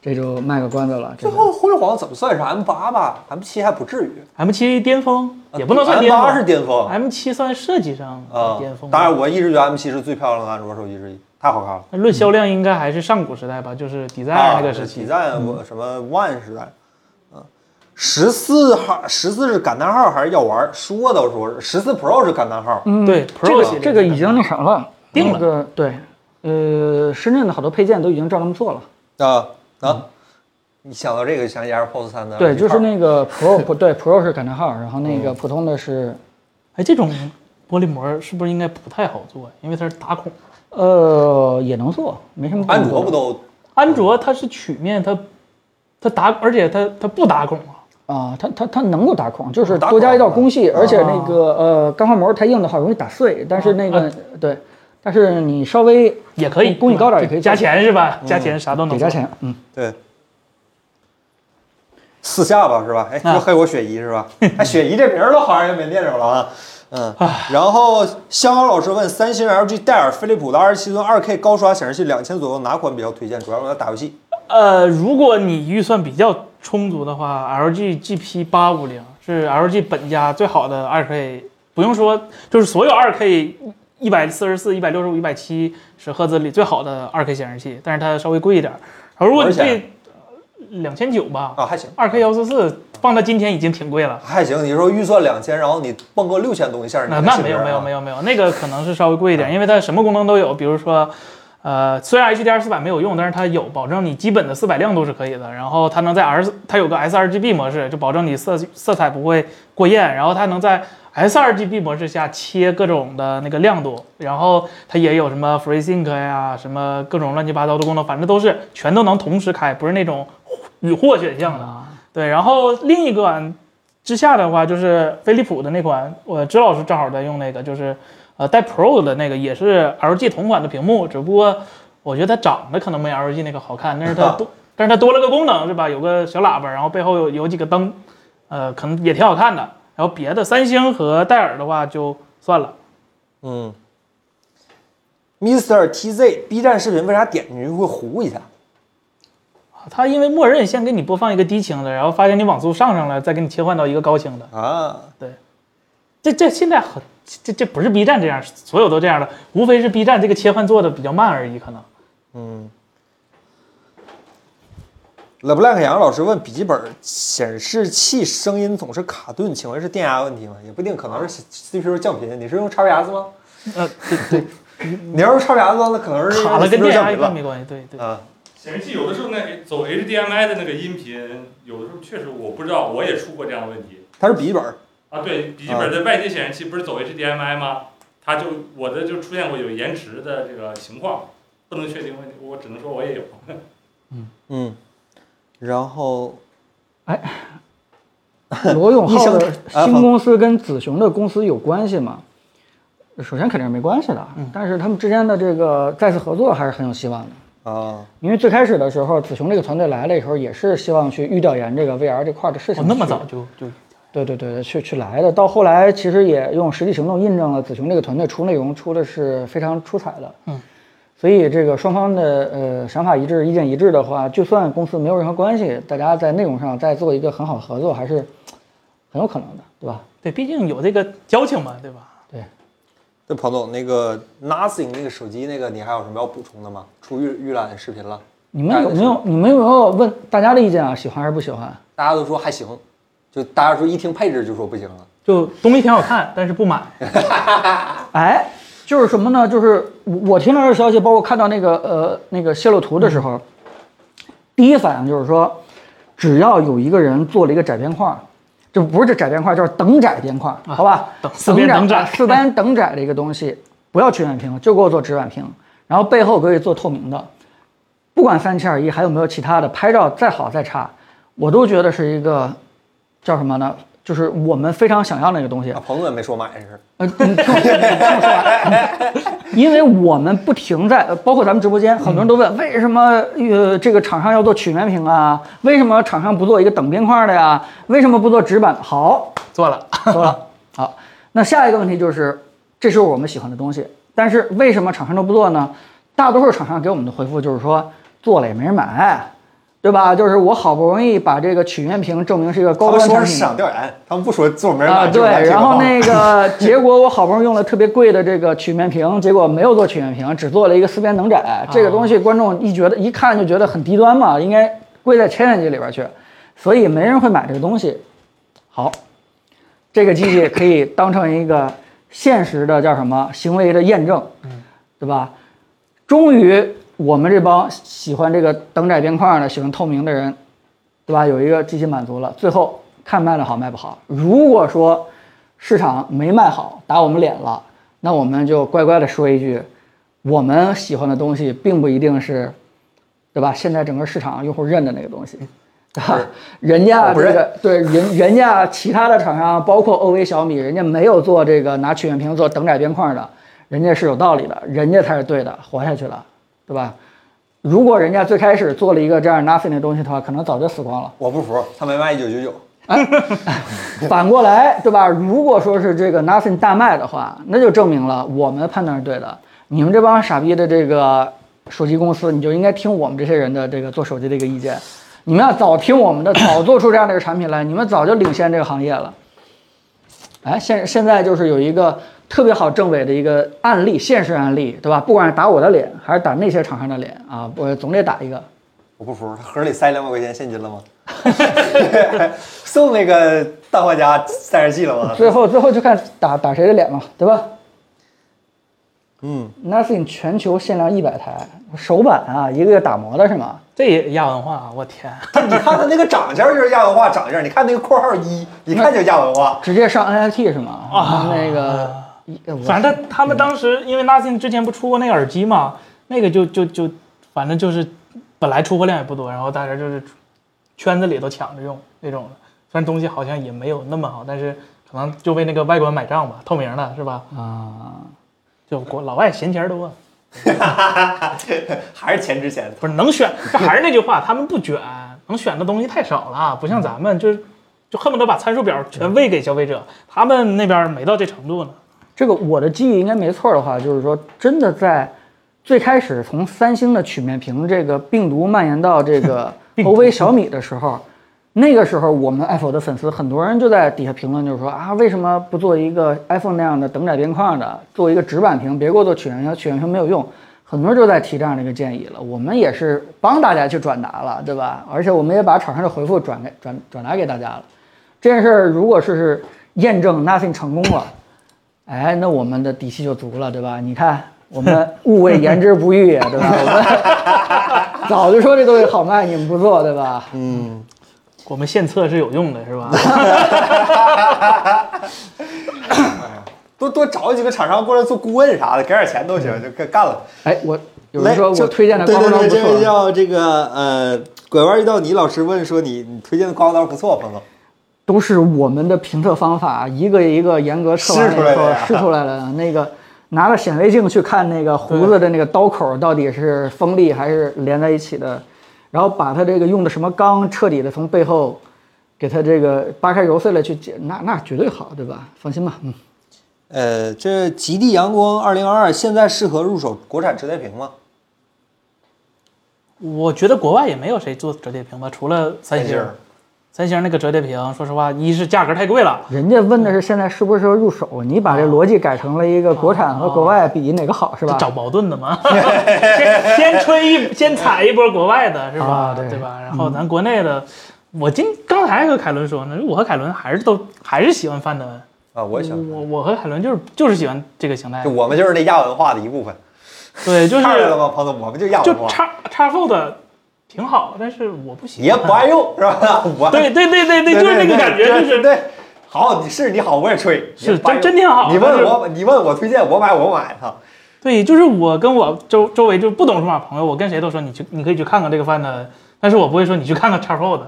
S6: 这就卖个关子了，这
S1: 最
S6: 个
S1: 后辉煌怎么算是 M 八吧？M 七还不至于，
S2: M 7巅峰也不能算巅
S1: 啊 M 八是
S2: 峰
S1: 巅峰
S2: ，M 7算设计上的
S1: 啊
S2: 巅峰。
S1: 当然，我一直觉得 M 七是最漂亮的安卓手机之一，太好看了。
S2: 那论销量应该还是上古时代吧，就是底赞
S1: 啊，
S2: 那个时期嗯
S1: 比。赞什么 One 时代，嗯，十四号十四是感叹号还是要玩？说都说十四 Pro 是感叹号，
S6: 嗯，
S2: 对
S6: 这
S2: ，Pro 系列
S6: 个这个已经那啥了，
S2: 定了
S6: 那个对，呃，深圳的好多配件都已经照他们做了。
S2: 嗯
S1: 啊啊！你想到这个，想起 AirPods 三
S2: 啊
S1: 的
S6: 对，
S1: 耳机
S6: 就
S1: 套
S6: 是那个 Pro 不对，Pro 是感叹号，然后那
S2: 嗯
S6: 个普通的是，
S2: 哎，这种玻璃膜是不是应该不太好做呀？因为它是打孔。
S6: 呃，也能做，没什么。
S1: 安
S2: 嗯
S1: 卓不？都
S2: 安卓它是曲面，它它打，而且它它不打孔啊。
S6: 啊，它它它能够打孔，
S2: 哦
S6: 就是
S1: 打孔
S6: 多加一道工序，而且那
S2: 啊
S6: 个呃钢化膜太硬的话容易打碎，但是那个对，但是你稍微
S2: 也可以，
S6: 工艺高点也可以嗯
S2: 加钱是吧？加钱啥都能
S6: 得
S2: 做
S6: 加。钱， 嗯，
S1: 对？四下巴是吧？哎，
S2: 啊
S1: 就黑我雪姨是吧？哎，雪姨这名儿都好像也没念着了啊。嗯，然后香港老师问：三星、LG、戴尔、飞利浦的二十七寸二 K 高刷显示器两千左右，哪款比较推荐？主要用来打游戏。
S2: 呃，如果你预算比较充足的话，LG GP 八五零是 LG 本家最好的二 K，不用说，就是所有二 K 一百四十四、一百六十五、一百七十赫兹里最好的二 K 显示器，但是它稍微贵一点儿。然后如果你
S1: 多少
S2: 对两千九吧，
S1: 啊，还行。
S2: 二 K 幺四四放到今天已经挺贵了。
S1: 还行，你说预算两千，然后你蹦个六千多一下，
S2: 那那没有没有没
S1: 有，
S2: 有没有，那个可能是稍微贵一点，因为它什么功能都有，比如说。呃，虽然 HDR 四百没有用，但是它有保证你基本的四百亮度是可以的。然后它能在 R，它有个 sRGB 模式，就保证你色色彩不会过艳。然后它能在 sRGB 模式下切各种的那个亮度。然后它也有什么 FreeSync 呀，什么各种乱七八糟的功能，反正都是全都能同时开，不是那种与或选项的。对，然后另一款之下的话，就是飞利浦的那款，我支老师正好在用那个，就是呃带 Pro 的那个，也是 LG 同款的屏幕，只不过我觉得它长得可能没 LG 那个好看，但是它多，但是它多了个功能是吧？有个小喇叭，然后背后有有几个灯，呃，可能也挺好看的。然后别的三星和戴尔的话就算了，
S1: 嗯。Mr. TZ，B 站视频为啥点进去会糊一下？
S2: 它因为默认先给你播放一个低清的，然后发现你网速上上了，再给你切换到一个高清的。
S1: 啊，
S2: 这这现在很这这不是 B 站这样，所有都这样的，无非是 B 站这个切换做的比较慢而已，可能。
S1: 冷不 c 克杨老师问笔记本显示器声音总是卡顿，请问是电压问题吗？也不一定，可能是 CPU 降频。你是用 XPS 吗？
S2: 啊呃，对对，
S1: 你要是 XPS 那可能是
S2: 卡了跟
S1: CPU
S2: 电
S1: 降
S2: 压
S1: 频
S2: 一般
S1: 了
S2: 没关系，对对。
S1: 啊。
S3: 显示器有的时候那走 HDMI 的那个音频，有的时候确实我不知道，我也出过这样的问题。
S1: 它是笔记本，
S3: 啊，对，笔记本的外接显示器不是走 HDMI 吗？它就我的就出现过有延迟的这个情况，不能确定问题，我只能说我也有。
S1: 嗯，然后
S6: 罗永浩的
S1: 啊
S6: 新公司跟子雄的公司有关系吗？首先肯定是没关系的，
S2: 嗯
S6: 但是他们之间的这个再次合作还是很有希望的。
S1: 啊，
S6: 因为最开始的时候，子雄这个团队来了以后，也是希望去预调研这个 VR 这块儿的事
S2: 我
S6: 情。
S2: 哦那么早？就就
S6: 对对对，去去来的。到后来，其实也用实际行动印证了子雄这个团队出内容出的是非常出彩的。
S2: 嗯，
S6: 所以这个双方的呃想法一致、意见一致的话，就算公司没有任何关系，大家在内容上再做一个很好的合作，还是很有可能的，对吧？
S2: 对，毕竟有这个交情嘛，对吧？
S6: 对，
S1: 对，彭总，那个 Nothing 那个手机那个，你还有什么要补充的吗？出预预览视频了，
S6: 你们有没有你们有没有问大家的意见啊？喜欢还是不喜欢？
S1: 大家都说还行，就大家说一听配置就说不行了。
S2: 就东西挺好看，但是不买。
S6: 哎，就是什么呢？就是我我听到这消息，包括看到那个呃那个泄露图的时
S2: 嗯
S6: 候，第一反应就是说，只要有一个人做了一个窄边框，这不是这窄边框，就是等窄边框，好吧？
S2: 啊等四边等窄
S6: 四边等窄的一个东西，不要曲面屏，就给我做直板屏，然后背后可以做透明的，不管三七二一还有没有其他的，拍照再好再差，我都觉得是一个叫什么呢？就是我们非常想要的一个东西
S1: 啊，。彭总也没说买是，
S6: 呃，你听我说完，听我说完， 因为我们不停在，呃包括咱们直播间，很多人都
S1: 嗯
S6: 问为什么呃这个厂商要做曲面屏啊？为什么厂商不做一个等边框的呀？为什么不做直板？好，
S2: 做了，
S6: 说了，好，那下一个问题就是，这是我们喜欢的东西，但是为什么厂商都不做呢？大多数厂商给我们的回复就是说，做了也没人买，对吧？就是我好不容易把这个曲面屏证明是一个
S1: 他
S6: 高
S1: 们
S6: 端
S1: 说
S6: 产
S1: 是
S6: 品
S1: 市，场调研，他们不说做没人
S6: 啊，
S1: 买。
S6: 对，然后那个结果我好不容易用了特别贵的这个曲面屏，结果没有做曲面屏，只做了一个四边等窄。这个东西观众一觉得一看就觉得很低端嘛，应该归在千元机里边去，所以没人会买这个东西。好，这个机器可以当成一个现实的叫什么行为的验证，对吧？终于我们这帮喜欢这个等窄边框的、喜欢透明的人，对吧？有一个机器满足了，最后看卖的好卖不好。如果说市场没卖好，打我们脸了，那我们就乖乖的说一句，我们喜欢的东西并不一定是，对吧？现在整个市场用户认的那个东西。对吧？人家
S1: 我不
S6: 这
S1: 认
S6: 个对人，人家其他的厂商，包括 OV、小米，人家没有做这个拿曲面屏做等窄边框的，人家是有道理的，人家才是对的，活下去了，对吧？如果人家最开始做了一个这样 nothing 的东西的话，可能早就死光 了。
S1: 我不服，他没卖一九九九。
S6: 反过来，对吧？如果说是这个 nothing 大卖的话，那就证明了我们判断是对的。你们这帮傻逼的这个手机公司，你就应该听我们这些人的这个做手机的一个意见。你们要早听我们的，早做出这样的一个产品来，你们早就领先这个行业了。哎，现现在就是有一个特别好证伪的一个案例，现实案例，对吧？不管是打我的脸，还是打那些厂商的脸啊，我总得打一个。
S1: 我不服，他盒里塞两百块钱现金了吗？送那个大画家三十 G 了 吗？
S6: 最后，最后就看打打谁的脸嘛，对吧？嗯，Nothing 全球限量一百台，手板啊，一个个打磨的是吗？
S2: 这也亚文化啊！我天，
S1: 你看他那个长相就是亚文化长相，你看那个括号一，
S6: 嗯
S1: 一看就亚文化。
S6: 直接上 NFT 是吗？
S2: 啊
S6: 那个，一呃我
S2: 反正他们当时因为 Nothing 之前不出过那个耳机嘛，那个就就就反正就是本来出货量也不多，然后大家就是圈子里都抢着用那种的。虽然东西好像也没有那么好，但是可能就为那个外观买账吧，透明的是吧？
S6: 啊，
S2: 就国老外闲钱儿多，
S1: 还是钱值钱。
S2: 不是能选，这还是那句话，他们不卷，能选的东西太少了，不像咱们就是就恨不得把参数表全喂给消费者，他们那边没到这程度呢。
S6: 这个我的记忆应该没错的话，就是说真的在最开始从三星的曲面屏这个病毒蔓延到这个 OV 小米的时候，那个时候我们 Apple 的粉丝很多人就在底下评论，就是说啊，为什么不做一个 iPhone 那样的等窄边框的，做一个直板屏，别给我做曲面屏，曲面屏没有用。很多人就在提这样的一个建议了，我们也是帮大家去转达了，对吧？而且我们也把厂商的回复转给转转达给大家了。这件事儿如果是是验证 Nothing 成功了，哎，那我们的底气就足了，对吧？你看，我们物谓言之不预呀，对吧？我们早就说这东西好卖，你们不做，对吧？
S1: 嗯，
S2: 我们献策是有用的，是吧？
S1: 多多找几个厂商过来做顾问啥的，给点钱都行，就干干了。
S6: 哎，我有人说
S1: 来就
S6: 我推荐的
S1: 对
S6: 刮胡
S1: 对对，
S6: 刀不
S1: 这位
S6: 错，
S1: 叫这个呃，拐弯遇到你老师问说你你推荐的刮胡刀不错，彭总。
S6: 都是我们的评测方法一个一个严格测完
S1: 试出来
S6: 以
S1: 的
S6: 后
S1: 呀
S6: 试出来了。那个拿了显微镜去看那个胡子的那个刀口到底是锋利还是连在一起的，然后把它这个用的什么钢彻底的从背后给它这个扒开揉碎了去解，那那绝对好，对吧？放心吧，嗯。
S1: 呃，这极地阳光二零二二现在适合入手国产折叠屏吗？
S2: 我觉得国外也没有谁做折叠屏吧，除了三星。三星那个折叠屏，说实话，一是价格太贵了，
S6: 人家问
S2: 嗯
S6: 的是现在适不适合入手，你
S2: 啊
S6: 把这逻辑改成了一个国产和国外比哪个好
S2: 这
S6: 是吧？
S2: 啊找矛盾的嘛。先先吹一，先踩一波国外的是吧？
S6: 啊对
S2: 吧？然后咱国内的，我今刚才还和凯伦说呢，我和凯伦还是都还是喜欢范德文。
S1: 啊，我也
S6: 嗯
S1: 想，
S2: 我我和凯伦就是就是喜欢这个形态
S1: 就，我们就是那亚文化的一部分。
S2: 对，就是
S1: 看着了吗，彭总？我们就亚文
S2: 就
S1: 化，
S2: 叉叉 fold 挺好，但是我不喜
S1: 也
S2: 欢。
S1: 不爱用是吧？我
S2: 对对对对对，就是那个感觉，
S1: 对
S2: 就是
S1: 对。好，你是你好，我也吹，
S2: 是
S1: 也不爱用
S2: 真真挺好
S1: 你
S2: 但
S1: 问
S2: 是
S1: 我，你问我推荐，我买我买它。
S2: 对，就是我跟我周周围就不懂数码朋友，我跟谁都说你去，你可以去看看这个范的，但是我不会说你去看看叉 fold，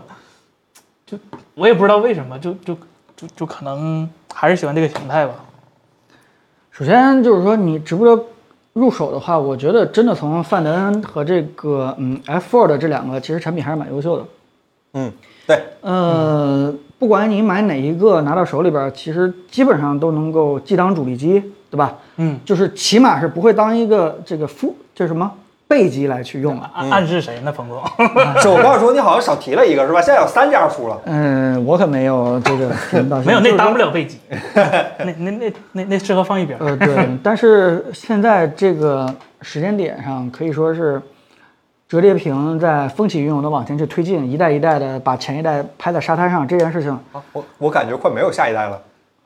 S2: 就我也不知道为什么，就就就就可能还是喜欢这个形态吧。
S6: 首先就是说你值不值得入手的话，我觉得真的从范德恩和这个嗯 F4 的这两个其实产品还是蛮优秀的。
S1: 嗯， 对，
S6: 呃，
S2: 嗯
S6: 不管你买哪一个拿到手里边儿，其实基本上都能够既当主力机，对吧？
S2: 嗯，
S6: 就是起码是不会当一个这个副这什么备机来去用的。
S2: 暗暗示谁呢，冯总？
S1: 手告说你好像少提了一个是吧？现在有三家出了，
S6: 嗯、我可没有 这个频道
S2: 没有，
S6: 就
S2: 那
S6: 是说
S2: 当不了背景，那那那那那适合放一边。
S6: 呃，对，但是现在这个时间点上，可以说是折叠屏在风起云涌的往前去推进，一代一代的把前一代拍在沙滩上这件事情
S1: 啊我我感觉快没有下一代了，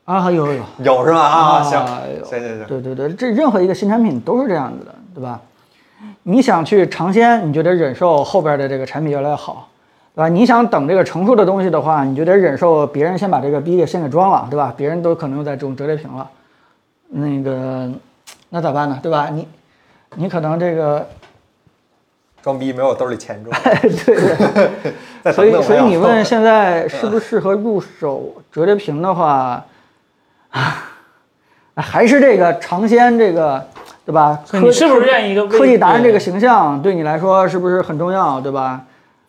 S6: 啊，有有有，
S1: 有是吧？啊，行
S6: 哎
S1: 行
S6: 呦
S1: 行行，
S6: 对对对，这任何一个新产品都是这样子的，对吧？你想去尝鲜，你就得忍受后边的这个产品越来越好，对吧？你想等这个成熟的东西的话，你就得忍受别人先把这个逼给先给装了，对吧？别人都可能在用折叠屏了，那个那咋办呢？对吧？你你可能这个
S1: 装逼没有兜里钱重，
S6: 对对，
S1: 再
S6: 所
S1: 等等
S6: 以
S1: 我
S6: 所以
S1: 要
S6: 你问现在适不适合入手折叠屏的话， 啊，还是这个尝鲜这个，对吧？
S2: 所
S6: 科
S2: 以你是不是愿意一个
S6: 科技达人这个
S2: 对
S6: 形象对你来说是不是很重要，对吧？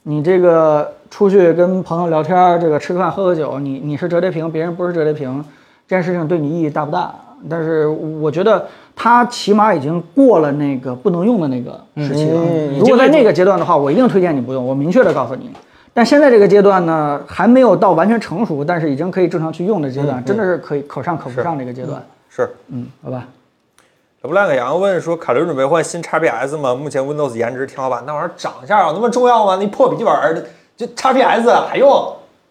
S6: 你这个出去跟朋友聊天儿，这个吃个饭喝个酒，你你是折叠屏，别人不是折叠屏，这件事情对你意义大不大？但是我觉得它起码已经过了那个不能用的那个时期了。如果在那个阶段的话，我一定推荐你不用，我明确的告诉你。但现在这个阶段呢，还没有到完全成熟，但是已经可以正常去用的阶段，真的是可以可上可不上这个阶段。
S1: 是是。
S6: 嗯，好吧。
S1: 不烂个羊问说，凯伦准备换新 XPS 吗？目前 Windows 颜值挺好吧？那玩意儿长相有那么重要吗？那破笔记本儿就 XPS 还用？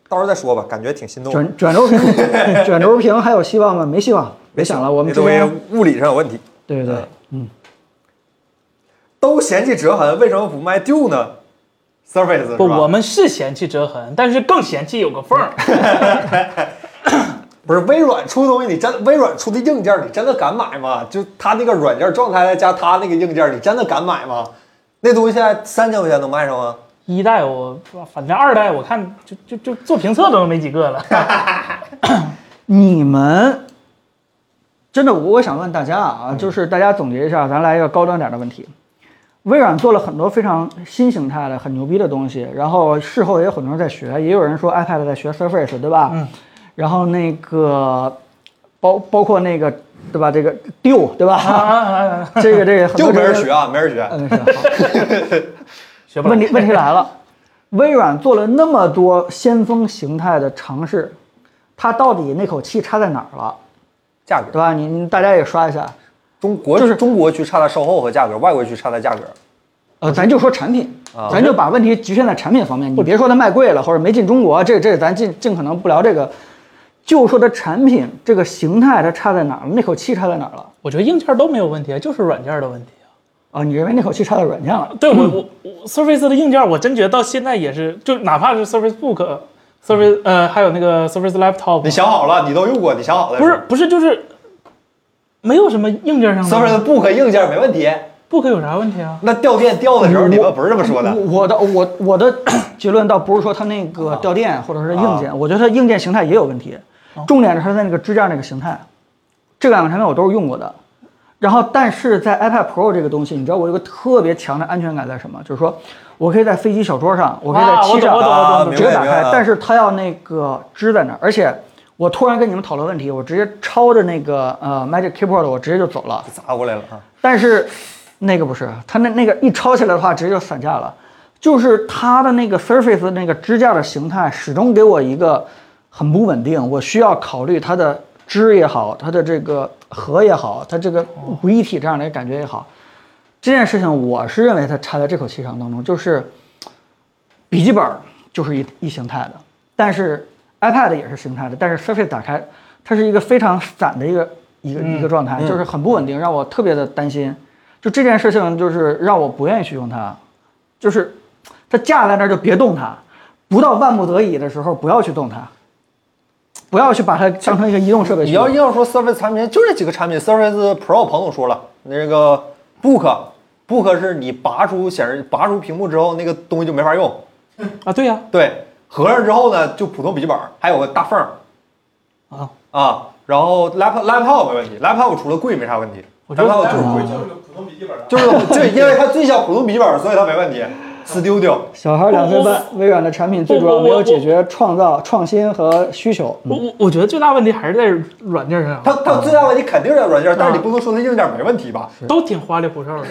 S1: 到时候再说吧，感觉挺心动的。
S6: 卷卷轴屏， 卷轴屏还有希望吗？没希望，别想了，我们
S1: 这
S6: 之
S1: 东西
S6: 间
S1: 物理上有问题。
S6: 对对对
S1: 嗯，都嫌弃折痕，为什么不卖 Duo 呢？Surface 是吧
S2: 不，我们是嫌弃折痕，但是更嫌弃有个缝 儿。
S1: 不是微软出东西，你真微软出的硬件，你真的敢买吗？就它那个软件状态再加它那个硬件，你真的敢买吗？那东西现在三千块钱能卖上吗？
S2: 一代我反正二代我看就就就做评测都没几个 了。
S6: 你们真的，我我想问大家啊，就是大家总结一下，咱来一个高端点的问题。微软做了很多非常新形态的、很牛逼的东西，然后事后也有很多人在学，也有人说 iPad 在学 Surface，对吧？嗯。然后那个包包括那个对吧？这个 Duo 对
S2: 啊
S6: 吧？
S2: 啊啊啊！
S6: 这个这个很
S1: 就
S6: 多
S1: 没人
S6: 这个
S1: 学啊，没人学。
S6: 嗯，是好
S2: 学不
S6: 问
S2: 来。
S6: 题问题来了，微软做了那么多先锋形态的尝试，它到底那口气差在哪儿了，
S1: 价
S6: 对
S1: 格，
S6: 吧？你你大家也刷一下，
S1: 中国
S6: 就是
S1: 中国区差在售后和价格，外国区差在价格。
S6: 呃，咱就说产品
S1: 啊，
S6: 咱就把问题局限在产品方面，你别说它卖贵了或者没进中国，这这咱尽尽可能不聊这个，就说它产品这个形态它差在哪儿了，那口气差在哪儿了？
S2: 我觉得硬件都没有问题，就是软件的问题啊。
S6: 啊，你认为那口气差在软件了？
S2: 对
S1: 嗯
S2: 我我我 Surface 的硬件，我真觉得到现在也是，就哪怕是 Surface Book、Surface
S1: 嗯
S2: 呃，还有那个 Surface Laptop，啊
S1: 你想好了，你都用过，你想好了。
S2: 不是不是就是没有什么硬件上的
S1: ，Surface Book 硬件没问题，
S2: Book 有啥问题啊？
S1: 那掉电掉的时候你们不是这么说的。
S6: 我我的我我的结论倒不是说它那个
S2: 啊
S6: 掉电或者是硬件，我觉得它硬件形态也有问题，
S2: 啊
S6: 重点是它在那个支架那个形态，这两个产品我都是用过的。然后，但是在 iPad Pro 这个东西，你知道我有个特别强的安全感在什么？就是说我可以在飞机小桌上，我可以在
S2: 啊
S6: 七上
S2: 我懂我懂我懂
S1: 啊
S2: 我懂
S1: 明
S6: 直接
S1: 白
S6: 打
S1: 明白
S6: 开
S1: 啊，
S6: 但是它要那个支在那儿，而且我突然跟你们讨论问题，我直接抄着那个呃 Magic Keyboard，我直接就走了。
S1: 砸过来了啊！
S6: 但是那个不是，它那那个一抄起来的话，直接就散架了。就是它的那个 Surface 的那个支架的形态，始终给我一个很不稳定，我需要考虑它的支也好，它的这个核也好，它这个不一体这样的感觉也好，这件事情我是认为它插在这口气上当中，就是笔记本儿就是一一形态的，但是 iPad 也是形态的，但是 Surface 打开，它是一个非常散的一个一个、
S1: 嗯
S6: 一个状态，就是很不稳定，让我特别的担心。就这件事情，就是让我不愿意去用它，就是它架在那儿就别动它，不到万不得已的时候不要去动它，不要去把它当成一个移动设备去
S1: 你
S6: 用。
S1: 要要说 Surface 产品，就这几个产品，Surface Pro 彭总说了，那个 Book Book 是你拔出显示拔出屏幕之后，那个东西就没法用。
S2: 啊，对呀、
S1: 对，合上之后呢，就普通笔记本儿还有个大缝儿
S2: 啊
S1: 啊，然后 laptop laptop 没问题，laptop 除了贵没啥问题
S2: 我觉得嗯
S1: ，laptop 就是贵
S5: 就，是个普通笔记本啊。
S1: 就是就是因为它最像普通笔记本儿，所以它没问题。Studio
S6: 小孩两岁半，微软的产品最主要没有解决创造、创新和需求。嗯
S2: 我我我觉得最大问题还是在软件上，
S1: 嗯它它最大问题肯定是软件，但是你不能说它硬件没问题吧？
S2: 都挺花里 胡哨的。
S5: 设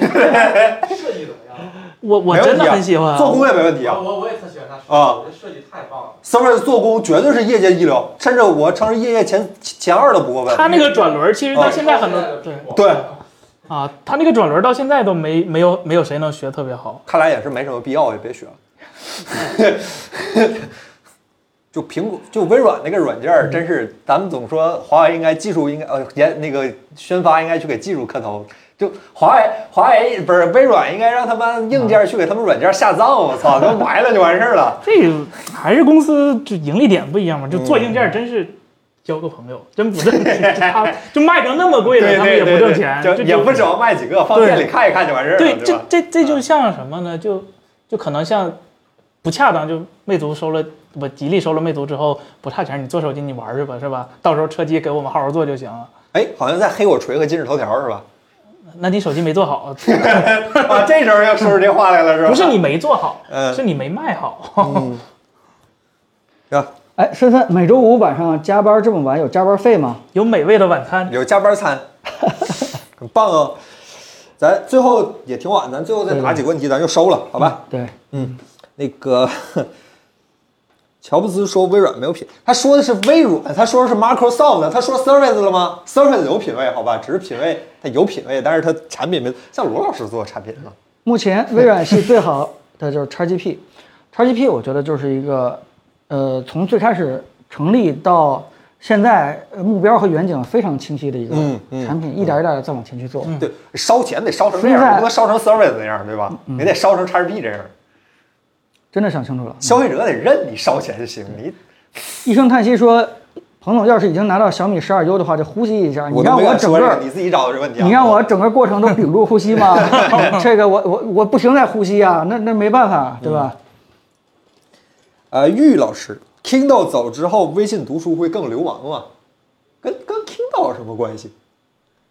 S5: 计怎么样？
S2: 我我
S1: 没问
S2: 真
S1: 题
S2: 的
S1: 啊
S2: 很喜欢啊
S1: 做工也没问题啊。
S5: 我我也特喜欢他设计，
S1: 啊
S5: 我觉得设计太棒了。
S1: Surface 做工绝对是业界一流，甚至我称是业界前前二都不过
S2: 它
S1: 问。
S2: 那个转轮，其实到现在很多
S5: 的
S2: 对
S5: 苹果
S1: 对，
S2: 啊，它那个转轮到现在都没没有没有谁能学特别好。
S1: 看来也是没什么必要，也别学了。 就苹果，就微软那个软件儿，真是咱们总说华为应该技术应该呃研那个宣发应该去给技术磕头，就华为华为不是微软应该让他们硬件去给他们软件下葬，我操，都埋了就完事儿了。
S2: 这个还是公司就盈利点不一样嘛，就做硬
S1: 嗯
S2: 件真是交个朋友，真不挣 钱，他就卖成那么贵了，
S1: 对
S2: 他们也
S1: 对
S2: 不
S1: 对
S2: 挣
S1: 对，
S2: 钱，
S1: 就
S2: 这
S1: 也不指望卖几个，放店里
S2: 对
S1: 看一看就完事儿了，
S2: 对，
S1: 对
S2: 这
S1: 吧？嗯
S2: 这这就像什么呢？就就可能像不恰当，就魅族收了不吉利收了魅族之后不差钱，你做手机你玩去吧，是吧？到时候车机给我们好好做就行了。
S1: 哎，好像在黑我锤和今日头条是吧？
S2: 那你手机没做好，
S1: 啊，这时候又说出这话来了是吧？
S2: 不是你没做好，
S1: 嗯
S2: 是你没卖好。
S1: 啊，
S6: 哎，森森，每周五晚上加班这么晚，有加班费吗？
S2: 有美味的晚餐，
S1: 有加班餐，很棒哦。咱最后也挺晚，
S2: 嗯
S1: 咱最后再答几个问题，咱就收了，好吧？
S6: 对，
S1: 那个乔布斯说微软没有品，他说的是微软，他说的是 Microsoft，他说 Surface 了吗？Surface 有品位，好吧，只是品位它有品位，但是它产品没像罗老师做产品嘛。
S6: 目前微软系最好的就是 XGP，XGP 我觉得就是一个，呃，从最开始成立到现在，呃目标和远景非常清晰的一个
S1: 嗯嗯
S6: 产品，一点一点的再往前去做。
S1: 对，烧钱得烧成这
S6: 现
S1: 样，
S6: 在
S1: 你不能烧成 Surface 那样，对吧？
S6: 嗯
S1: 你得烧成 XGP 这样，
S6: 真的想清楚了。
S1: 消费者得认你烧钱行，你
S6: 一声叹息说：“彭总，要是已经拿到小米十二 U 的话，就呼吸一下。你
S1: 都
S6: 让
S1: 没
S6: 我
S1: 敢
S6: 整
S1: 说这
S6: 个
S1: 个，你自己找的这问题啊。
S6: 你让我整个过程都屏住呼吸 吗？哦这个我我我不停在呼吸啊，那那没办法，对吧？
S1: 嗯呃，玉老师，Kindle 走之后，微信读书会更流氓吗？跟跟 Kindle 有什么关系？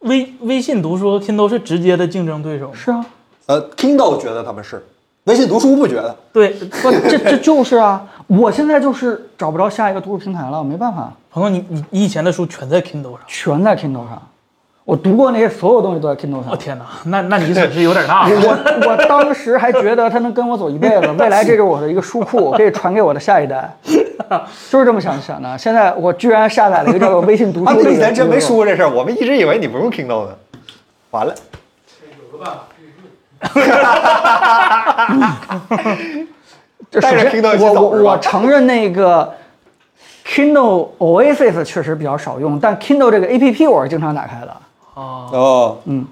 S2: 微微信读书和 Kindle 是直接的竞争对手吗，
S6: 是啊，
S1: 呃，Kindle 觉得他们是，微信读书不觉得。
S2: 对，
S6: 不，这这就是啊，我现在就是找不着下一个读书平台了，没办法，
S2: 朋友，你你你以前的书全在 Kindle 上。
S6: 全在 Kindle 上。我读过那些所有东西都在 Kindle
S2: 我、
S6: 上。
S2: 哦天哪，那那你损失有点大 了。
S6: 我我当时还觉得它能跟我走一辈子，未来这就是我的一个书库， 我可以传给我的下一代，就是这么想想的。现在我居然下载了一个叫做微信读
S1: 啊，
S6: 书的
S1: 对，
S6: 一
S1: 以
S6: 个
S1: 前真没说
S6: 功
S1: 过这事儿，我们一直以为你不用 Kindle 呢。完了，
S5: 有个办法预热。
S6: 能。
S1: 带着
S6: 首先
S1: Kindle 一起
S6: 我
S1: 走是吧
S6: 我我承认那个 Kindle Oasis 确实比较少用，但 Kindle 这个 APP 我是经常打开的。
S2: 啊，
S1: 哦，
S6: 嗯，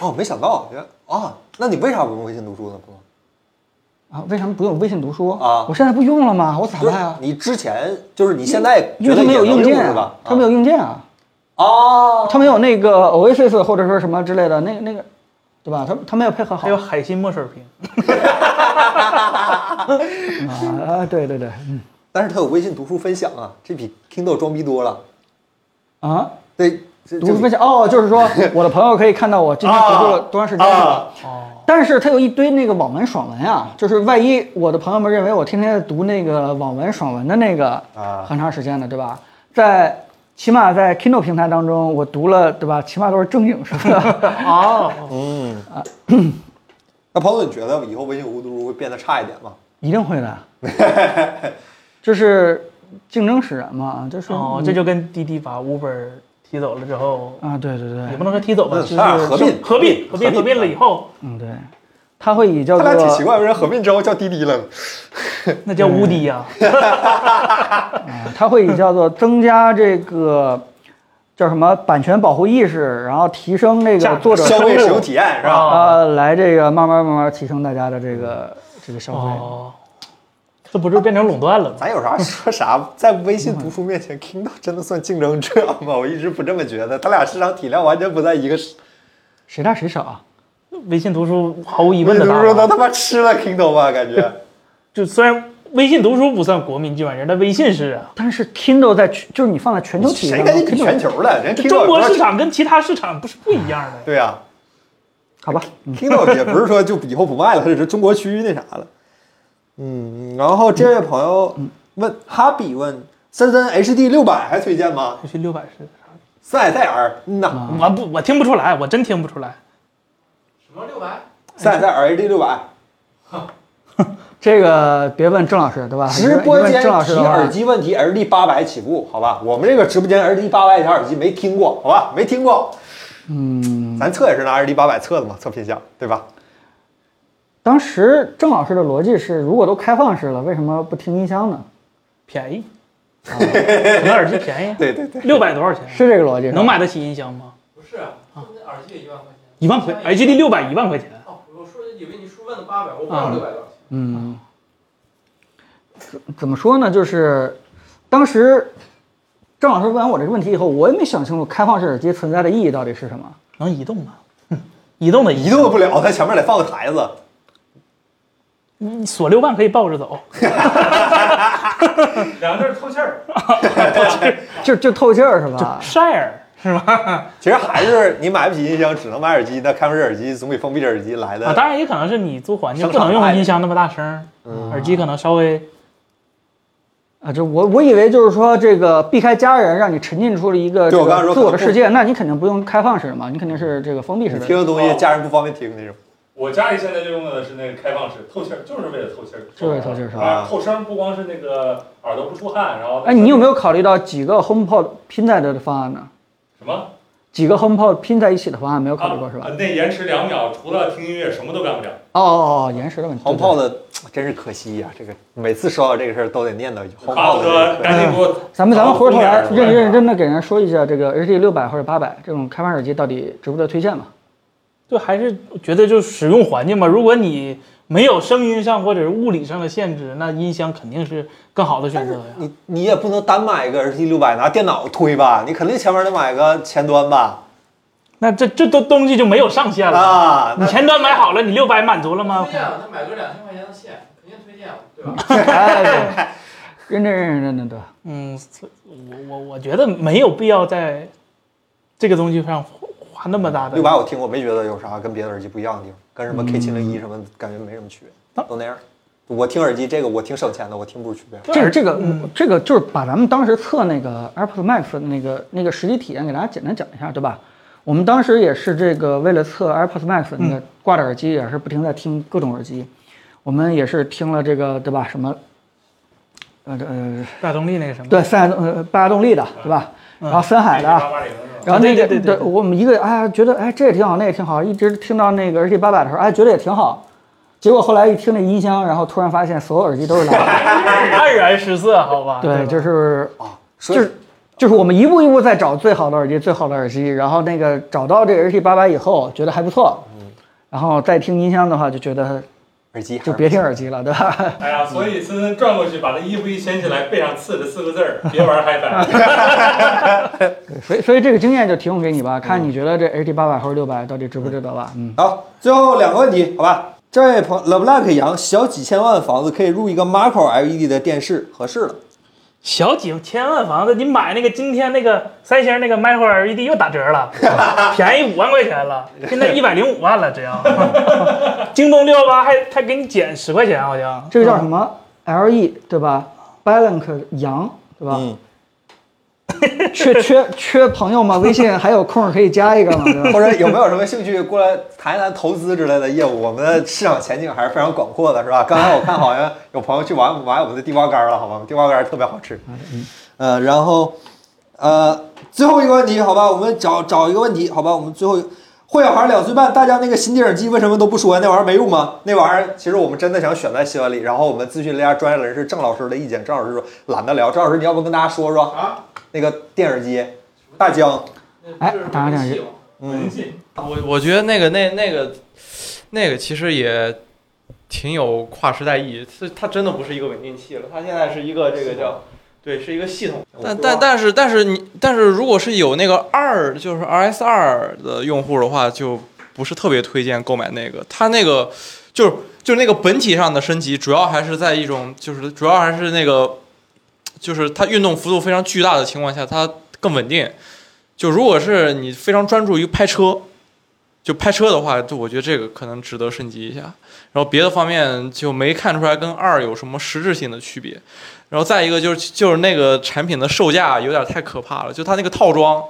S1: 哦，没想到，原啊，那你为啥不用微信读书呢？不，
S6: 啊，为什么不用微信读书
S1: 啊
S6: 我现在不用了吗？我咋办啊？
S1: 你之前就是你现在
S6: 因为它没有硬件
S1: 是
S6: 啊
S1: 吧，？
S6: 它没有硬件啊，
S1: 哦，
S6: 它没有那个 Oasis 或者说什么之类的，那那个，对吧？它它没有配合好
S1: 哎
S2: 还。有海信墨水屏，
S6: 啊，对对对，嗯
S1: 但是它有微信读书分享啊，这比 Kindle 装逼多了。
S6: 啊，
S1: 对，这
S6: 读书分享哦，就是说我的朋友可以看到我今天读书了多长时间，
S1: 啊
S6: 但是它有一堆那个网文爽文啊，就是万一我的朋友们认为我天天在读那个网文爽文的那个
S1: 啊
S6: 很长时间的，对吧？在起码在 Kindle 平台当中，我读了，对吧？起码都是正经书的。
S2: 哦，
S1: 那彭总，你觉得以后微信读书会变得差一点吗？
S6: 一定 会的，就是竞争使然嘛，就是嗯
S2: 哦，这就跟滴滴把 Uber 踢走了之后，
S6: 啊，对对对
S2: 也，不能说踢走吧，
S1: 嗯
S2: 就是
S1: 啊合并
S2: 合并合
S1: 合并啊
S2: 并合并了以后，
S6: 嗯对，它会以叫
S1: 他
S6: 做
S1: 俩挺奇怪，为啥合并之后叫滴滴了？
S2: 那叫无敌呀。
S6: 它会以叫做增加这个叫什么版权保护意识，然后提升这
S2: 价
S6: 个
S2: 格
S6: 作者
S1: 消费
S6: 生
S1: 使
S6: 物
S1: 用体验是吧？
S2: 啊
S6: 呃，来这个慢慢慢慢提升大家的这个这个消费。
S2: 哦，这不就变成垄断了吗？
S1: 咱有啥说啥，在微信读书面前，Kindle 真的算竞争者吗？我一直不这么觉得，他俩市场体量完全不在一个。
S6: 谁大谁小啊？
S2: 微信读书毫无疑
S1: 你
S2: 问
S1: 们
S2: 的
S1: 读书
S2: 大
S1: 都
S2: 吧，
S1: 他妈吃了 Kindle 吧？感觉
S2: 就虽然微信读书不算国民机软件，但微信是啊。
S6: 但是 Kindle 在全就是你放在全球体系
S1: 谁
S6: 当
S1: 跟
S6: 中
S1: 你比全
S6: ，Kindle
S1: 球的？人家 Kindle
S2: 中国
S1: 也不
S2: 市
S1: 知道
S2: 场跟其他市场不是不一样的。
S1: 对啊呀、
S6: 好吧？
S1: k i n d l e 也不是说就以后不卖了，它只是中国区那啥了。嗯，然后这位朋友问哈比问森森 HD 六百还推荐吗？
S2: 必须六百是
S1: 森海塞尔，嗯
S6: 啊
S1: 呐，
S2: 我不我听不出来，我真听不出来。
S5: 什么六百？
S1: 森海塞尔 HD 六
S6: 哎
S1: 百
S6: 这个别问郑老师对吧？
S1: 直播
S6: 你
S1: 间
S6: 问郑老师
S1: 提
S6: 的话
S1: 耳机问题，LD 八百起步，好吧？我们这个直播间 LD 八百这条耳机没听过，好吧？没听过。嗯，咱测也是拿 LD 八百测的嘛，测偏向，对吧？
S6: 当时郑老师的逻辑是，如果都开放式了，为什么不听音箱呢？
S2: 便宜，啊可能耳机便宜，
S1: 对 对对，
S2: 六百多少钱？
S6: 是这个逻辑，
S2: 能？买得起音箱吗？
S5: 不是啊，那耳机也一万块钱。
S2: 一万块，HD 六百一万块钱，
S5: 哦，我说以为你叔问的八百，我不知道六百多少钱。
S6: 嗯，怎怎么说呢？就是当时郑老师问完我这个问题以后，我也没想清楚开放式耳机存在的意义到底是什么。
S2: 能移动吗？移动的
S1: 移动不了，它前面得放个台子。
S2: 你锁六万可以抱着走，
S3: 两个字儿透气儿。
S6: 就就透气儿是吧？
S2: 晒耳是吧？
S1: 其实还是你买不起音箱，只能买耳机，那开放式耳机总比封闭式耳机来的
S2: 啊，当然也可能是你租环境
S1: 生
S2: 不
S1: 产
S2: 能用
S1: 卖
S2: 音箱那么大声，耳机可能稍微
S6: 啊，这我我以为就是说这个避开家人，让你沉浸出了一个
S1: 对
S6: 这
S1: 我刚才
S6: 个
S1: 说
S6: 自我
S1: 可
S6: 的
S1: 能不
S6: 世界，那你肯定不用开放式的嘛，你肯定是这个封闭式哦
S1: 你
S6: 的。
S1: 听的东西家人不方便听那种。
S3: 我家里现在就用的是那个开放式，透气儿，就是为了透气儿，
S6: 就是为了透气儿是吧
S3: 啊透声不光是那个耳朵不出汗，然后
S6: 哎，你有没有考虑到几个 HomePod 拼在这的方案呢？
S3: 什么
S6: 几个 HomePod 拼在一起的方案没有
S3: 都
S6: 考虑过是
S1: 啊
S6: 吧？
S3: 啊那延迟两秒，除了听音乐什么都干不了。
S6: 哦哦哦，延时的问题。对对
S1: HomePod 真是可惜呀、这个每次说到这个事儿都得念叨一句
S3: 巴
S1: HomePod
S3: 不得赶紧给我
S6: 嗯咱们咱们回过头来
S1: 啊
S3: 好
S6: 认认认真的给人说一下，这个 HD 六百或者八百这种开发手机到底值不值得推荐嘛？
S2: 就还是觉得就是使用环境嘛，如果你没有声音上或者是物理上的限制，那音箱肯定是更好的选择呀。
S1: 你你也不能单买一个 RT 六百拿电脑推吧，你肯定前面得买个前端吧？
S2: 那这这都东西就没有上限了。
S1: 啊，
S2: 你
S1: 那
S2: 前端买好了，你六百满足了吗
S1: 啊
S5: 推？荐了，他买个两千块钱的线，肯定推荐了，对吧？
S6: 哎，对认真认真认真对。
S2: 嗯，我我我觉得没有必要在这个东西上花花那么大的
S1: 六百我听过没觉得有啥跟别的耳机不一样的地方，跟什么 K 七零一什么感觉没什么区别，都那样。我听耳机这个我挺省钱的，我听不出区别。
S6: 这个这个这个就是把咱们当时测那个 AirPods Max 的那个那个实际体验给大家简单讲一下，对吧？我们当时也是这个为了测 AirPods Max 那个挂着耳机也是不停在听各种耳机，我们也是听了这个对吧？什么呃呃
S2: 大动力那个什么。
S6: 对三呃八大动力的对吧？然后森海的，
S3: 八八
S1: 啊
S3: 零是吧？
S6: 然后那个
S2: 对对对对
S6: 我们一个哎觉得哎这也挺好，那也挺好，一直听到那个 RT 八百的时候，哎觉得也挺好，结果后来一听那音箱，然后突然发现所有耳机都是蓝牙 的。
S2: 黯然失色，好吧？
S6: 对，就是是
S1: 啊
S6: 就
S1: 所以
S6: 是就是我们一步一步在找最好的耳机，最好的耳机，然后那个找到这 RT 八百以后，觉得还不错，
S1: 嗯
S6: 然后再听音箱的话，就觉得
S1: 耳机还是
S6: 就别听耳机了，对吧？
S3: 哎呀，所以森森转过去把那衣服一掀起来，背上刺着四个字儿：别玩 嗨翻。
S6: 所以所以这个经验就提供给你吧，看
S1: 嗯
S6: 你觉得这 RT 八百或者六百到底值不值得吧？嗯，
S1: 好，最后两个问题，好吧？这位朋 LeBlanc 杨，小几千万的房子可以入一个 Macro LED 的电视，合适了。
S2: 小几千万房子，你买那个今天那个三星那个 Micro LED E 又打折 了，便宜五万块钱了，现在一百零五万了，只要。 京东六幺八还还给你减十块钱，好像。
S6: 这个
S1: 啊
S6: 叫什么 LE 对吧？Balance 阳对吧？
S1: 嗯，
S6: 缺缺缺朋友吗？微信还有空可以加一个吗？对吧
S1: 或者有没有什么兴趣过来谈一谈投资之类的业务？我们的市场前景还是非常广阔的，是吧？刚才我看好像有朋友去玩买我们的地瓜干了，好吧？地瓜干特别好吃。
S4: 嗯
S1: 呃，然后呃，最后一个问题，好吧，我们找找一个问题，好吧，我们最后。霍小孩两岁半，大家那个新电影机为什么都不说？那玩意儿没用吗？那玩意儿其实我们真的想选在新闻里，然后我们咨询了一下专业人士郑老师的意见，郑老师说懒得聊。郑老师，你要不跟大家说说
S5: 啊，
S1: 那个电影机？大疆，
S5: 那不就是
S6: 哎打个
S5: 游
S6: 电
S5: 戏
S6: 视
S5: 吗？
S1: 嗯，
S4: 我我觉得那个那那个那个其实也挺有跨时代意义，它它真的不是一个稳定器了，它现在是一个这个叫对，是一个系统。但但但是但是你但是如果是有那个二就是 RS 二的用户的话，就不是特别推荐购买那个，它那个就是就是那个本体上的升级，主要还是在一种就是主要还是那个就是它运动幅度非常巨大的情况下，它更稳定。就如果是你非常专注于拍车，就拍车的话，就我觉得这个可能值得升级一下。然后别的方面就没看出来跟二有什么实质性的区别。然后再一个就是就是那个产品的售价有点太可怕了，就它那个套装，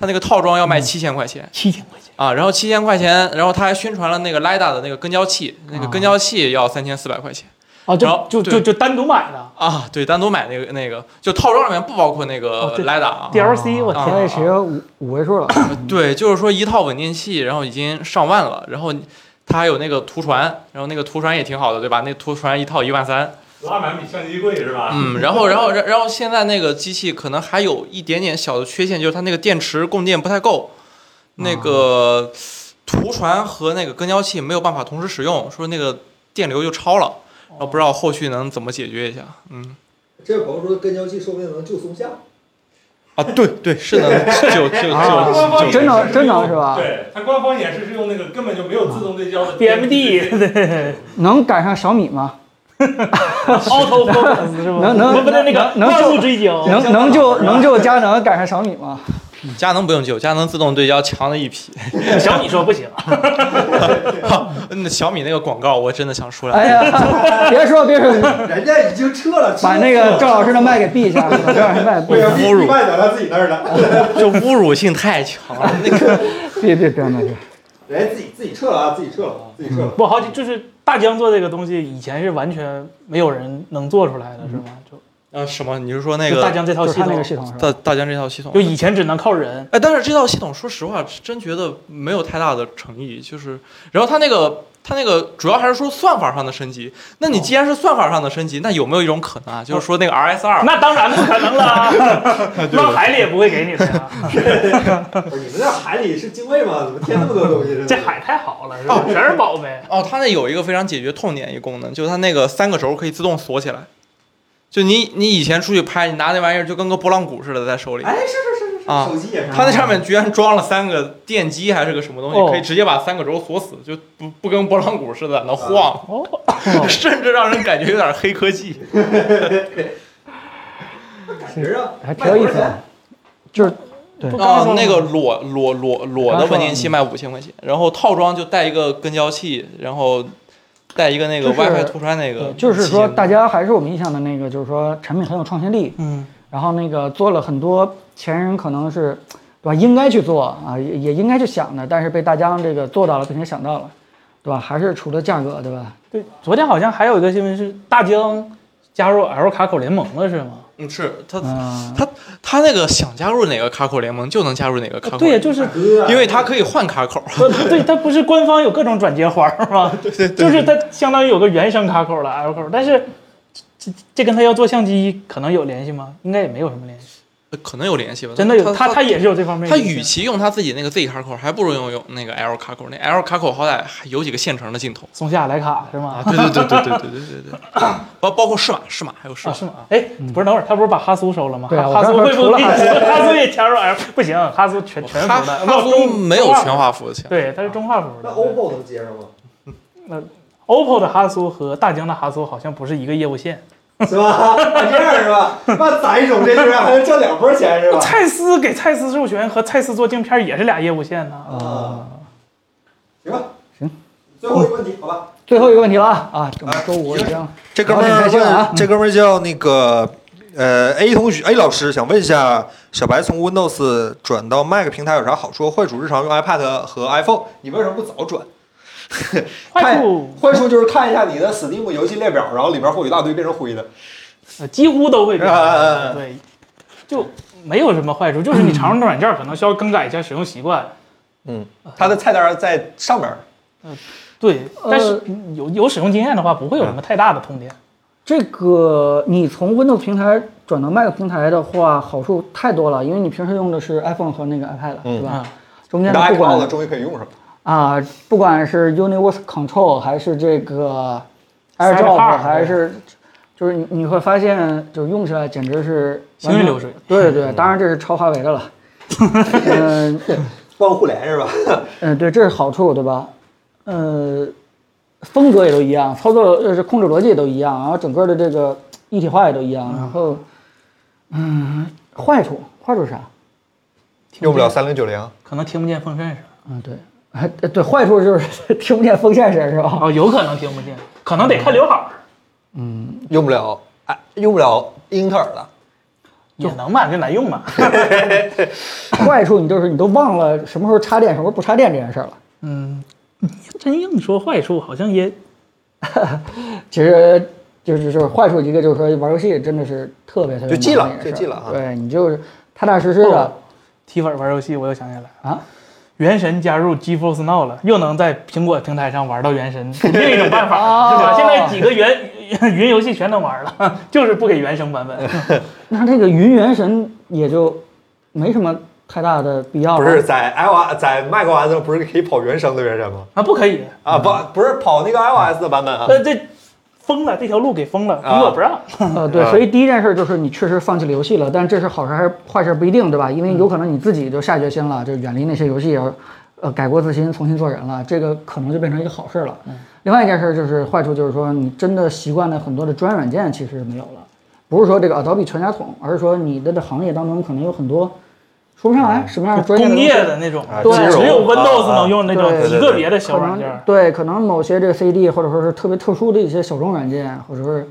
S4: 它那个套装要
S2: 嗯
S4: 卖七千块钱。
S2: 七千块钱。
S4: 啊，然后七千块钱，然后他还宣传了那个 LiDA 的那个跟焦器，那个
S6: 啊
S4: 跟焦器要三千四百块钱
S2: 哦，
S4: 然
S2: 就
S4: 后
S2: 就
S4: 对
S2: 就就单独买的
S4: 啊，对，单独买那个那个，就套装里面不包括那
S2: 哦
S4: 个
S2: 对
S4: LiDA 啊，
S2: DLC，我
S4: 啊
S6: 现
S2: 天，
S6: 在只有五五位数了，
S4: 对，就是说一套稳定器，然后已经上万了，然后它还有那个图传，然后那个图传也挺好的，对吧？那图传一套一万三，
S3: 拉满比相机贵是吧？
S4: 嗯，然后然后然然后现在那个机器可能还有一点点小的缺陷，就是它那个电池供电不太够，那个图传和那个跟焦器没有办法同时使用，说那个电流就超了，然后不知道后续能怎么解决一下，嗯。
S1: 这位朋友说跟焦器说不定能救松下。
S4: 啊，对对，是的，就就就
S6: 啊
S4: 就
S6: 真的真的
S3: 的
S6: 是吧啊
S3: 对，它官方演示是用那个根本就没有自动对焦的
S2: BMD
S6: 能赶上小米吗？
S2: Auto Focus 是吧？
S6: 啊能能
S2: 不不对，那个
S6: 能能
S2: 万物追焦，
S1: 哦
S6: 能能救能救佳能赶上小米吗？
S4: 佳能不用救，佳能自动对焦强了一匹。
S2: 小米说不行，
S4: 那小米那个广告，我真的想出来。
S6: 哎 呀，别说别说，
S1: 人家已经撤了，啊
S6: 把那个郑老师的麦给闭 一下，把郑老师麦闭一下，
S4: 侮辱
S1: 卖到他自己那儿了。
S4: 这侮辱性太强了。那个
S6: 别别别别别，
S1: 人家自己自己撤了啊，自己撤了，自己撤了。
S2: 不好几就是大疆做这个东西以前是完全没有人能做出来的，是吗？就
S4: 啊，什么？你是说那
S2: 就
S4: 个
S2: 大疆这套
S6: 就是
S2: 系
S6: 他那个
S2: 统，
S6: 系统是吧？
S4: 大大疆这套系统
S2: 就？以前只能靠人，
S4: 哎，但是这套系统，说实话，真觉得没有太大的诚意。就是，然后它那个它那个主要还是说算法上的升级。那
S2: 哦
S4: 你既然是算法上的升级，那有没有一种可能啊？就是说那个 RSR，
S2: 那当然不可能了啊，扔海里也不会给你的啊呀。
S1: 不是你们那海里是精卫吗？怎么添那么多东西？真的
S2: 这海太好了，是吧？全是宝贝。
S4: 哦，它那有一个非常解决痛点一个功能，就是它那个三个轴可以自动锁起来。就你你以前出去拍，你拿那玩意儿就跟个拨浪鼓似的在手里。
S1: 哎，是是是是是，
S4: 啊
S1: 手机也是。
S4: 它那上面居然装了三个电机还是个什么东
S2: 哦
S4: 西，可以直接把三个轴锁死，就不不跟拨浪鼓似的能晃，
S2: 哦，
S4: 甚至让人感觉有点黑科技。
S1: 感觉上
S6: 还挺有意思的
S1: 卖，
S6: 就是
S2: 不刚
S4: 啊
S2: 说，
S4: 那个裸裸裸裸的稳定器卖五千块钱，然后套装就带一个跟焦器，然后带一个那个
S6: 就是
S4: WiFi 图传那个
S6: 对，
S4: 器件，
S6: 就是说大家还是我们印象的那个，就是说产品很有创新力，
S2: 嗯，
S6: 然后那个做了很多前人可能是，对吧？应该去做啊，也也应该去想的，但是被大疆这个做到了，并且想到了，对吧？还是除了价格，对吧？
S2: 对，昨天好像还有一个新闻是大疆加入 L 卡口联盟了，是吗？
S4: 嗯是它
S6: 嗯，
S4: 它那个想加入哪个卡口联盟就能加入哪个卡口，
S2: 对呀，，啊就是
S1: 哥，
S4: 因为它可以换卡口，
S2: 对，它不是官方有各种转接环儿吗？对对就是它相当于有个原生卡口了 L 口，但是这这这跟它要做相机可能有联系吗？应该也没有什么联系。
S4: 呃可能有联系吧。
S2: 真的有，
S4: 它
S2: 它它也是有这方面
S4: 它
S2: 的联系。
S4: 与其用它自己那个 Z 卡口，还不如用用那个 L 卡口，那 L 卡口好歹还有几个现成的镜头。
S2: 松下徕卡是吗？
S4: 对对对对对对对对 对，包包括适马适马还有适
S2: 啊，
S4: 马
S2: 是吗？哎，不是，等会儿他不是把哈苏收了吗？
S6: 对啊
S2: 哈
S6: 我
S2: 哈
S6: 刚
S2: 苏
S6: 说
S2: 会不
S6: 除
S2: 会
S6: 了哈苏
S2: 哈苏也加入 L？不行，哈苏全全服
S4: 哈
S2: 的，
S4: 哈苏没有全
S2: 服，
S4: 画幅的钱，
S2: 对，它是中画幅
S1: 那
S2: 的。对
S1: OPPO 能接上吗？
S2: OPPO 的哈苏和大疆的哈苏好像不是一个业务线。
S1: 是吧？这样是吧？那攒一手这事儿还能挣两波钱是吧？
S2: 蔡司给蔡司授权和蔡司做镜片也是俩业务线呢。
S1: 啊，行吧，
S6: 行，
S1: 最后一个问题，好吧？
S6: 最后一个问题了啊啊，我们周五已经
S1: 这哥们
S6: 好
S1: 儿
S6: 挺开心的啊
S1: 问，这哥们儿叫那个呃 A 同学 A 老师，想问一下，小白从 Windows 转到 Mac 平台有啥好处？坏处日常用 iPad 和 iPhone，你为什么不早转？
S2: 坏
S1: 看
S2: 处
S1: 坏处就是看一下你的 Steam 游戏列表，然后里边会有一大堆变成灰的。
S2: 呃几乎都会变
S1: 啊啊啊啊，
S2: 对，就没有什么坏处，就是你常用的软件可能需要更改一下使用习惯。
S1: 嗯，它的菜单在上面。
S2: 对，
S6: 呃
S2: 但是有有使用经验的话，不会有什么太大的痛点。
S6: 这个你从 Windows 平台转到 Mac 平台的话，好处太多了，因为你平时用的是 iPhone 和那个 iPad，对吧？
S2: 啊，
S6: 中
S1: 你
S6: 间
S1: 的
S6: 的不
S1: iCloud
S6: 管
S1: 呢终于可以用上了。
S6: 啊，不管是 Universe Control 还是这个 AirDrop，
S2: Cyberpunk，
S6: 还是就是你你会发现，就是用起来简直是
S2: 行云流水。嗯
S6: 对对，当然这是超华为的了。嗯
S1: 万物互联 是吧？
S6: 嗯，对，这是好处，对吧？呃，风格也都一样，操作呃是控制逻辑也都一样，然后整个的这个一体化也都一样，然后嗯，坏处坏处是啥？
S1: 用不了三零九零。
S2: 可能听不见风扇声。
S6: 嗯，对，哎对，坏处就是 听不见风扇声是吧？
S2: 哦，有可能听不见，可能得看刘海儿，
S1: 用不了，哎，用不了英特尔的。
S2: 嗯也能吧，就难用吧。
S6: 坏处你就是你都忘了什么时候插电，什么时候不插电这件事儿了。
S2: 嗯，真硬说坏处，好像也
S6: 其实就是就是坏处一个就是说玩游戏真的是特别特别
S1: 就记了
S6: 麻烦的一件
S1: 就
S6: 事
S1: 记
S6: 儿
S1: 了啊
S6: 对你就是踏踏实实的
S2: 哦提粉玩游戏，我又想起来了，
S6: 啊。
S2: 原神加入 GeForce Now 了，又能在苹果平台上玩到原神， 哦另一种办法了，是吧？现在几个原 云游戏全能玩了， 就是不给原生版本。
S6: 那这个云原神也就没什么太大的必要了。
S1: 啊不是在 iOS 在 macOS 上不是可以跑原生的原神吗？
S2: 啊，不可以，
S1: 啊，不，不是跑那个 iOS 的版本啊。
S2: 呃，这封了，这条路给封了，苹果不让。
S6: 呃，对，
S1: 啊
S6: 所以第一件事就是你确实放弃了游戏了，但这是好事还是坏事不一定，对吧？因
S2: 嗯
S6: 为有可能你自己就下决心了，就远离那些游戏，而呃改过自新，重新做人了，这个可能就变成一个好事了。
S2: 嗯
S6: 另外一件事就是坏处就是说你真的习惯了很多的专业软件其实没有了，不是说这个 Adobe 全家桶，而是说你的这行业当中可能有很多说不上来什么样的专业
S2: 嗯工
S6: 东西
S2: 业的那种
S1: 啊，
S6: 金融
S2: 只有 Windows
S1: 啊啊
S2: 能用那种
S6: 对
S2: 极个别的小
S6: 可
S2: 软
S6: 能
S2: 件。
S6: 对，可能某些这个 CD 或者说是特别特殊的一些小众软件，或者说是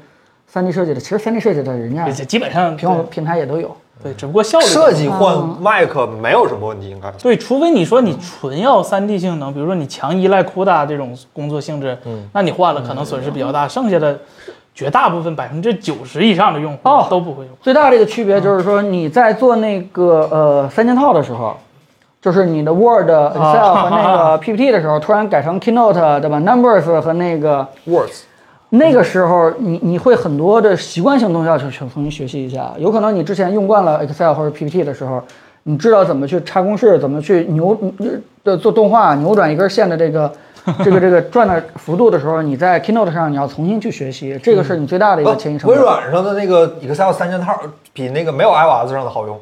S6: 3D 设计的，其实 3D 设计的人家
S2: 也基本上
S6: 平
S2: 对
S6: 平台也都有。
S2: 对，只不过效率
S1: 设计换麦克没有什么问题，应该是。
S2: 对，除非你说你纯要三 D 性能，比如说你强依赖酷大这种工作性质，
S1: 嗯
S2: 那你换了可能损失比较大。剩下的绝大部分百分之九十以上的用户
S6: 哦
S2: 都不会用。
S6: 最大的一个
S1: 嗯
S6: 区别就是说，你在做那个呃三件套的时候，就是你的 Word、Excel
S1: 啊
S6: 和那 个 PPT 的时候，突然改成 Keynote 对吧？Numbers 和那个
S1: Words
S6: 那个时候你，你会很多的习惯性东西要去重新学习一下。有可能你之前用惯了 Excel 或者 PPT 的时候，你知道怎么去插公式，怎么去扭呃做动画，扭转一根线的 这个这个这个转的幅度的时候，你在 Keynote 上你要重新去学习，这个是你最大的一个迁移成
S1: 微
S6: 本。
S1: 软上的那个 Excel 三件套比那个没有 iOS 上的好用，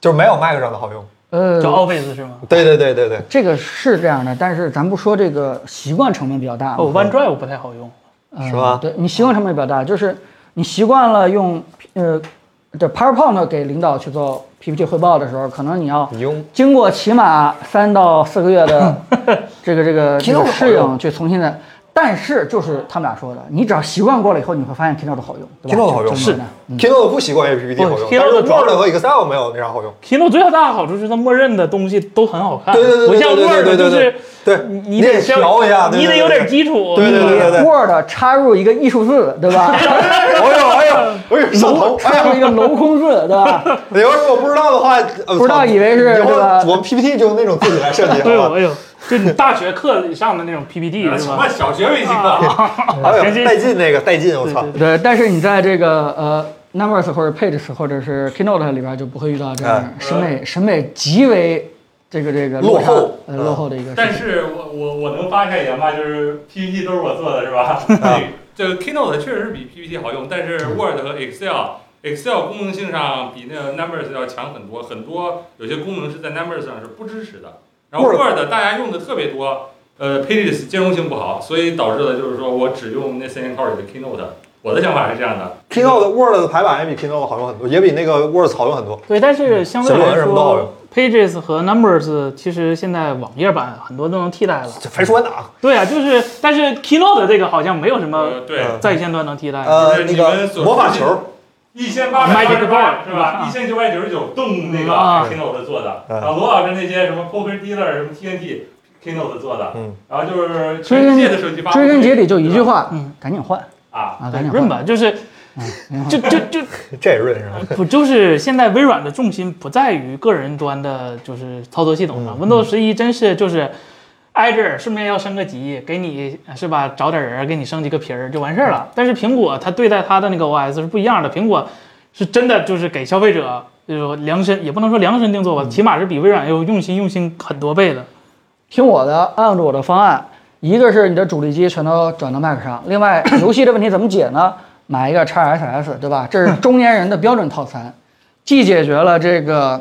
S1: 就是没有 Mac 上的好用。
S6: 呃，
S2: 叫 Office 是吗？
S1: 对对对对对，
S6: 这个是这样的，但是咱不说这个习惯成本比较大嘛
S2: 哦，OneDrive 不太好用。
S6: 嗯
S1: 是吧
S6: 对你习惯成本比较大，就是你习惯了用呃，这 PowerPoint 给领导去做 PPT 汇报的时候，可能你要
S1: 你用
S6: 经过起码三到四个 月的这个这个这
S1: Keynote
S6: 个
S1: 好
S6: 适应，
S1: 用
S6: 去重新的。但是就是他们俩说的，你只要习惯过了以后，你会发现 Keynote 好用，对吧
S1: Keynote 好用
S6: 就是这么简单
S1: Keynote 不习惯用 PPT 好用，但是
S2: Keynote 主要
S1: Word 和 Excel 没有那啥好用。
S2: Keynote 最大的好处是它默认的东西都很好看，
S1: 对对对对
S2: 不像
S1: 对对
S2: Word
S1: 对对
S2: 就是
S1: 对，
S2: 你
S1: 你
S2: 得
S1: 得
S2: 先
S1: 调一下，对
S2: 你得有点。
S1: 对对
S2: 基础。
S1: 对对对对对
S6: 你 Word 插入一个艺术字，对吧？
S1: 哎呦哎呦哎呦，上 头！
S6: 楼
S1: 哎
S6: 插
S1: 呀
S6: 入一个镂空字，对吧？
S1: 有时候我不知道的话，呃
S6: 不知道以为是
S1: 以后
S6: 是吧
S1: 我们 PPT 就用那种字体来设计，
S2: 哎
S1: 好
S2: 呦
S1: 吧？
S2: 哎呦，就你大学课里上的那种 PPT 是
S3: 啊什么
S2: 吧？
S3: 小学啊没听 过，
S1: 哎
S2: 神
S1: 呦，
S2: 经
S1: 带劲那个带劲，我操！
S6: 对，但是你在这个呃 Numbers 或者 Pages 或者是 Keynote 里边就不会遇到这样的
S1: 哎
S6: 审美审美极为这个这个
S1: 落
S6: 差
S1: 后
S6: 呃
S1: 嗯
S6: 落后的一个事
S3: 但
S6: 情。
S3: 是我我我能发一下言吧，就是 PPT 都是我做的，是吧？ 对，这个 Keynote 确实是比 PPT 好用，但是 Word 和 Excel。Excel 功能性上比那个 Numbers 要强很多，很多有些功能是在 Numbers 上是不支持的。然后
S1: Word
S3: Word 大家用的特别多，呃，Pages 兼容性不好，所以导致了就是说我只用那三件套里的 Keynote。我的想法是这样的
S1: Keynote 的 Word 的排版也比 Keynote 好用很多，也比那个 Word 好用很多。
S2: 对，但是相对来
S1: 嗯小论文什么都啊好用
S2: 说，Pages 和 Numbers 其实现在网页版很多都能替代了。
S1: 这非说哪？
S2: 对啊，就是但是 Keynote 这个好像没有什么
S3: 呃，对，
S1: 嗯
S2: 在线端能替代。
S1: 呃，
S3: 哎就是
S1: 那
S3: 你
S1: 个
S3: 们所
S1: 魔法
S3: 熟悉
S1: 球
S3: 的
S1: 儿，
S3: 一千八百八十
S2: Magic
S3: 八
S2: Ball，
S3: 是吧？一
S2: 是
S3: 千九百九十九，动那个
S2: 啊
S3: Keynote 做的，
S1: 嗯
S3: 然后罗老师那些什么 Poker Dealer 什么 TNT Keynote 做的，
S1: 嗯，
S3: 然后就是全世界的手机发布
S6: 追
S3: 会
S6: 根结底就一句话，
S2: 嗯
S6: 赶紧换
S3: 啊，
S6: 啊，赶
S2: 对
S6: 紧
S2: 润
S6: 换
S2: 吧，就是
S6: 赶紧换
S2: 就就就
S1: 这也润是
S3: 啊
S1: 吧？
S2: 不就是现在微软的重心不在于个人端的，就是操作系统上。Windows 十一真是就是挨着耳顺便要升个级，给你是吧找点人给你升级个皮儿就完事儿了。但是苹果它对待它的那个 OS 是不一样的，苹果是真的就是给消费者就是说量身，也不能说量身定做吧，起码是比微软要用心用心很多倍的。
S6: 听我的，按照我的方案，一个是你的主力机全都转到 Mac 上，另外游戏的问题怎么解呢？买一个 XSS，对吧？这是中年人的标准套餐，既解决了这个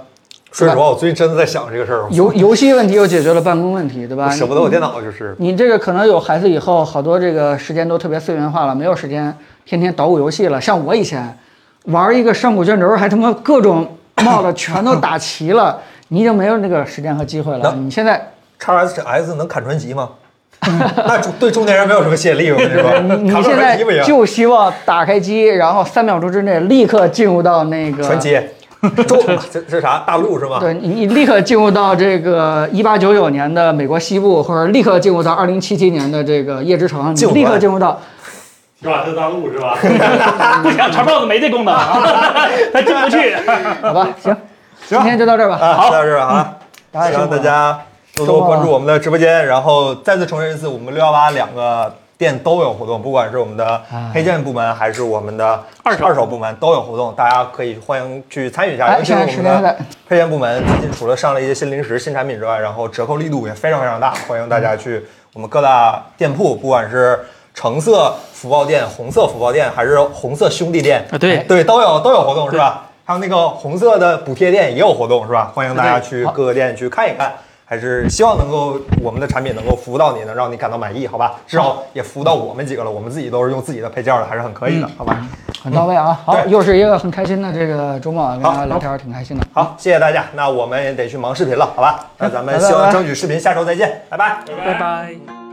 S1: 说实话，我最近真的在想这个事儿，
S6: 游游戏问题，又解决了办公问题，对吧？
S1: 我舍不得我电脑就是。
S6: 啊你这个可能有孩子以后，好多这个时间都特别碎片化了，没有时间天天捣鼓游戏了。像我以前玩一个上古卷轴，还他妈各种帽子全都打齐了， 你已经没有那个时间和机会了。
S1: 能
S6: 你现在
S1: x S S 能砍传奇吗？那中对中年人没有什么吸引力，我跟你说，
S6: 你
S1: 砍不了
S6: 现
S1: 传
S6: 在
S1: 奇不行。
S6: 就希望打开机，然后三秒钟之内立刻进入到那个
S1: 传。 奇，中这这啥大陆是吗？
S6: 对你，你立刻进入到这个一八九九年的美国西部，或者立刻进入到二零七七年的这个夜之城，你
S1: 进入
S6: 立刻
S1: 吧
S6: 进入到
S3: 提瓦特大陆是吧？
S2: 不想查帽子没这功能啊， 它进不去。
S6: 好吧？行，今天就到这儿吧。嗯
S1: 啊，就到这儿啊，
S6: 大家
S1: 希望
S6: 辛
S1: 大
S6: 苦了
S1: 家多多关注我们的直播间。然后再次重申一次，我们六幺八两个店都有活动，不管是我们的
S6: 哎
S1: 黑店部门还是我们的
S2: 二手
S1: 二手部门都有活动，大家可以欢迎去参与一下。
S6: 哎
S1: 尤其是
S6: 现在
S1: 我
S6: 时
S1: 们
S6: 间
S1: 的
S6: 在
S1: 配件部门最近除了上了一些新零食、新产品之外，然后折扣力度也非常非常大，欢迎大
S6: 嗯
S1: 家去我们各大店铺，不管是橙色福报店、红色福报店，还是红色兄弟店
S2: 啊
S6: 哎
S2: 对
S1: 对，都有都有活动是吧？还有那个红色的补贴店也有活动是吧？欢迎大家去各个店去看一看，还是希望能够我们的产品能够服务到你，能让你感到满意，好吧？至少也服务到我们几个了，我们自己都是用自己的配件的，还是很可
S6: 嗯
S1: 以的，好吧？
S6: 很到位啊。好，
S1: 嗯对
S6: 又是一个很开心的这个周末啊，跟大家
S1: 好
S6: 聊天儿挺开心的。
S1: 好，谢谢大家，那我们也得去忙视频了，好吧？那咱们
S6: 嗯拜拜
S1: 希
S6: 拜
S1: 望
S6: 拜
S1: 争取视频下周再见，拜拜。
S2: 哎拜拜。